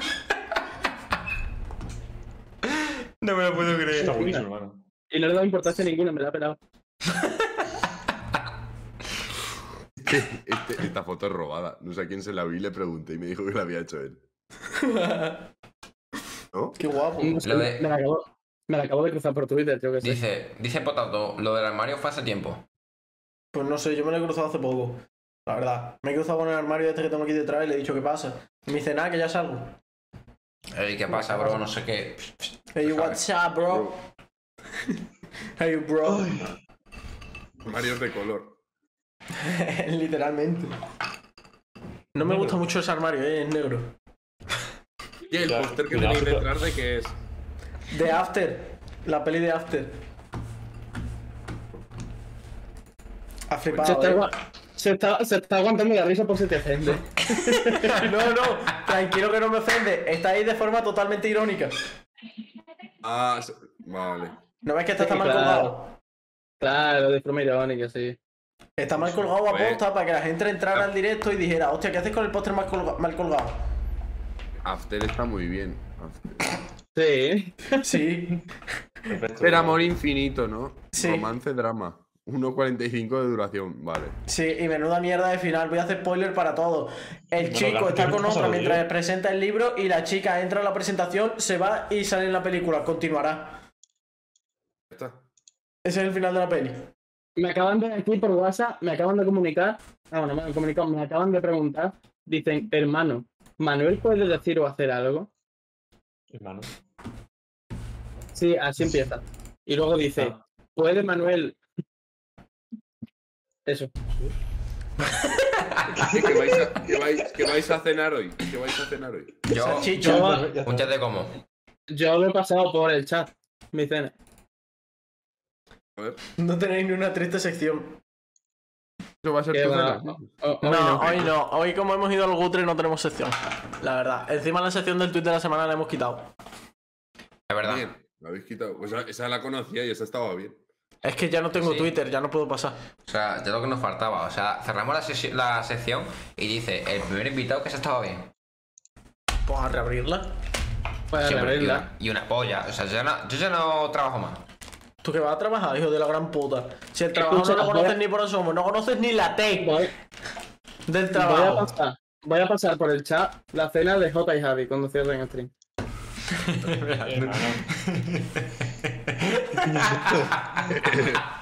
S2: No me lo puedo creer.
S6: Está buenísimo, hermano.
S5: Y no le he dado importancia ninguna, me la ha pelado.
S4: Este- esta foto es robada. No sé a quién se la vi, le pregunté y me dijo que la había hecho él. ¿No?
S3: Qué guapo.
S5: No sé,
S2: Lo de-
S5: me, la acabo, me la acabo de cruzar por Twitter, yo que sé.
S2: Dice, dice Potato, lo del armario fue hace tiempo.
S3: Pues no sé, yo me lo he cruzado hace poco. La verdad. Me he cruzado con el armario este que tengo aquí detrás y le he dicho qué pasa. Me dice nada, que ya salgo.
S2: Ey, Eh, ¿qué pasa, bro? No sé qué.
S3: Hey, what's up, bro? Hey, bro.
S4: Marios de color.
S3: Literalmente. No me
S6: Negro.
S3: gusta mucho ese armario, eh, es negro.
S4: Y el
S6: Cuidado,
S4: póster que
S6: cuidado.
S4: tenéis detrás de qué es.
S3: De After. La peli de After. Ha
S5: Se
S3: flipado.
S5: está,
S3: eh.
S5: agua- se, está, se está aguantando la risa por si te ofende.
S3: ¿eh? No, no, tranquilo que no me ofende. Está ahí de forma totalmente irónica.
S4: Ah, se- vale.
S3: ¿No ves que está, está mal
S5: Claro.
S3: colgado?
S5: Claro, de forma irónica, sí.
S3: Está mal colgado a
S4: Pues-
S3: posta para que la gente entrara al directo y dijera, hostia, ¿qué haces con el póster mal, colga- mal colgado?
S4: After está muy bien. After.
S5: Sí.
S3: Sí.
S6: Perfecto.
S4: Era amor infinito, ¿no?
S3: Sí.
S4: Romance drama. 1.45 de duración, vale.
S3: Sí, y menuda mierda de final. Voy a hacer spoiler para todo. El
S6: Bueno, la
S3: chico
S6: gente
S3: está
S6: no
S3: con
S6: pasa
S3: otra
S6: lo
S3: mientras
S6: bien.
S3: presenta el libro y la chica entra a la presentación, se va y sale en la película. Continuará.
S4: Ya está.
S3: Ese es el final de la peli.
S5: Me acaban de aquí por WhatsApp, me acaban de comunicar. Ah, bueno, me han comunicado, me acaban de preguntar. Dicen, hermano, ¿Manuel puede decir o hacer algo?
S6: Hermano.
S5: Sí, así empieza. Y luego dice,
S6: Ah.
S5: ¿puede Manuel? Eso.
S4: ¿Qué vais, a, qué vais- qué vais a cenar hoy? ¿Qué vais a cenar hoy?
S2: Yo,
S3: Salchicha.
S5: Yo,
S6: Ya está.
S2: un chat de cómo.
S5: yo lo he pasado por el chat, mi cena.
S4: A ver.
S3: No tenéis ni una triste sección.
S4: Eso va a ser
S5: Que
S4: tu
S5: va-
S4: cena.
S5: o-
S3: No,
S5: hoy "Oh, no.
S4: oh,
S3: hoy no. Hoy como hemos ido al Gutre no tenemos sección. La verdad. Encima la sección del tweet de la semana la hemos quitado.
S2: Es verdad.
S4: Bien, la habéis quitado. Pues esa, esa la conocía y esa estaba bien.
S3: Es que ya no tengo
S2: Sí.
S3: Twitter, ya no puedo pasar.
S2: O sea, ya lo que nos faltaba. O sea, cerramos la, sesi- la sección y dice, el primer invitado que se estaba bien.
S3: Pues a reabrirla.
S5: Para
S2: Siempre, y,
S5: reabrirla.
S2: una, y una polla. O sea, yo ya no, yo ya no trabajo más.
S3: Tú que vas a trabajar, hijo de la gran puta. Si el trabajo
S5: Escucha,
S3: no lo
S5: voy a-
S3: conoces ni por asomo, no conoces ni la T
S5: Voy-
S3: del
S5: Voy a,
S3: trabajo.
S5: pasar, voy a pasar por el chat la cena de J y Javi cuando cierren el stream.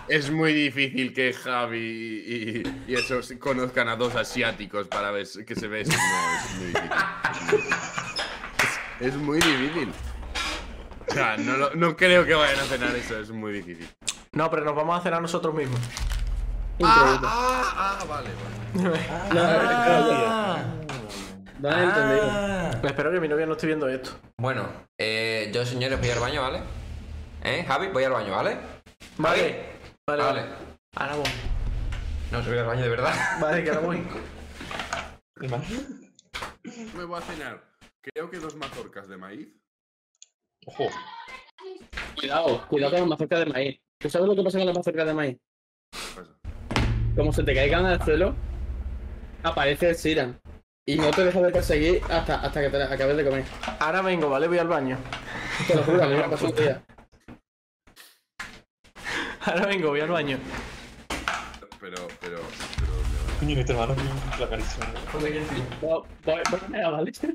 S4: Es muy difícil que Javi y, y esos conozcan a dos asiáticos para ver que se besen. No, es muy difícil. Es, es muy difícil. O sea, no, lo- no creo que vayan a cenar eso, es muy difícil.
S3: No, pero nos vamos a cenar nosotros mismos.
S5: Increíble.
S4: Ah, ah, vale, vale. Ah.
S5: No, no lo he entendido.
S3: Espero que mi novia no esté viendo esto.
S2: Bueno, eh, yo señores voy al baño, ¿vale? ¿Eh? Javi, voy al baño, ¿vale?
S3: Vale. Vale.
S2: Vale.
S3: vale. Ahora voy.
S2: No, se voy al baño de verdad.
S3: Vale, que ahora voy.
S6: Hermano.
S4: Me voy a cenar. Creo que dos mazorcas de maíz.
S6: Ojo.
S5: Cuidado, cuidado con las mazorcas de maíz. ¿Tú sabes lo que pasa con las mazorcas de maíz?
S4: ¿Qué pasa?
S5: Como se te caigan al suelo, aparece el Siran. Y no te deja de perseguir hasta, hasta que te la acabes de comer.
S3: Ahora vengo, ¿vale? Voy al baño.
S5: Te lo juro, a mí me pasó un día.
S3: Ahora vengo, voy al baño.
S4: Pero, pero, pero,
S6: Coño, nuestro hermano tiene un placarísimo.
S5: Voy, voy voy a mirar, ¿vale?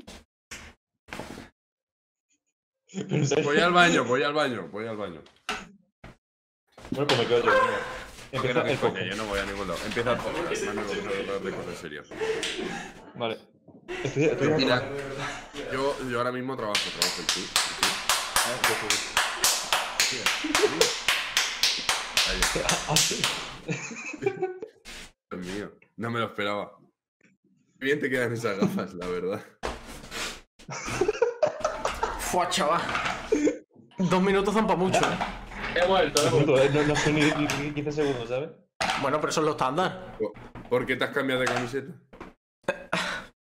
S6: Pero, ¿sabes?
S4: Voy al baño, voy al baño, voy al baño.
S6: Bueno, pues me quedo yo. venga.
S4: No, que
S6: Empieza
S4: no, que
S6: el
S4: coña,
S6: coco.
S4: yo no voy a ningún lado. Empieza el podcast, Manu, que no hablar de cosas serias.
S6: Vale. Estoy, estoy
S4: Mira, yo, yo ahora mismo trabajo, trabajo en ti. Ahí está, Dios mío. No me lo esperaba. Qué Bien te quedan esas gafas, la verdad.
S3: Fua, chaval. Dos minutos son para mucho. ¿eh?
S5: He vuelto, he vuelto.
S6: eh, no, no, no son ni, ni- ni 15 segundos, ¿sabes?
S3: Bueno, pero eso es lo estándar.
S4: ¿Por- ¿Por qué te has cambiado de camiseta?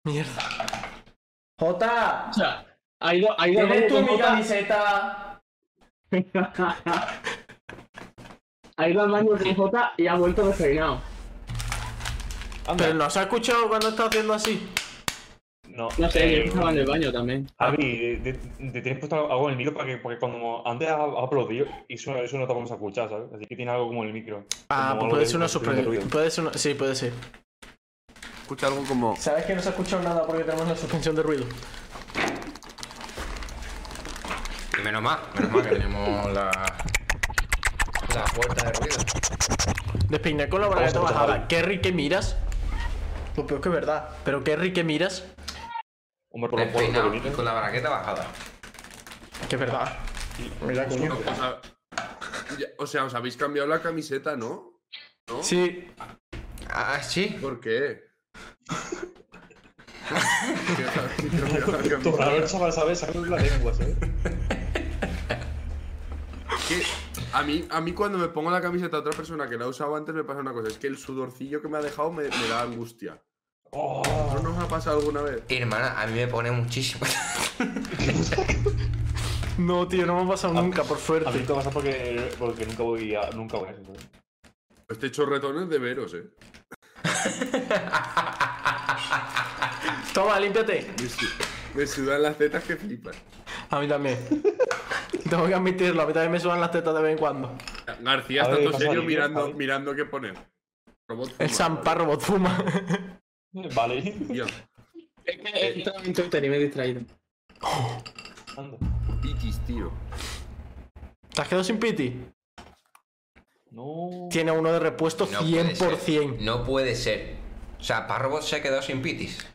S3: Mierda. Jota,
S5: O sea, ha ido, ha ido
S3: ¿tienes
S5: Adolfo
S3: tú mi
S5: Mota-
S3: camiseta?
S5: ha ido al baño con Jota y ha vuelto despeinado.
S3: Pero no se ha escuchado cuando está haciendo así.
S6: No,
S5: No sé, yo
S6: eh,
S5: estaba en el baño también.
S6: Javi, te, te tienes puesto algo en el micro para que, porque cuando antes ha ha aplaudido y suena eso no te vamos a escuchar, ¿sabes? Así que tiene algo como en el micro.
S3: Ah, pues
S6: como algo
S3: puede
S6: de-
S3: ser una
S6: de ruido.
S3: suspensión. Puede ser una... Sí, puede ser.
S4: Escucha algo como.
S3: ¿Sabes que no se ha escuchado nada porque tenemos la suspensión de ruido?
S2: Y menos mal, menos mal que tenemos la, la puerta de ruido.
S3: Despeiné con la bragueta
S6: Vamos a cortar,
S3: bajada.
S6: vale.
S3: Kerry, ¿qué miras? Lo peor que es verdad. Pero Kerry, ¿qué miras?
S6: Hombre, por lo por lo
S2: Despeinado y
S6: bonito.
S2: con la braqueta bajada.
S3: Que es verdad. Mira cómo.
S4: O sea, ya- o sea, os habéis cambiado la camiseta, ¿no? ¿No?
S3: Sí,
S2: Ah, sí.
S4: ¿Por qué? ¿Qué os habéis cambiado la
S6: Tu
S4: camiseta?
S6: raro chaval, ¿sabes? Sacas la lengua, ¿sabes?
S4: que a mí, a mí cuando me pongo la camiseta de otra persona que la he usado antes me pasa una cosa, es que el sudorcillo que me ha dejado me, me da angustia.
S6: Oh,
S4: ¿No nos ha pasado alguna vez?
S2: Y, hermana, a mí me pone muchísimo.
S3: No, tío, no me ha pasado nunca, por
S6: a mí
S3: suerte.
S6: te pasa porque, porque nunca voy a. Nunca voy a eso. ¿sabes?
S4: Pues te he hecho retones de veros, eh.
S3: Toma, límpiate.
S4: Me, su- me sudan las tetas que flipas.
S3: A mí también. Tengo que admitirlo, a mí también me suban las tetas de vez en cuando.
S4: García
S6: A
S4: está
S6: ver,
S4: todo
S6: pasa
S4: serio
S6: libros, a
S4: mirando,
S6: ver.
S4: mirando qué poner. Robot
S3: El
S4: fuma.
S3: Sampa Robot Fuma.
S6: Vale.
S4: Tío,
S5: Es que he entrado en Twitter y me he distraído.
S6: Anda.
S4: pitis, tío.
S3: ¿Te has quedado sin piti?
S6: No.
S3: Tiene uno de repuesto
S2: No puede ser,
S3: 100%.
S2: No puede ser. O sea, Parrobot se ha quedado sin pitis.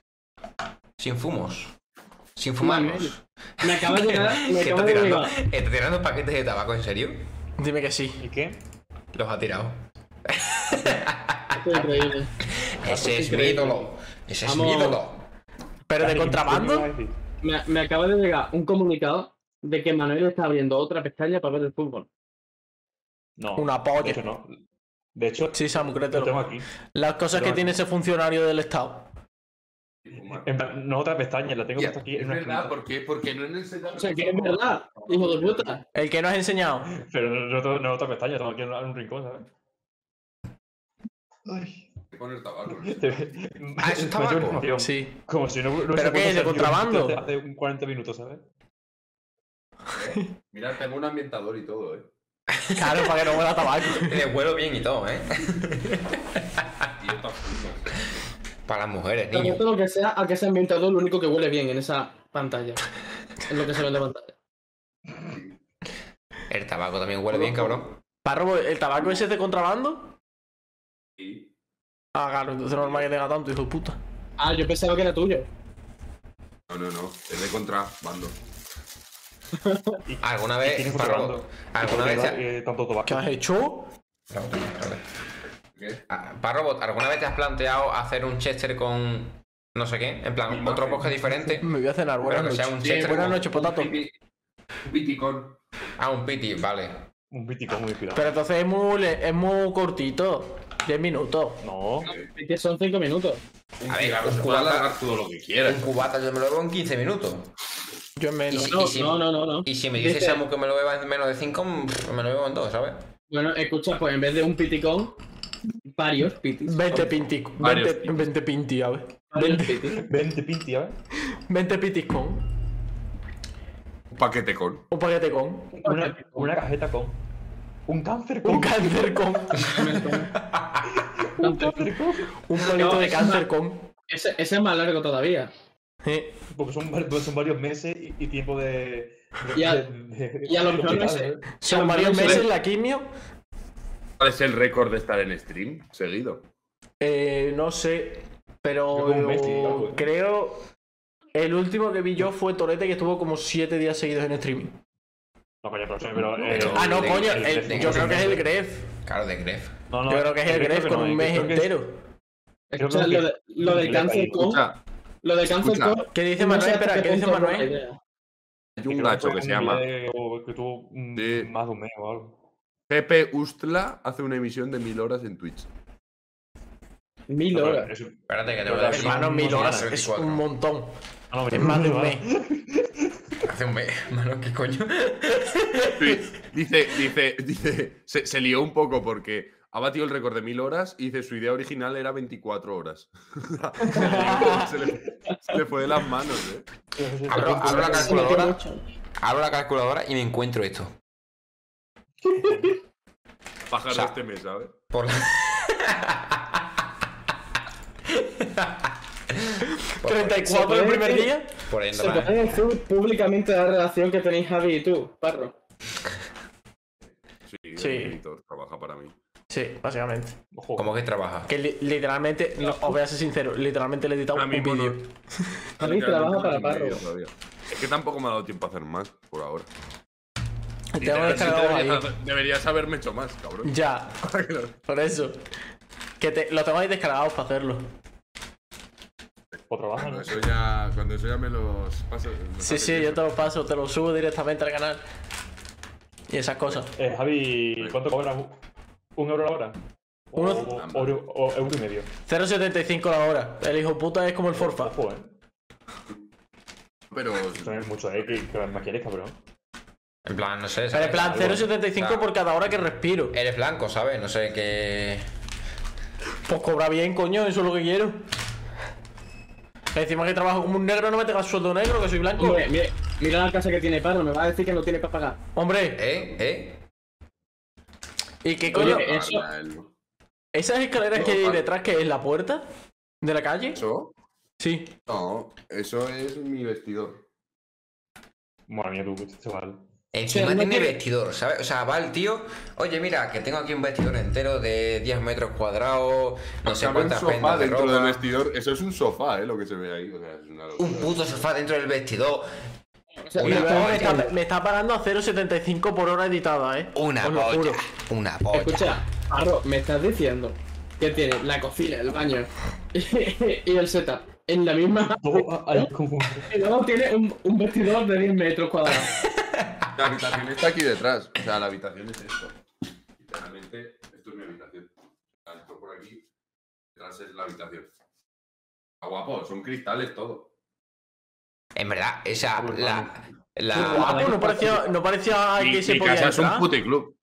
S2: Sin fumos. Sin fumarlos.
S5: Me acaba de llegar, me
S2: ¿Qué
S5: acaba
S2: está
S5: de
S2: tirando?
S5: llegar.
S2: ¿Está tirando paquetes de tabaco, en serio?
S3: Dime que sí.
S6: ¿Y qué?
S2: Los ha tirado.
S5: Esto es increíble.
S2: Ese es mi
S5: increíble.
S2: ídolo. Ese es mi
S5: Vamos.
S2: ídolo.
S3: ¿Pero de
S6: ¿Qué me
S3: contrabando?
S6: iba a decir?
S5: Me, me acaba de llegar un comunicado de que Manuel está abriendo otra pestaña para ver el fútbol.
S6: No.
S3: Una
S6: De
S3: polla.
S6: hecho, no. De hecho,
S3: Sí, Samu,
S6: lo tengo
S3: créetelo.
S6: aquí.
S3: Las cosas que
S6: Pero-
S3: tiene ese funcionario del Estado.
S6: En plan, no otra pestaña, la tengo
S4: Tía,
S6: puesta aquí
S4: es
S6: en una
S4: verdad,
S6: esquinita.
S4: ¿por qué? Porque no en el setup-
S5: O sea, que es verdad, hijo de puta.
S3: El que no has enseñado.
S6: Pero no, no, otra- no otra pestaña, tengo aquí en un, en un rincón, ¿sabes?
S4: Poner tabaco.
S2: Ah, eso está
S6: Me
S2: mal,
S6: llevo información.
S3: Sí.
S6: Como si no, no
S3: ¿Pero
S6: se
S3: qué?
S6: puede
S3: ¿De
S6: hacer
S3: contrabando?
S6: hace- Hace un 40 minutos, ¿sabes?
S4: Mirad, tengo un ambientador y todo, eh.
S3: Claro, para que no huela a tabaco.
S2: Le huelo bien y todo, ¿eh?
S4: Tío, está fumando.
S2: Para las mujeres,
S5: Pero
S2: niño.
S5: esto lo que sea, a que ese ambientador lo único que huele bien en esa pantalla. Es lo que se ve en la pantalla.
S2: El tabaco también huele bien, cabrón.
S3: Parrobo, pues, ¿el tabaco ese es de contrabando?
S4: Sí.
S3: Ah, claro, entonces normal que tenga tanto, hijo de puta.
S5: Ah, yo pensaba que era tuyo.
S4: No, no, no. Es de contrabando.
S2: ¿Alguna
S6: ¿Y
S2: vez,
S6: tienes
S2: Parrobot?
S6: contrabando?
S2: Eh, ¿Alguna
S6: Porque
S2: vez
S6: da,
S2: te-
S6: eh, tanto
S3: ¿Qué
S6: tabaco?
S3: has hecho?
S4: ¿Qué?
S2: Ah, Parrobot, ¿alguna vez te has planteado hacer un Chester con no sé qué? En plan,
S4: Imagen.
S2: otro bosque diferente.
S3: Me voy a cenar, buenas
S2: Pero que sea
S3: noches.
S2: un chester,
S3: buenas
S2: ¿no?
S3: noches, potato.
S4: Viticón.
S2: Ah, un piti, vale.
S6: Un pitico muy inspirado.
S3: Pero entonces es muy, le- es muy cortito. 10 minutos.
S6: No.
S5: Es que son cinco minutos.
S2: A ver,
S4: Claro,
S2: un
S4: se puede
S2: cubata-
S4: alargar todo lo que
S2: Un
S4: quieras.
S2: cubata yo me lo bebo en 15 minutos.
S3: Yo en menos.
S2: Y-
S5: No,
S2: si-
S5: no, no, no. no.
S2: Y si me dice
S5: Dice-
S2: Samu que me lo beba en menos de 5, me lo bebo en 2, ¿sabes?
S5: Bueno, escucha, pues en vez de un piticón, varios pitis.
S3: 20 pinticos.
S4: Varios
S3: 20,
S4: pitis.
S3: 20 pinti, a ver.
S5: Varios pitis.
S6: 20 pinti, ¿sabes?
S3: 20 pitis con.
S4: Paquete con.
S3: Un paquete con.
S6: Una, una cajeta con. Un cáncer con.
S3: Un cáncer con. Un palito
S5: No,
S3: de
S5: eso
S3: cáncer
S5: no.
S3: con.
S5: Ese, ese es más largo todavía.
S3: Eh,
S6: Porque son, var- son varios meses y, y tiempo de.
S5: Y a-
S6: de-
S5: y a lo mejor no es-
S6: ¿eh?
S5: Ya,
S3: Son varios
S5: eso
S3: meses
S4: es.
S3: la quimio.
S4: ¿Cuál es el récord de estar en stream seguido?
S3: Eh, no sé, pero
S6: Creo que un mes, tío.
S3: creo. El último que vi yo fue Torete, que estuvo como 7 días seguidos en streaming.
S6: No, coño, pero. pero eh,
S2: Pero-
S3: Ah, no,
S2: de-
S3: coño,
S2: el-
S3: el-
S2: de-
S3: yo creo que es el Gref.
S2: Claro, de Gref.
S6: no, no,
S3: Yo creo que es el
S6: creo
S3: Gref
S6: que
S3: con
S6: no,
S3: un
S6: yo
S3: mes
S6: creo que-
S3: entero.
S6: creo
S5: O sea,
S6: que-
S5: lo, de, lo del
S6: que-
S5: cáncer con.
S4: Escucha,
S5: Lo del cáncer
S4: escucha.
S5: con.
S3: ¿Qué dice
S5: no
S3: Manuel?
S5: sé hasta
S3: Espera, ¿qué dice
S5: punto es buena
S3: Manuel?
S5: idea.
S4: hay un
S6: creo que
S4: gacho
S6: fue
S4: que se
S6: un
S4: llama
S6: día de- o que tuvo un-
S4: Sí.
S6: más de un mes o algo.
S4: Pepe Ustla hace una emisión de mil horas en Twitch.
S5: Mil
S6: No, pero
S5: horas.
S6: eso-
S2: Espérate que te voy a
S6: Pero
S2: decir.
S3: Hermano,
S6: un
S3: mil
S6: montón,
S3: horas es
S2: 24.
S3: un montón.
S6: Ah, no,
S3: Es
S6: pero-
S3: más de un
S6: vale.
S3: mes.
S2: Hace un mes. Mano, ¿qué coño?
S4: Sí, Dice, dice, dice, se, se lió un poco porque ha batido el récord de mil horas y dice su idea original era 24 horas. se, le, lió, se le- se le fue de las manos, eh.
S2: Abro, abro la
S5: Se metió
S2: calculadora.
S5: mucho.
S2: Abro la calculadora y me encuentro esto.
S4: Bajar
S2: O sea,
S4: este mes, ¿sabes?
S2: Por la... por,
S3: 34 el primer
S5: puede-
S3: día.
S2: por ahí anda
S5: Se
S2: la-
S5: puede decir públicamente la relación que tenéis Javi y tú, Parro.
S4: Sí,
S3: Sí.
S4: el editor trabaja para mí.
S3: Sí, básicamente.
S6: Ojo.
S2: ¿Cómo que trabaja?
S3: Que li- literalmente, no, os voy a ser sincero, literalmente le he editado
S4: Ahora
S3: un
S4: mismo no.
S3: vídeo.
S5: Javi
S4: Literalmente
S5: trabaja
S4: no
S5: para
S4: tengo
S5: Parro.
S4: idea todavía. Es que tampoco me ha dado tiempo a hacer más por ahora.
S3: Te hago
S4: Literalmente
S3: descargado ahí. Ah,
S4: deberías, deberías haberme hecho más, cabrón.
S3: Ya, por eso. Que te, lo tengo ahí descargados para hacerlo.
S6: O
S3: Ah,
S6: trabaja,
S4: Cuando
S6: ¿no?
S4: eso ya, cuando eso ya me los paso. los
S3: Sí,
S4: haces
S3: sí,
S4: eso.
S3: yo te lo paso, te lo subo directamente al canal. Y esas cosas.
S6: Eh, Javi, ¿cuánto cobras? ¿Un euro la hora? O-
S3: Uno-
S6: o- o- o euro y medio.
S3: 0.75 la hora. El hijo puta es como el forfa.
S6: Ojo, eh.
S4: Pero
S6: Eso no es mucho, eh. Que, que más quieres, cabrón.
S2: En plan, no sé.
S3: Pero en
S2: ¿sabes?
S3: plan,
S2: Algo.
S3: 0.75 por cada hora que respiro.
S2: Eres blanco, ¿sabes? No sé qué.
S3: Pues cobra bien, coño, eso es lo que quiero. Encima que trabajo como un negro, no me tengas sueldo negro, que soy blanco.
S5: Hombre, mire- mira la casa que tiene Parro, me va a decir que no tiene para pagar.
S3: Hombre,
S2: ¿Eh? ¿Eh?
S3: ¿y qué coño?
S5: Oye, eso-
S4: Parnal.
S3: ¿Esas escaleras
S4: Eh, No,
S3: que hay
S4: vale.
S3: detrás, que es la puerta de la calle?
S4: ¿Eso?
S3: Sí.
S4: No, eso es mi vestidor.
S6: Madre mía, tú, chaval.
S2: Encima
S5: Sí, no
S2: tiene
S5: quiere-
S2: vestidor, ¿sabes? O sea, va el tío, oye, mira, que tengo aquí un vestidor entero de 10 metros cuadrados, no sé
S4: Cabe un
S2: cuántas
S4: sofá
S2: prendas de
S4: dentro del
S2: ropa,
S4: vestidor. Eso es un sofá, ¿eh? Lo que se ve ahí. O sea, es una
S2: un
S4: locura.
S2: puto sofá dentro del vestidor,
S5: O sea,
S3: Y
S2: Una
S5: mira,
S3: luego
S2: polla.
S3: me está, me está pagando a 0.75 por hora editada, ¿eh?
S2: una
S3: Os lo
S2: polla,
S3: juro.
S2: una polla.
S5: Escucha, Parro, me estás diciendo que tiene la cocina, el baño y el setup en la misma.
S6: Todo ahí como.
S5: Y luego tiene un, un vestidor de 10 metros cuadrados.
S4: La habitación está aquí detrás. O sea, la habitación es esto. Literalmente, esto es mi habitación. Esto por aquí. Detrás es la habitación. Está guapo, son cristales todo.
S2: En verdad, esa, la,
S3: Ah,
S2: la,
S3: pues no parecía, no parecía que se podía
S4: casa es un
S3: entrar.
S4: puticlub.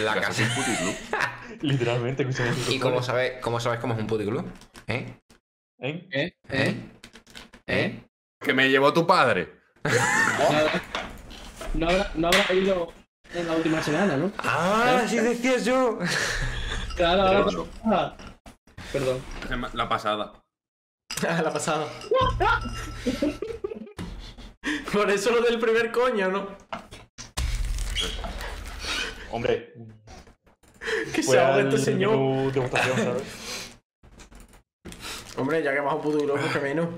S2: la
S4: casa
S2: casa.
S4: es un puticlub.
S6: Literalmente, que somos
S2: ¿Y Pues cómo sabes cómo, sabes cómo es un puticlub? ¿Eh?
S6: ¿Eh?
S2: ¿Eh? ¿Eh?
S4: Que me llevó tu padre.
S5: No habrá, no habrá ido en la última semana, ¿no? ¿Eh?
S2: Ah, sí decías yo.
S5: Claro, ahora.
S4: Pero
S5: Ah, Perdón.
S4: La pasada.
S3: A la pasada. Por eso lo del primer coño, ¿no?
S6: Hombre.
S3: Que
S6: fue
S3: se ahoga
S6: al
S3: este señor.
S6: menú degustación, ¿sabes?
S3: Hombre, ya que más un puto globo pues, que menos.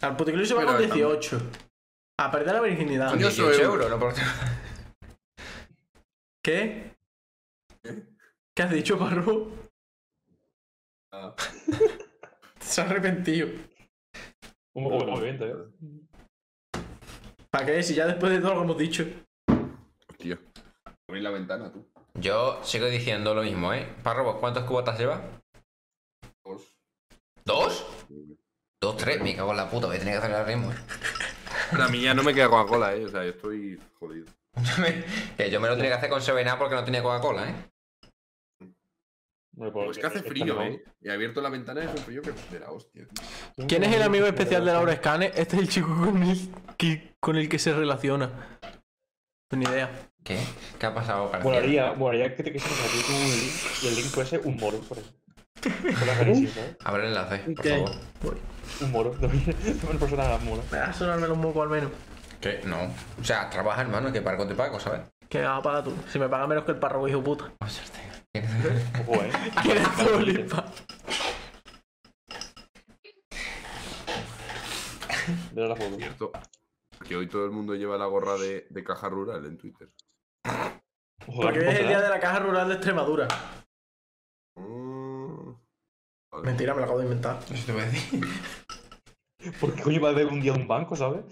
S3: Al puticlub se va
S4: Mira,
S3: con
S4: ahí estamos.
S3: 18. A perder la virginidad.
S4: Coño.
S2: 18 euros, no por...
S3: ¿Qué? ¿Qué has dicho, Parro?
S4: Ah.
S3: Se ha arrepentido.
S6: Un- un- Obviamente, eh.
S3: ¿Para qué? Si ya después de todo lo que hemos dicho.
S4: Tío. Abrí la ventana, tú.
S2: Yo sigo diciendo lo mismo, ¿eh? Parro, ¿vos ¿cuántos cubotas llevas?
S4: Dos.
S2: ¿Dos? ¿Dos, tres? Me cago en la puta, voy a tener que hacer el ritmo.
S4: Pero a mí ya no me queda Coca-Cola, eh. O sea, yo estoy jodido.
S2: Que Eh, yo me lo tenía que hacer con Sevena porque no tenía Coca-Cola, ¿eh?
S6: Hombre,
S4: Pero es que hace
S6: este
S4: frío,
S6: calor.
S4: eh. He abierto la ventana y es un frío que de la hostia. tío.
S3: ¿Quién es el amigo especial de Laura Scane? Este es el chico con el que, con el que se relaciona. Ni idea.
S2: ¿Qué? ¿Qué ha pasado, para
S6: Molaría, molaría que te quise aquí con un link y el link fuese un moro, por eso. Por la ¿eh? Genesis, ¿sabes?
S2: Abre el enlace, por
S5: ¿Qué?
S2: favor.
S6: Un moro. No una persona moro.
S3: Me va a sonármelo un poco al menos.
S2: ¿Qué? No. O sea, trabaja, hermano, que parco te pago, ¿sabes?
S3: Que me vas a pagar tú. Si me pagan menos que el párroco, hijo puta.
S2: Vamos a hacerte.
S6: Ojo, eh.
S3: Que eres tú, Lipa.
S6: Verás la foto.
S4: Cierto. Que hoy todo el mundo lleva la gorra de, de caja rural en Twitter.
S6: Ojo,
S3: Porque hoy
S6: ¿cómo
S3: es el
S6: será?
S3: día de la caja rural de Extremadura.
S4: Mm. Vale.
S3: Mentira, me lo acabo de inventar.
S2: Eso te voy a decir.
S6: ¿Por qué coño va a haber un día de un banco, sabes?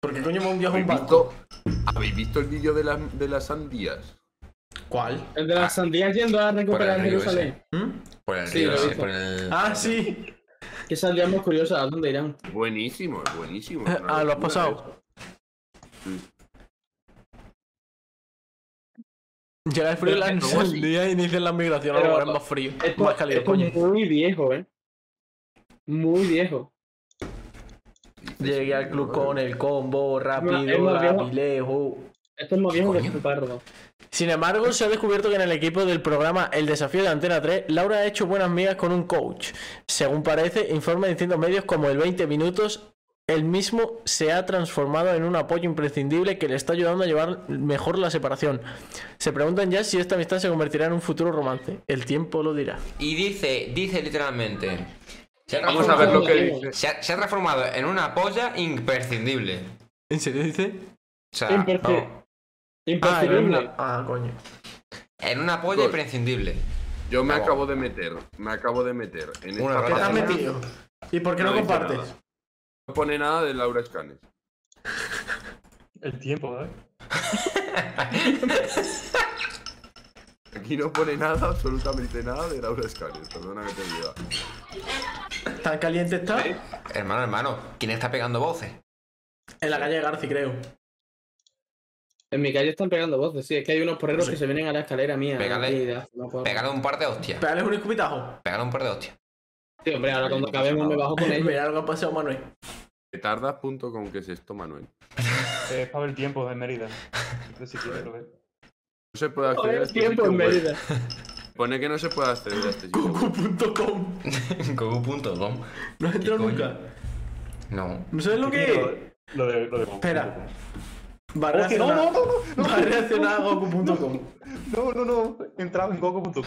S3: ¿Por qué coño me envías un
S4: ¿Habéis
S3: banco?
S4: visto, ¿Habéis visto el vídeo de, las- de las sandías?
S3: ¿Cuál?
S5: El de las sandías yendo a recuperar
S2: río ese.
S5: Jerusalén.
S3: ¿Mm?
S2: Por el
S5: Sí,
S2: río,
S5: lo
S2: sí,
S5: hizo.
S2: por el.
S3: Ah, sí.
S5: Qué sandías más curiosas, ¿a dónde irán?
S4: Buenísimo, es buenísimo. es una
S3: Ah, lo has
S4: locura, ¿eh?
S3: pasado.
S4: Sí.
S3: Llega el frío y la
S4: Pero, ¿cómo así?
S3: día inician la migración a
S5: Pero-
S3: lugares más fríos.
S5: Esto,
S3: Más cálidos,
S5: esto
S3: coño.
S5: es muy viejo, ¿eh? Muy viejo.
S4: Dices,
S3: Llegué al club
S4: ¿no?
S3: con el combo,
S5: Es
S3: rápido,
S5: más viejo.
S3: rapilejo.
S5: Esto es más viejo que este
S2: Coño.
S5: el pardo.
S3: Sin embargo, se ha descubierto que en el equipo del programa El Desafío de Antena 3, Laura ha hecho buenas migas con un coach. Según parece, informa de distintos medios como el 20 Minutos, el mismo se ha transformado en un apoyo imprescindible que le está ayudando a llevar mejor la separación. Se preguntan ya si esta amistad se convertirá en un futuro romance. El tiempo lo dirá.
S2: Y dice, dice literalmente. Se ha
S4: Vamos a ver
S2: transformado-
S4: lo que dice.
S2: Se ha, se ha transformado en una polla imprescindible.
S3: ¿En serio dice?
S2: O sea,
S5: Imprescindible.
S2: vamos,
S3: Ah, en
S5: Imperceptible.
S3: una- ah, coño.
S2: en una polla
S4: Gol.
S2: imprescindible.
S4: Yo me
S2: Vamos.
S4: acabo de meter, me acabo de meter. En
S2: Una
S4: esta
S2: rata.
S3: ¿Qué te has
S4: página
S3: metido? ¿Y por qué no,
S4: no dice
S3: compartes?
S4: nada. No pone nada de Laura Escanes.
S6: El tiempo, ¿sabes?
S4: Aquí no pone nada, absolutamente nada de Laura Escanes. Perdona que te diga.
S3: ¿Tan caliente está?
S2: Hermano, hermano, ¿quién está pegando voces?
S3: En la calle de Garci, creo.
S5: En mi calle están pegando voces, sí. Es que hay unos porreros que se vienen a la escalera mía.
S2: Pégale.
S5: aquí, de- no puedo.
S2: Pégale un par de hostias.
S3: Pégale un escupitajo.
S2: Pégale un par de hostias.
S5: Sí, hombre, ahora cuando
S4: No pasa
S5: acabemos me
S4: nada.
S5: bajo con ellos.
S3: Mira lo que ha pasado, Manuel.
S4: Petardas punto con que es esto, Manuel.
S6: Eh, Es para ver el tiempo de Mérida. Entonces, si quieres, lo ves.
S4: No se puede acceder a
S5: Joder,
S4: este
S5: tiempo
S4: sitio
S5: en
S4: web.
S5: Mérida.
S4: Pone que no se puede acceder a este sitio web.
S3: Cucu.com.
S2: Goku.com.
S3: No has entrado
S2: coño?
S3: nunca.
S2: No.
S3: ¿No sabes lo que es?
S6: Lo de. Lo de
S3: Espera. Va
S6: Oh, que no,
S3: relacionado-
S6: no, no, no, no.
S3: va relacionado a Goku.com.
S6: No, no, no. Entraba en gogo.com.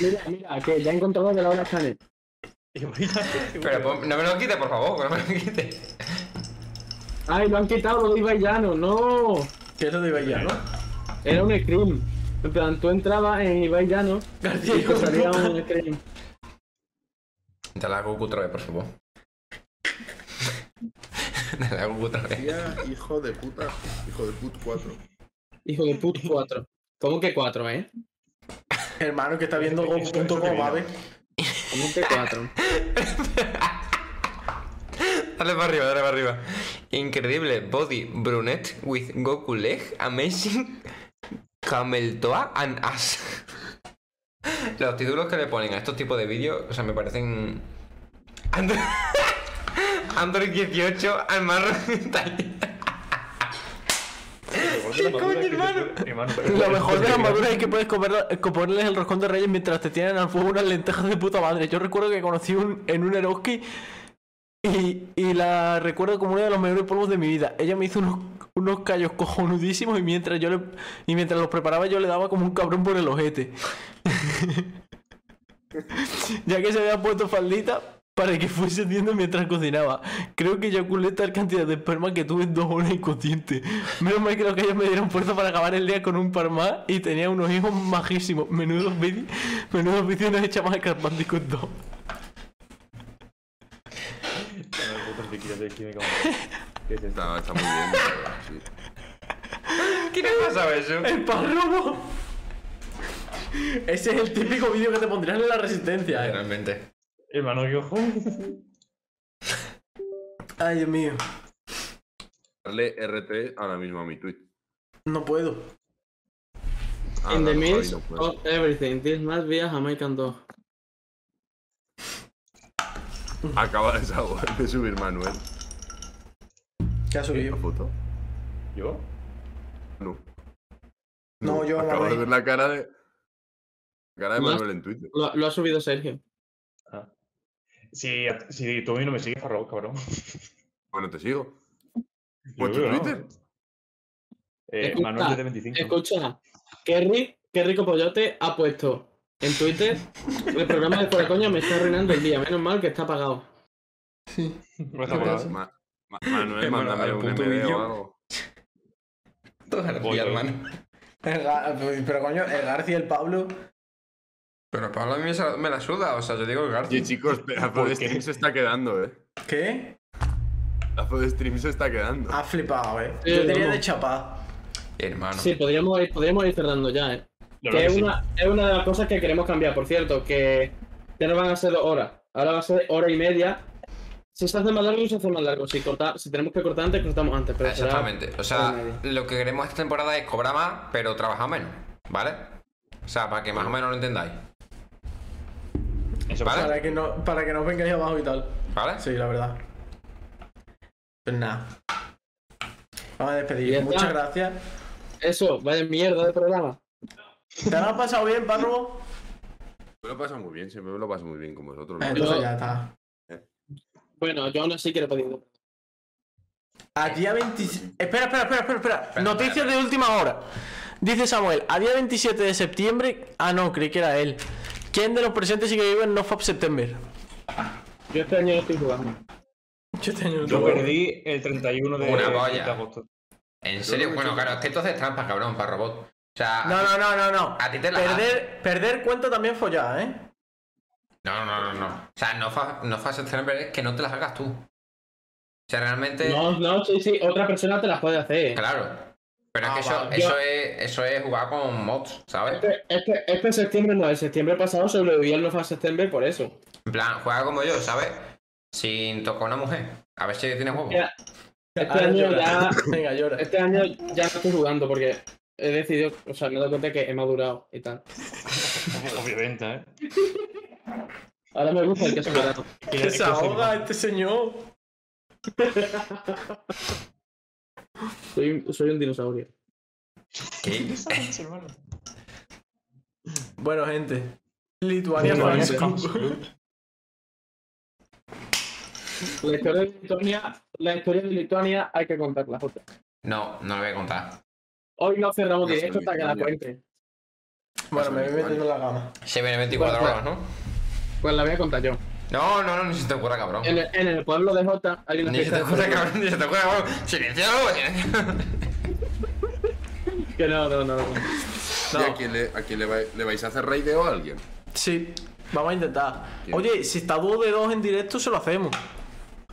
S5: Mira, mira, que ya he encontrado de la hora Chanel.
S6: Imagínate.
S2: Pero pon- no me lo quites, por favor, que no me lo quites.
S5: Ay, lo han quitado los ibaillanos, no.
S3: Que eso de Ibailla, ¿no?
S5: Era un scream. En plan, tú entrabas en ibaillanos
S3: García,
S5: y
S3: hijo
S5: te
S3: de
S5: salía
S3: puta.
S5: un scream.
S2: Dale a Goku otra vez, por favor. Dale a Goku otra vez.
S4: Tía, hijo de puta, hijo de puta 4.
S5: Hijo de puto, cuatro. ¿Cómo que cuatro, eh?
S3: Hermano, que está viendo
S6: Eso- eso- eso que
S3: Goku.com,
S6: vino.
S3: ¿vale?
S5: ¿Cómo que cuatro?
S2: Dale para arriba, dale para arriba. Increíble body brunette with Goku leg, amazing camel toe and ass. Los títulos que le ponen a estos tipos de vídeos, o sea, me parecen. Android, Android 18 al más
S6: ¿Qué coño, hermano? Hermano, pero-
S3: Lo mejor de la armadura es que puedes comer, comerles el roscón de reyes mientras te tienen al fuego unas lentejas de puta madre. Yo recuerdo que conocí un, en un Eroski y, y la recuerdo como uno de los mejores polvos de mi vida. Ella me hizo unos, unos callos cojonudísimos y mientras yo le, y mientras los preparaba yo le daba como un cabrón por el ojete. ya que se había puesto faldita para que fuese haciendo mientras cocinaba. Creo que eyaculé tal cantidad de esperma que tuve en dos horas inconsciente. Menos mal que los ellos me dieron fuerza para acabar el día con un par más y tenía unos hijos majísimos. Menudos vídeos, menudos vídeos nos echamos a Carpántico 2.
S6: ¿Qué es esto?
S4: Está, está muy bien, la verdad, sí.
S2: ¿Quién ha pasado eso?
S3: ¡El párroco! Ese es el típico vídeo que te pondrían en la resistencia. eh.
S2: Realmente.
S6: Hermano, qué ojo.
S3: Ay, Dios mío.
S4: Darle RT ahora mismo a mi tweet.
S3: No puedo.
S4: Ah,
S5: In
S4: no,
S5: the
S4: no, ahí
S5: midst
S4: no puedo.
S8: Oh.
S5: of everything. This must be a Jamaican dog.
S4: Acaba de sal- de subir Manuel
S3: ¿Qué ha
S4: la
S3: subido?
S4: foto.
S6: ¿Yo?
S4: No.
S3: No, yo,
S4: Acabo de
S3: Manuel.
S4: ver la cara de. la Cara de
S8: Más-
S4: Manuel en Twitter.
S8: Lo, lo ha subido Sergio.
S6: Si, si tú a mí no me sigues, Farro, cabrón.
S4: Bueno, te sigo.
S6: Yo
S4: ¿Por tu
S6: creo que no.
S4: Twitter?
S6: Eh,
S8: Escucha,
S6: Manuel de 25.
S8: Escucha, Kerry, qué rico pollote ha puesto en Twitter. El programa de Fuera Coña me está arruinando el día. Menos mal que está apagado.
S3: Sí.
S6: Me vas a acordar.
S4: Ma- Ma- Manuel,
S2: Hermano,
S4: mándame
S2: al
S4: un
S2: punto
S4: MD
S2: vídeo.
S4: o algo.
S2: Todo es
S6: Voy,
S2: energía,
S6: voy.
S2: hermano.
S3: El Ga- pero coño, el García y el Pablo.
S2: Pero Pablo a mí me sa- me la suda, o sea, yo digo el García.
S4: Y chicos, pedazo de
S6: qué?
S4: stream se está quedando, eh.
S3: ¿Qué?
S4: Pedazo de stream se está quedando.
S3: Ha flipado, eh.
S8: Sí,
S3: Yo tenía
S8: vamos.
S3: de chapar.
S2: Hermano.
S8: Sí, podríamos ir, podríamos ir cerrando ya, ¿eh?
S6: La
S8: Que
S6: verdad
S8: es,
S6: que sí.
S8: una, es una de las cosas que queremos cambiar, por cierto, que ya no van a ser dos horas. Ahora va a ser hora y media. Si se hace más largo, se hace más largo. Si, corta, si tenemos que cortar antes, cortamos antes. Pero será-
S2: Exactamente. O
S8: hora y
S2: sea,
S8: media.
S2: lo que queremos esta temporada es cobrar más, pero trabajar menos. ¿Vale? O sea, para que más o menos lo entendáis.
S6: Eso
S2: ¿Vale?
S3: Para que no, para que no os vengáis abajo y tal.
S2: ¿Vale?
S3: Sí, la verdad. Pues nada. Vamos a
S8: Y ya
S3: despedir.
S8: está.
S3: Muchas gracias.
S8: Eso, vaya mierda de programa.
S3: ¿Te lo has pasado bien, Parrubo?
S4: Me lo paso muy bien, siempre me lo paso muy bien con vosotros.
S8: Ah,
S4: ¿no?
S3: Entonces ya está.
S8: Bueno, yo aún así quiero pedir.
S3: A día 27. Espera, espera, espera, espera, espera. Noticias de última hora. Dice Samuel, a día 27 de septiembre. Ah, no, creí que era él. ¿Quién de los presentes sigue vivo en No Fab September?
S8: Yo este año no estoy jugando.
S3: Yo este tengo
S6: Yo perdí el 31 de,
S2: Una
S6: de
S2: polla.
S6: agosto.
S2: En serio, bueno, claro, es que entonces es trampa, cabrón, para robot. O sea,
S3: No, no, no, no, no.
S2: A ti te la
S3: Perder, perder cuenta también follada, ¿eh?
S2: no, no, no, no. O sea, no fa, no fa September es que no te las hagas tú. O sea, realmente,
S8: No, no, sí, sí, otra persona te las puede hacer. ¿eh?
S2: claro. Pero es
S3: Ah,
S2: que eso,
S3: vale.
S2: eso,
S8: Yo-
S2: es, eso es jugar con mods, ¿sabes?
S8: Este, este, este septiembre no, el septiembre pasado sobreviví al No Fast September por eso.
S2: En plan, juega como yo, ¿sabes? Sin tocar a una mujer. A ver si tienes huevos.
S8: Ya. Este
S3: Ahora
S8: año,
S3: Ah, llora.
S8: ya,
S3: Venga, llora.
S8: este año ya no estoy jugando porque he decidido, o sea, me he dado cuenta que he madurado y tal.
S6: Obvi- Obviamente, ¿eh?
S8: Ahora me gusta el que ha superado.
S6: Que ya-
S3: Que
S6: es que
S3: se
S6: se-
S3: ahoga este señor.
S8: Soy, soy un dinosaurio.
S2: ¿Qué?
S3: Bueno, gente. Lituania,
S8: Lituania,
S3: Francia.
S8: La historia de Lituania, la historia de Lituania hay que contarla. Jota.
S2: No, no lo voy a contar.
S8: Hoy no cerramos
S4: No
S8: directo
S4: soy
S8: hasta que la
S4: Lituania.
S8: cuente.
S3: Bueno, me voy metiendo en la cama.
S2: Se viene 24
S8: Bueno,
S2: horas, ¿no?
S8: Pues la voy a contar yo.
S2: No, no, no, ni se te ocurra, cabrón.
S8: En el, en el pueblo de Jota hay una
S2: Ni se te
S8: fiesta de
S2: ocurra,
S8: pueblo.
S2: cabrón, ni se te ocurra, cabrón. Silencialo, silencialo.
S8: Que no, no, no. no.
S4: ¿Y a quién, le, a quién le, vai- le vais a hacer raideo a alguien?
S3: Sí, vamos a intentar.
S4: Bien.
S3: Oye, si está dúo de dos en directo, se lo hacemos.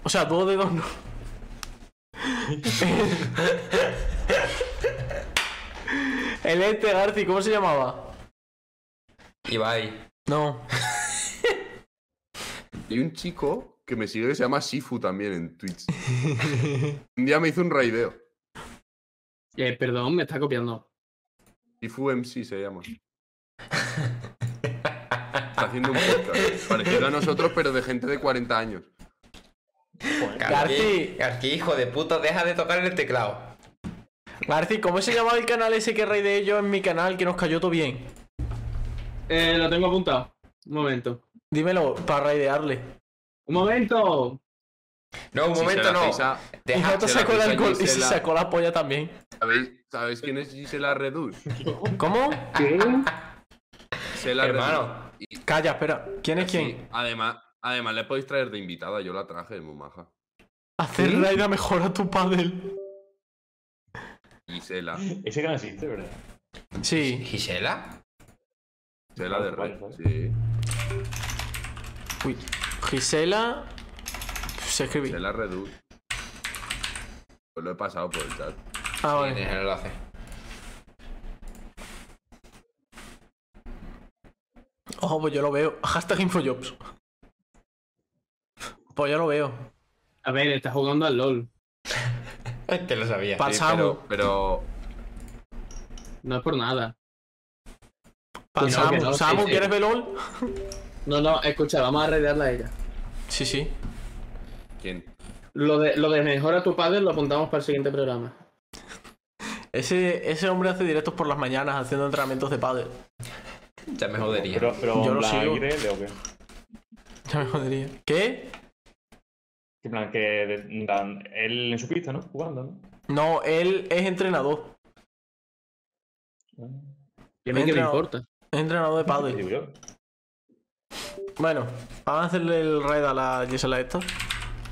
S3: O sea, dúo de dos no. El este Garci, ¿cómo se llamaba?
S2: Y va ahí.
S3: No.
S4: Y un chico que me sigue que se llama Sifu también en Twitch. un día me hizo un raideo.
S8: Eh, perdón, me está copiando.
S4: Sifu MC se llama. Está haciendo un podcast. Parecido a nosotros, pero de gente de 40 años.
S2: Garci, Garci, hijo de puta, deja de tocar el teclado.
S3: Garci, ¿cómo se llamaba el canal ese que rey de ellos en mi canal que nos cayó todo bien?
S8: Eh, lo tengo apuntado. Un momento.
S3: Dímelo, para raidearle.
S8: ¡Un momento!
S2: No, un
S4: Si se
S2: momento,
S4: la
S2: no.
S4: hacéis a-
S3: Y
S2: Deja-
S3: Jota
S4: se la
S3: sacó el
S4: hizo a
S3: alcohol y se
S4: Gisela.
S3: sacó la polla también.
S4: ¿Sabéis, ¿Sabéis quién es Gisela Reduz?
S3: ¿Cómo?
S8: ¿Qué?
S4: Gisela
S2: hermano.
S3: Calla, espera. ¿Quién es quién?
S4: Además, además, le podéis traer de invitada. Yo la traje, es muy maja.
S3: Hacer raid a mejor a tu padel.
S4: Gisela.
S6: Ese que no existe, ¿verdad?
S3: Sí.
S2: ¿Gisela?
S4: Gisela de Red.
S6: Vale, vale.
S4: Sí.
S3: Uy. Gisela. Se escribí.
S4: Gisela Reduz. Os lo he pasado por el chat.
S3: Ah,
S2: Sí,
S3: vale.
S2: tienes el enlace.
S3: Ojo, pues yo lo veo. Hashtag InfoJobs. Pues yo lo veo.
S8: A ver, está jugando al LOL.
S2: que lo sabía.
S3: Para
S4: Sí,
S3: Samu.
S4: pero, pero
S8: No es por nada.
S3: Para
S8: que no, que
S3: Samu.
S8: no, sí,
S3: Samu,
S8: sí.
S3: ¿quieres ver LOL?
S8: No, no, escucha, vamos a arreglarla a ella.
S3: Sí, sí.
S4: ¿quién?
S8: Lo de, lo de mejora tu padre lo apuntamos para el siguiente programa.
S3: Ese, ese hombre hace directos por las mañanas haciendo entrenamientos de padre.
S2: Ya me jodería.
S6: Pero, pero
S3: Yo
S6: en
S3: lo
S6: plan,
S3: sigo.
S6: IRL o qué?
S3: Ya me jodería. ¿Qué?
S6: En plan, que de- en plan, él en su pista, ¿no? Jugando, ¿no?
S3: No, él es entrenador.
S8: ¿Y a mí qué me
S3: Entra-
S8: importa?
S3: Es entrenador Ah, de
S6: ¿Qué
S3: padre.
S6: digo yo?
S3: Bueno, vamos a hacerle el raid a la Gisela esta.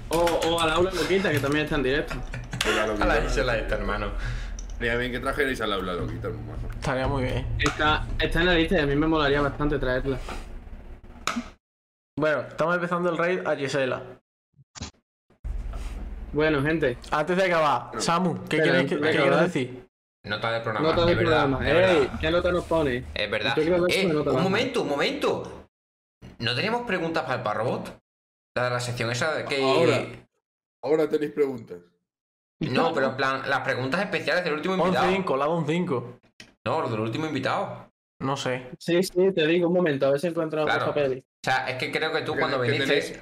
S8: O, o a Laura Loquita, que también está en directo.
S2: A la Gisela esta, hermano.
S4: Mira bien que trajerais al aula loquita, muy majo.
S3: Estaría muy bien.
S8: Está, está en la lista y a mí me molaría bastante traerla.
S3: Bueno, estamos empezando el raid a Gisela.
S8: Bueno, gente,
S3: Antes de acabar, Samu, ¿qué
S8: Espera,
S3: quieres, que-
S8: antes de
S3: qué quieres
S8: acabar.
S3: decir?
S2: Nota del programa.
S8: nota
S2: es
S8: del
S2: Ah, verdad,
S8: programa.
S2: es verdad.
S8: ¡Ey! ¿Qué nota nos pone?
S2: Es verdad.
S8: Yo creo que eso
S2: Eh,
S8: me nota
S2: un
S8: más.
S2: momento, un momento. ¿No tenemos preguntas para el parrobot? La de la sección esa de que.
S4: Ahora. Ahora tenéis preguntas.
S2: No, pero en plan, las preguntas especiales del último
S3: Un
S2: invitado.
S3: 5, la hago un 5.
S2: No, lo del último invitado.
S3: No sé.
S8: Sí, sí, te digo un momento, a ver si encuentro
S2: Claro.
S8: otros papeles.
S2: O sea, es que creo que tú
S4: Que-
S2: cuando eh.
S4: que
S2: viniste.
S4: tenéis-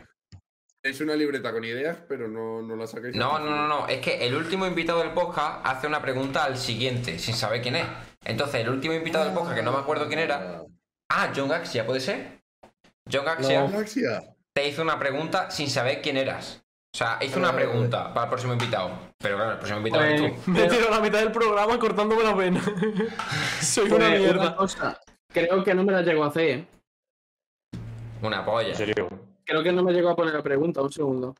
S4: Es una libreta con ideas, pero no, no la saquéis.
S2: No, no, no, no. Es que el último invitado del podcast hace una pregunta al siguiente, sin saber quién es. Entonces, el último invitado del podcast, que no me acuerdo quién era. Ah, John Gaxia, ¿puede ser? John Gaxia
S4: Galaxia.
S2: te hizo una pregunta sin saber quién eras. O sea, hizo una pregunta para el próximo invitado. Pero claro, el próximo invitado es
S8: Pues,
S2: tú.
S3: Me
S8: Pero-
S3: tiro la mitad del programa cortándome las venas. Soy una
S8: Pues,
S3: mierda.
S8: una cosa, creo que no me la llegó a hacer. ¿eh?
S2: Una polla.
S6: En serio.
S8: Creo que no me llegó a poner la pregunta, un segundo.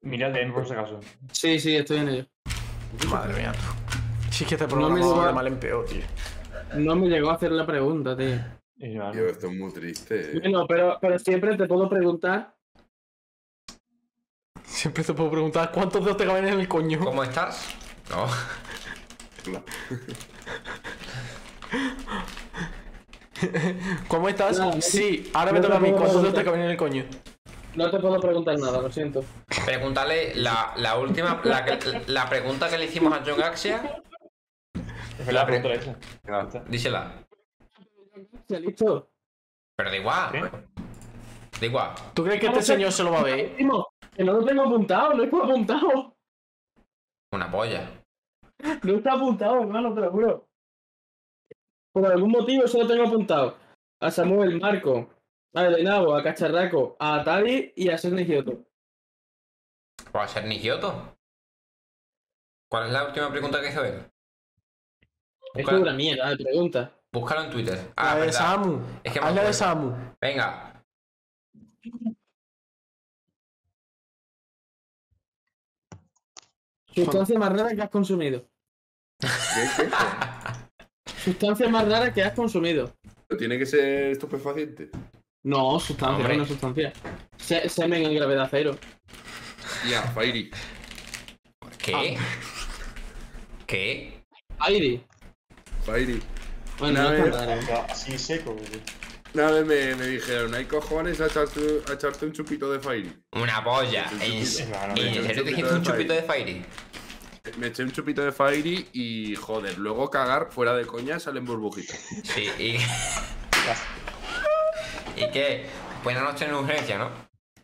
S6: Mira el DM por si acaso.
S8: Sí, sí, estoy en ello.
S3: Madre mía, tú. Si es que este
S8: me
S3: programa va
S8: digas-
S3: de mal en peor, tío.
S8: No me llegó a hacer la pregunta, tío.
S6: Y nada,
S4: Yo, esto es muy triste. eh.
S8: Bueno, pero, pero siempre te puedo preguntar.
S3: Siempre te puedo preguntar cuántos dedos te caben en el coño.
S2: ¿Cómo estás? No.
S3: ¿Cómo estás?
S8: Nada, no te-
S3: sí, ahora me
S8: no te
S3: toca a mí.
S8: puedo
S3: ¿Cuántos dedos te
S8: preguntar.
S3: caben en el coño?
S8: No te puedo preguntar nada, lo siento.
S2: Preguntarle la, la última, la, que- la pregunta que le hicimos a John Gaxia,
S6: Es verdad,
S2: La pre-
S6: pregunta esa. Ya está.
S2: dísela.
S8: ¿Ya listo?
S2: Pero da igual.
S6: ¿Sí?
S2: Da igual.
S3: ¿Tú crees que
S8: No
S3: este
S8: lo sé.
S3: señor se lo va a ver?
S8: Eh, Primo, Que no lo tengo apuntado, no está apuntado.
S2: Una polla.
S8: No está apuntado, hermano, te lo juro. Por algún motivo solo tengo apuntado a Samuel, Marco, a Elenabo, a Cacharraco, a Atari y a Sergio Giotto.
S2: ¿Va a ser Nigioto? ¿Cuál es la última pregunta que hizo él?
S8: Esto es
S2: Búscala,
S8: una mierda de pregunta.
S2: búscala en Twitter. Ah,
S3: La de
S2: verdad.
S3: Samu.
S2: Es que me
S3: Haz la de
S2: acuerdo.
S3: Samu.
S2: Venga.
S8: Sustancia más rara que has consumido.
S4: ¿Qué, qué?
S8: Sustancia más rara que has consumido.
S4: Pero Tiene que ser estupefaciente.
S8: No, sustancia,
S2: Hombre.
S8: no sustancia. Se- Semen en gravedad cero.
S4: Ya, Fairy.
S2: ¿Qué? ¿Qué?
S8: Aire.
S4: Fairy.
S8: Bueno, no
S4: Una
S8: es
S4: vez-
S8: tan raro.
S6: Ya, Así seco. güey.
S4: Una vez me, me dijeron, hay cojones a echarte, a echarte un chupito de Fairy.
S2: Una polla.
S4: Un
S2: ¿En,
S4: chupito.
S6: No, no,
S2: ¿en
S6: un
S2: serio te
S4: chupito de
S2: hiciste un
S4: Fairy.
S2: chupito de Fairy?
S4: Me eché un chupito de Fairy y, joder, luego cagar fuera de coña salen burbujitas.
S2: Sí. ¿Y, ¿Y qué? Buenas noches en urgencia, ¿no?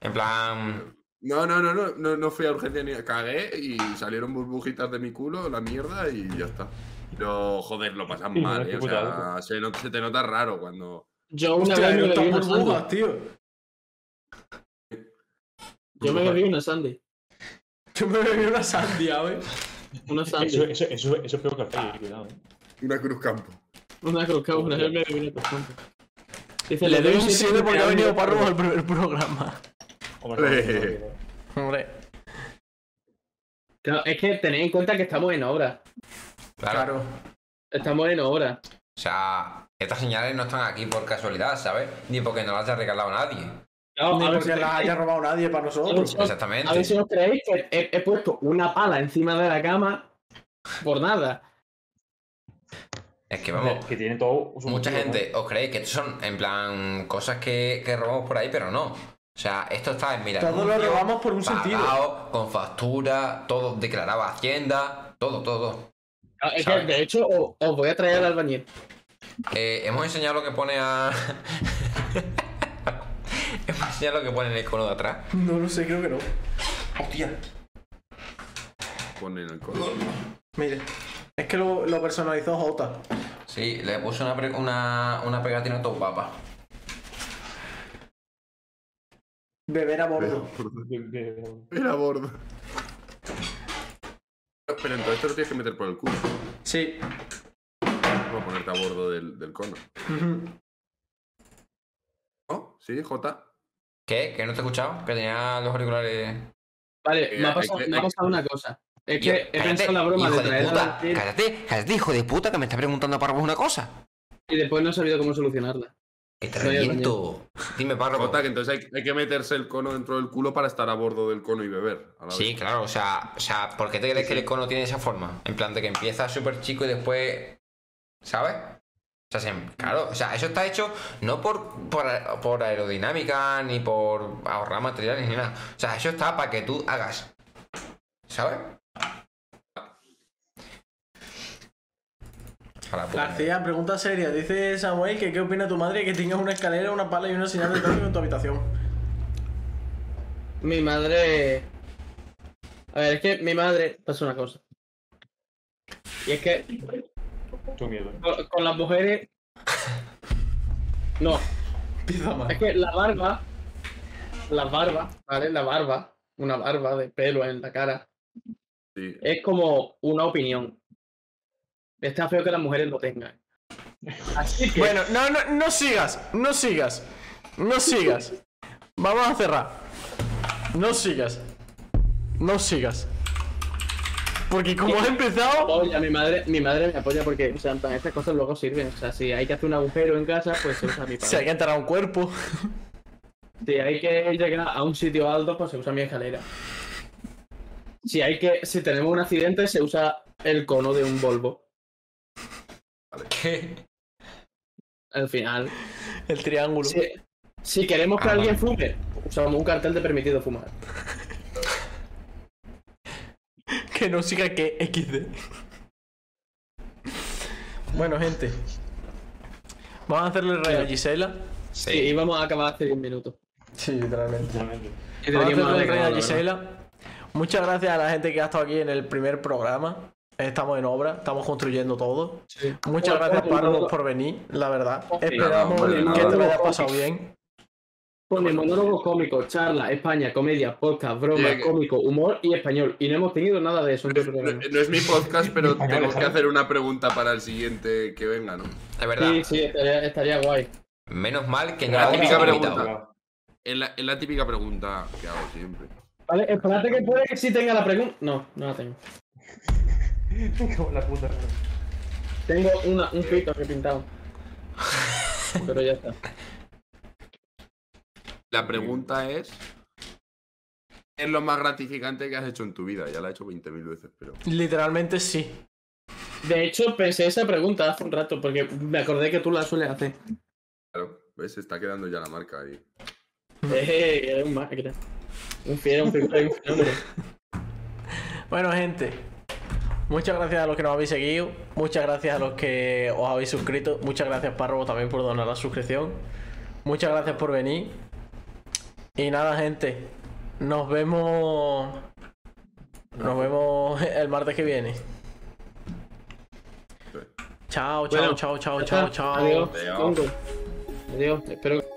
S2: En plan...
S4: No, no, no, no, no, no fui a urgencia ni cagué y salieron burbujitas de mi culo, la mierda y ya está. Pero, joder, lo pasas
S6: Y
S4: mal, ¿eh?
S6: bueno, qué
S4: O sea, se, not- se te nota raro cuando.
S8: Yo una
S3: Hostia,
S8: vez me
S3: hay
S8: bebí una
S3: tantas burbujas,
S8: Sandy.
S3: tío.
S8: Yo me bebí una Sandy.
S3: Yo me bebí una sandia, wey.
S8: Una
S6: Eso,
S8: Sandy.
S6: eso, eso, eso es peor que el Fairy, cuidado. eh.
S4: Una cruz campo.
S8: Una coca, una vez me bebí una Coca. Dice,
S3: Le doy un
S8: siete
S3: 7 porque ha venido
S8: porque
S3: Parro al primer programa.
S6: Hombre, no, no, no, no,
S3: Hombre,
S8: Claro, es que tened en cuenta que estamos en obra.
S2: claro.
S3: claro.
S8: Estamos en obra.
S2: O sea, estas señales no están aquí por casualidad, ¿sabes? Ni porque no las haya regalado nadie.
S8: Claro,
S3: Ni
S8: a ver si
S3: porque las haya robado nadie para nosotros.
S8: A ver si
S2: Exactamente.
S8: os creéis que he, he puesto una pala encima de la cama por nada.
S2: Es que
S6: no.
S2: vamos...
S6: Que tiene todo su
S2: Mucha
S6: motivo, ¿no?
S2: gente os creéis que esto son en plan cosas que, que robamos por ahí, pero no. O sea, esto está en mira.
S3: Todo lo robamos por un sentido.
S2: pagado, con factura, todo declaraba Hacienda, todo, todo. todo.
S8: Claro, Es que,
S2: ¿Sabes?
S8: de hecho, o- os, voy a traer al albañil.
S2: Eh, hemos enseñado lo que pone a. hemos enseñado lo que pone en el cono de atrás.
S3: No lo sé, creo que no.
S2: Hostia.
S4: Ponen alcohol.
S3: Mire. Es que lo, lo personalizó Jota.
S2: Sí, le puse una, pre- una, una pegatina todo papa.
S3: Beber a bordo.
S4: Era bordo. Pero entonces te lo tienes que meter por el culo.
S3: Sí.
S4: No ponerte a bordo del, del cono. ¿No? ¿Oh? ¿Sí, Jota?
S2: ¿Qué? ¿Que no te he escuchado? Que tenía los auriculares.
S8: Vale, me
S4: Eh,
S8: ha pasado,
S4: eh,
S8: me ha
S4: eh,
S8: pasado una cosa. Es
S2: Yo-
S8: que he pensado en la broma
S2: hijo
S8: de
S2: de,
S8: traer a
S2: puta.
S8: Valentín
S2: Cállate, cállate, hijo de puta, que me está preguntando Párrafo una cosa.
S8: y después no he sabido cómo solucionarla.
S2: Que te
S8: No, yo no, yo.
S2: reviento. Dime, Párrafo.
S4: Jota, que entonces hay, hay que meterse el cono dentro del culo para estar a bordo del cono y beber. a la
S2: Sí,
S4: vez.
S2: claro, o sea, o sea, ¿por qué te crees que el cono tiene esa forma? En plan de que empieza súper chico y después. ¿Sabes? O sea, se- em, claro, o sea, eso está hecho no por, por, a- por aerodinámica ni por ahorrar materiales ni nada. O sea, eso está para que tú hagas. ¿Sabes? A la puta madre.
S3: García, pregunta seria. Dice Samuel que qué opina tu madre que tengas una escalera, una pala y una señal de tráfico en tu habitación.
S8: Mi madre. A ver, es que mi madre pasa una cosa. Y es que
S6: Tu miedo.
S8: con, con las mujeres. No,
S3: Pizza más.
S8: es que la barba. La barba, ¿vale? La barba. Una barba de pelo en la cara.
S4: Sí.
S8: es como una opinión. Está feo que las mujeres lo tengan. Así que,
S3: Bueno, no, no, no sigas, no sigas, no sigas. Vamos a cerrar. No sigas, no sigas. Porque como has empezado,
S8: apoya, mi madre, mi madre me apoya porque, o sea, en plan, estas cosas luego sirven. O sea, si hay que hacer un agujero en casa, pues se usa mi
S3: se ha
S8: padre.
S3: que enterrar un cuerpo.
S8: Si hay que llegar a un sitio alto, pues se usa mi escalera. Si hay que, si tenemos un accidente, se usa el cono de un Volvo.
S2: ¿Qué?
S8: Al final.
S3: El triángulo.
S8: Si, si queremos que
S2: Ah,
S8: alguien fume, usamos un cartel de permitido fumar.
S3: Que no siga que XD. Bueno, gente. Vamos a hacerle el rayo a Gisela.
S2: Sí.
S8: Y vamos a acabar hace 10 minutos.
S3: Sí, literalmente.
S6: Realmente.
S8: Y
S3: Vamos a
S8: deberíamos
S3: hacerle el
S8: haber
S3: rayo a
S8: grabado, ¿verdad?
S3: Gisela. Muchas gracias a la gente que ha estado aquí en el primer programa. Estamos en obra, estamos construyendo todo.
S8: Sí.
S3: Muchas
S8: Bueno,
S3: gracias,
S8: bueno,
S3: Párvulos,
S8: bueno.
S3: por venir, la verdad.
S8: Ok.
S3: Esperamos
S4: Nada, hombre,
S3: que te lo
S8: nada.
S3: hayas pasado bien.
S8: Pone Pues monólogo cómico, charla, España, comedia, podcast, broma,
S4: Llega.
S8: cómico, humor y español. Y no hemos tenido nada de eso en todo el
S4: No,
S8: programa.
S4: no es mi podcast, pero
S6: Español,
S4: tengo que
S6: ¿sabes?
S4: hacer una pregunta para el siguiente que venga, ¿no?
S2: Es verdad.
S8: Sí, sí, estaría, estaría guay.
S2: Menos mal que no
S4: La
S2: la
S4: típica
S2: típica
S4: pregunta. Es la, es la típica pregunta que hago siempre.
S8: Vale, espérate que puede que sí tenga la pregunta. No, no la tengo.
S6: Como la puta.
S8: Tengo una, un filtro que he pintado. Pero ya está.
S4: La pregunta es. ¿Qué es lo más gratificante que has hecho en tu vida? Ya la he hecho 20.000 veces, pero.
S3: Literalmente sí.
S8: De hecho, pensé esa pregunta hace un rato porque me acordé que tú la sueles hacer.
S4: Claro, ¿ves? Se está quedando ya la marca ahí.
S8: Eh, eres un máquina. Un fiero, un figura y un fenómeno.
S3: Bueno, gente, muchas gracias a los que nos habéis seguido. Muchas gracias a los que os habéis suscrito. Muchas gracias, Párvulos, también por donar la suscripción. Muchas gracias por venir. Y nada, gente, nos vemos. Nos vemos el martes que viene. Chao, chao,
S8: Bueno,
S3: chao, chao,
S8: Ya
S3: chao,
S8: está.
S3: chao.
S8: Adiós.
S4: Adiós.
S8: Congo. Adiós. Espero que.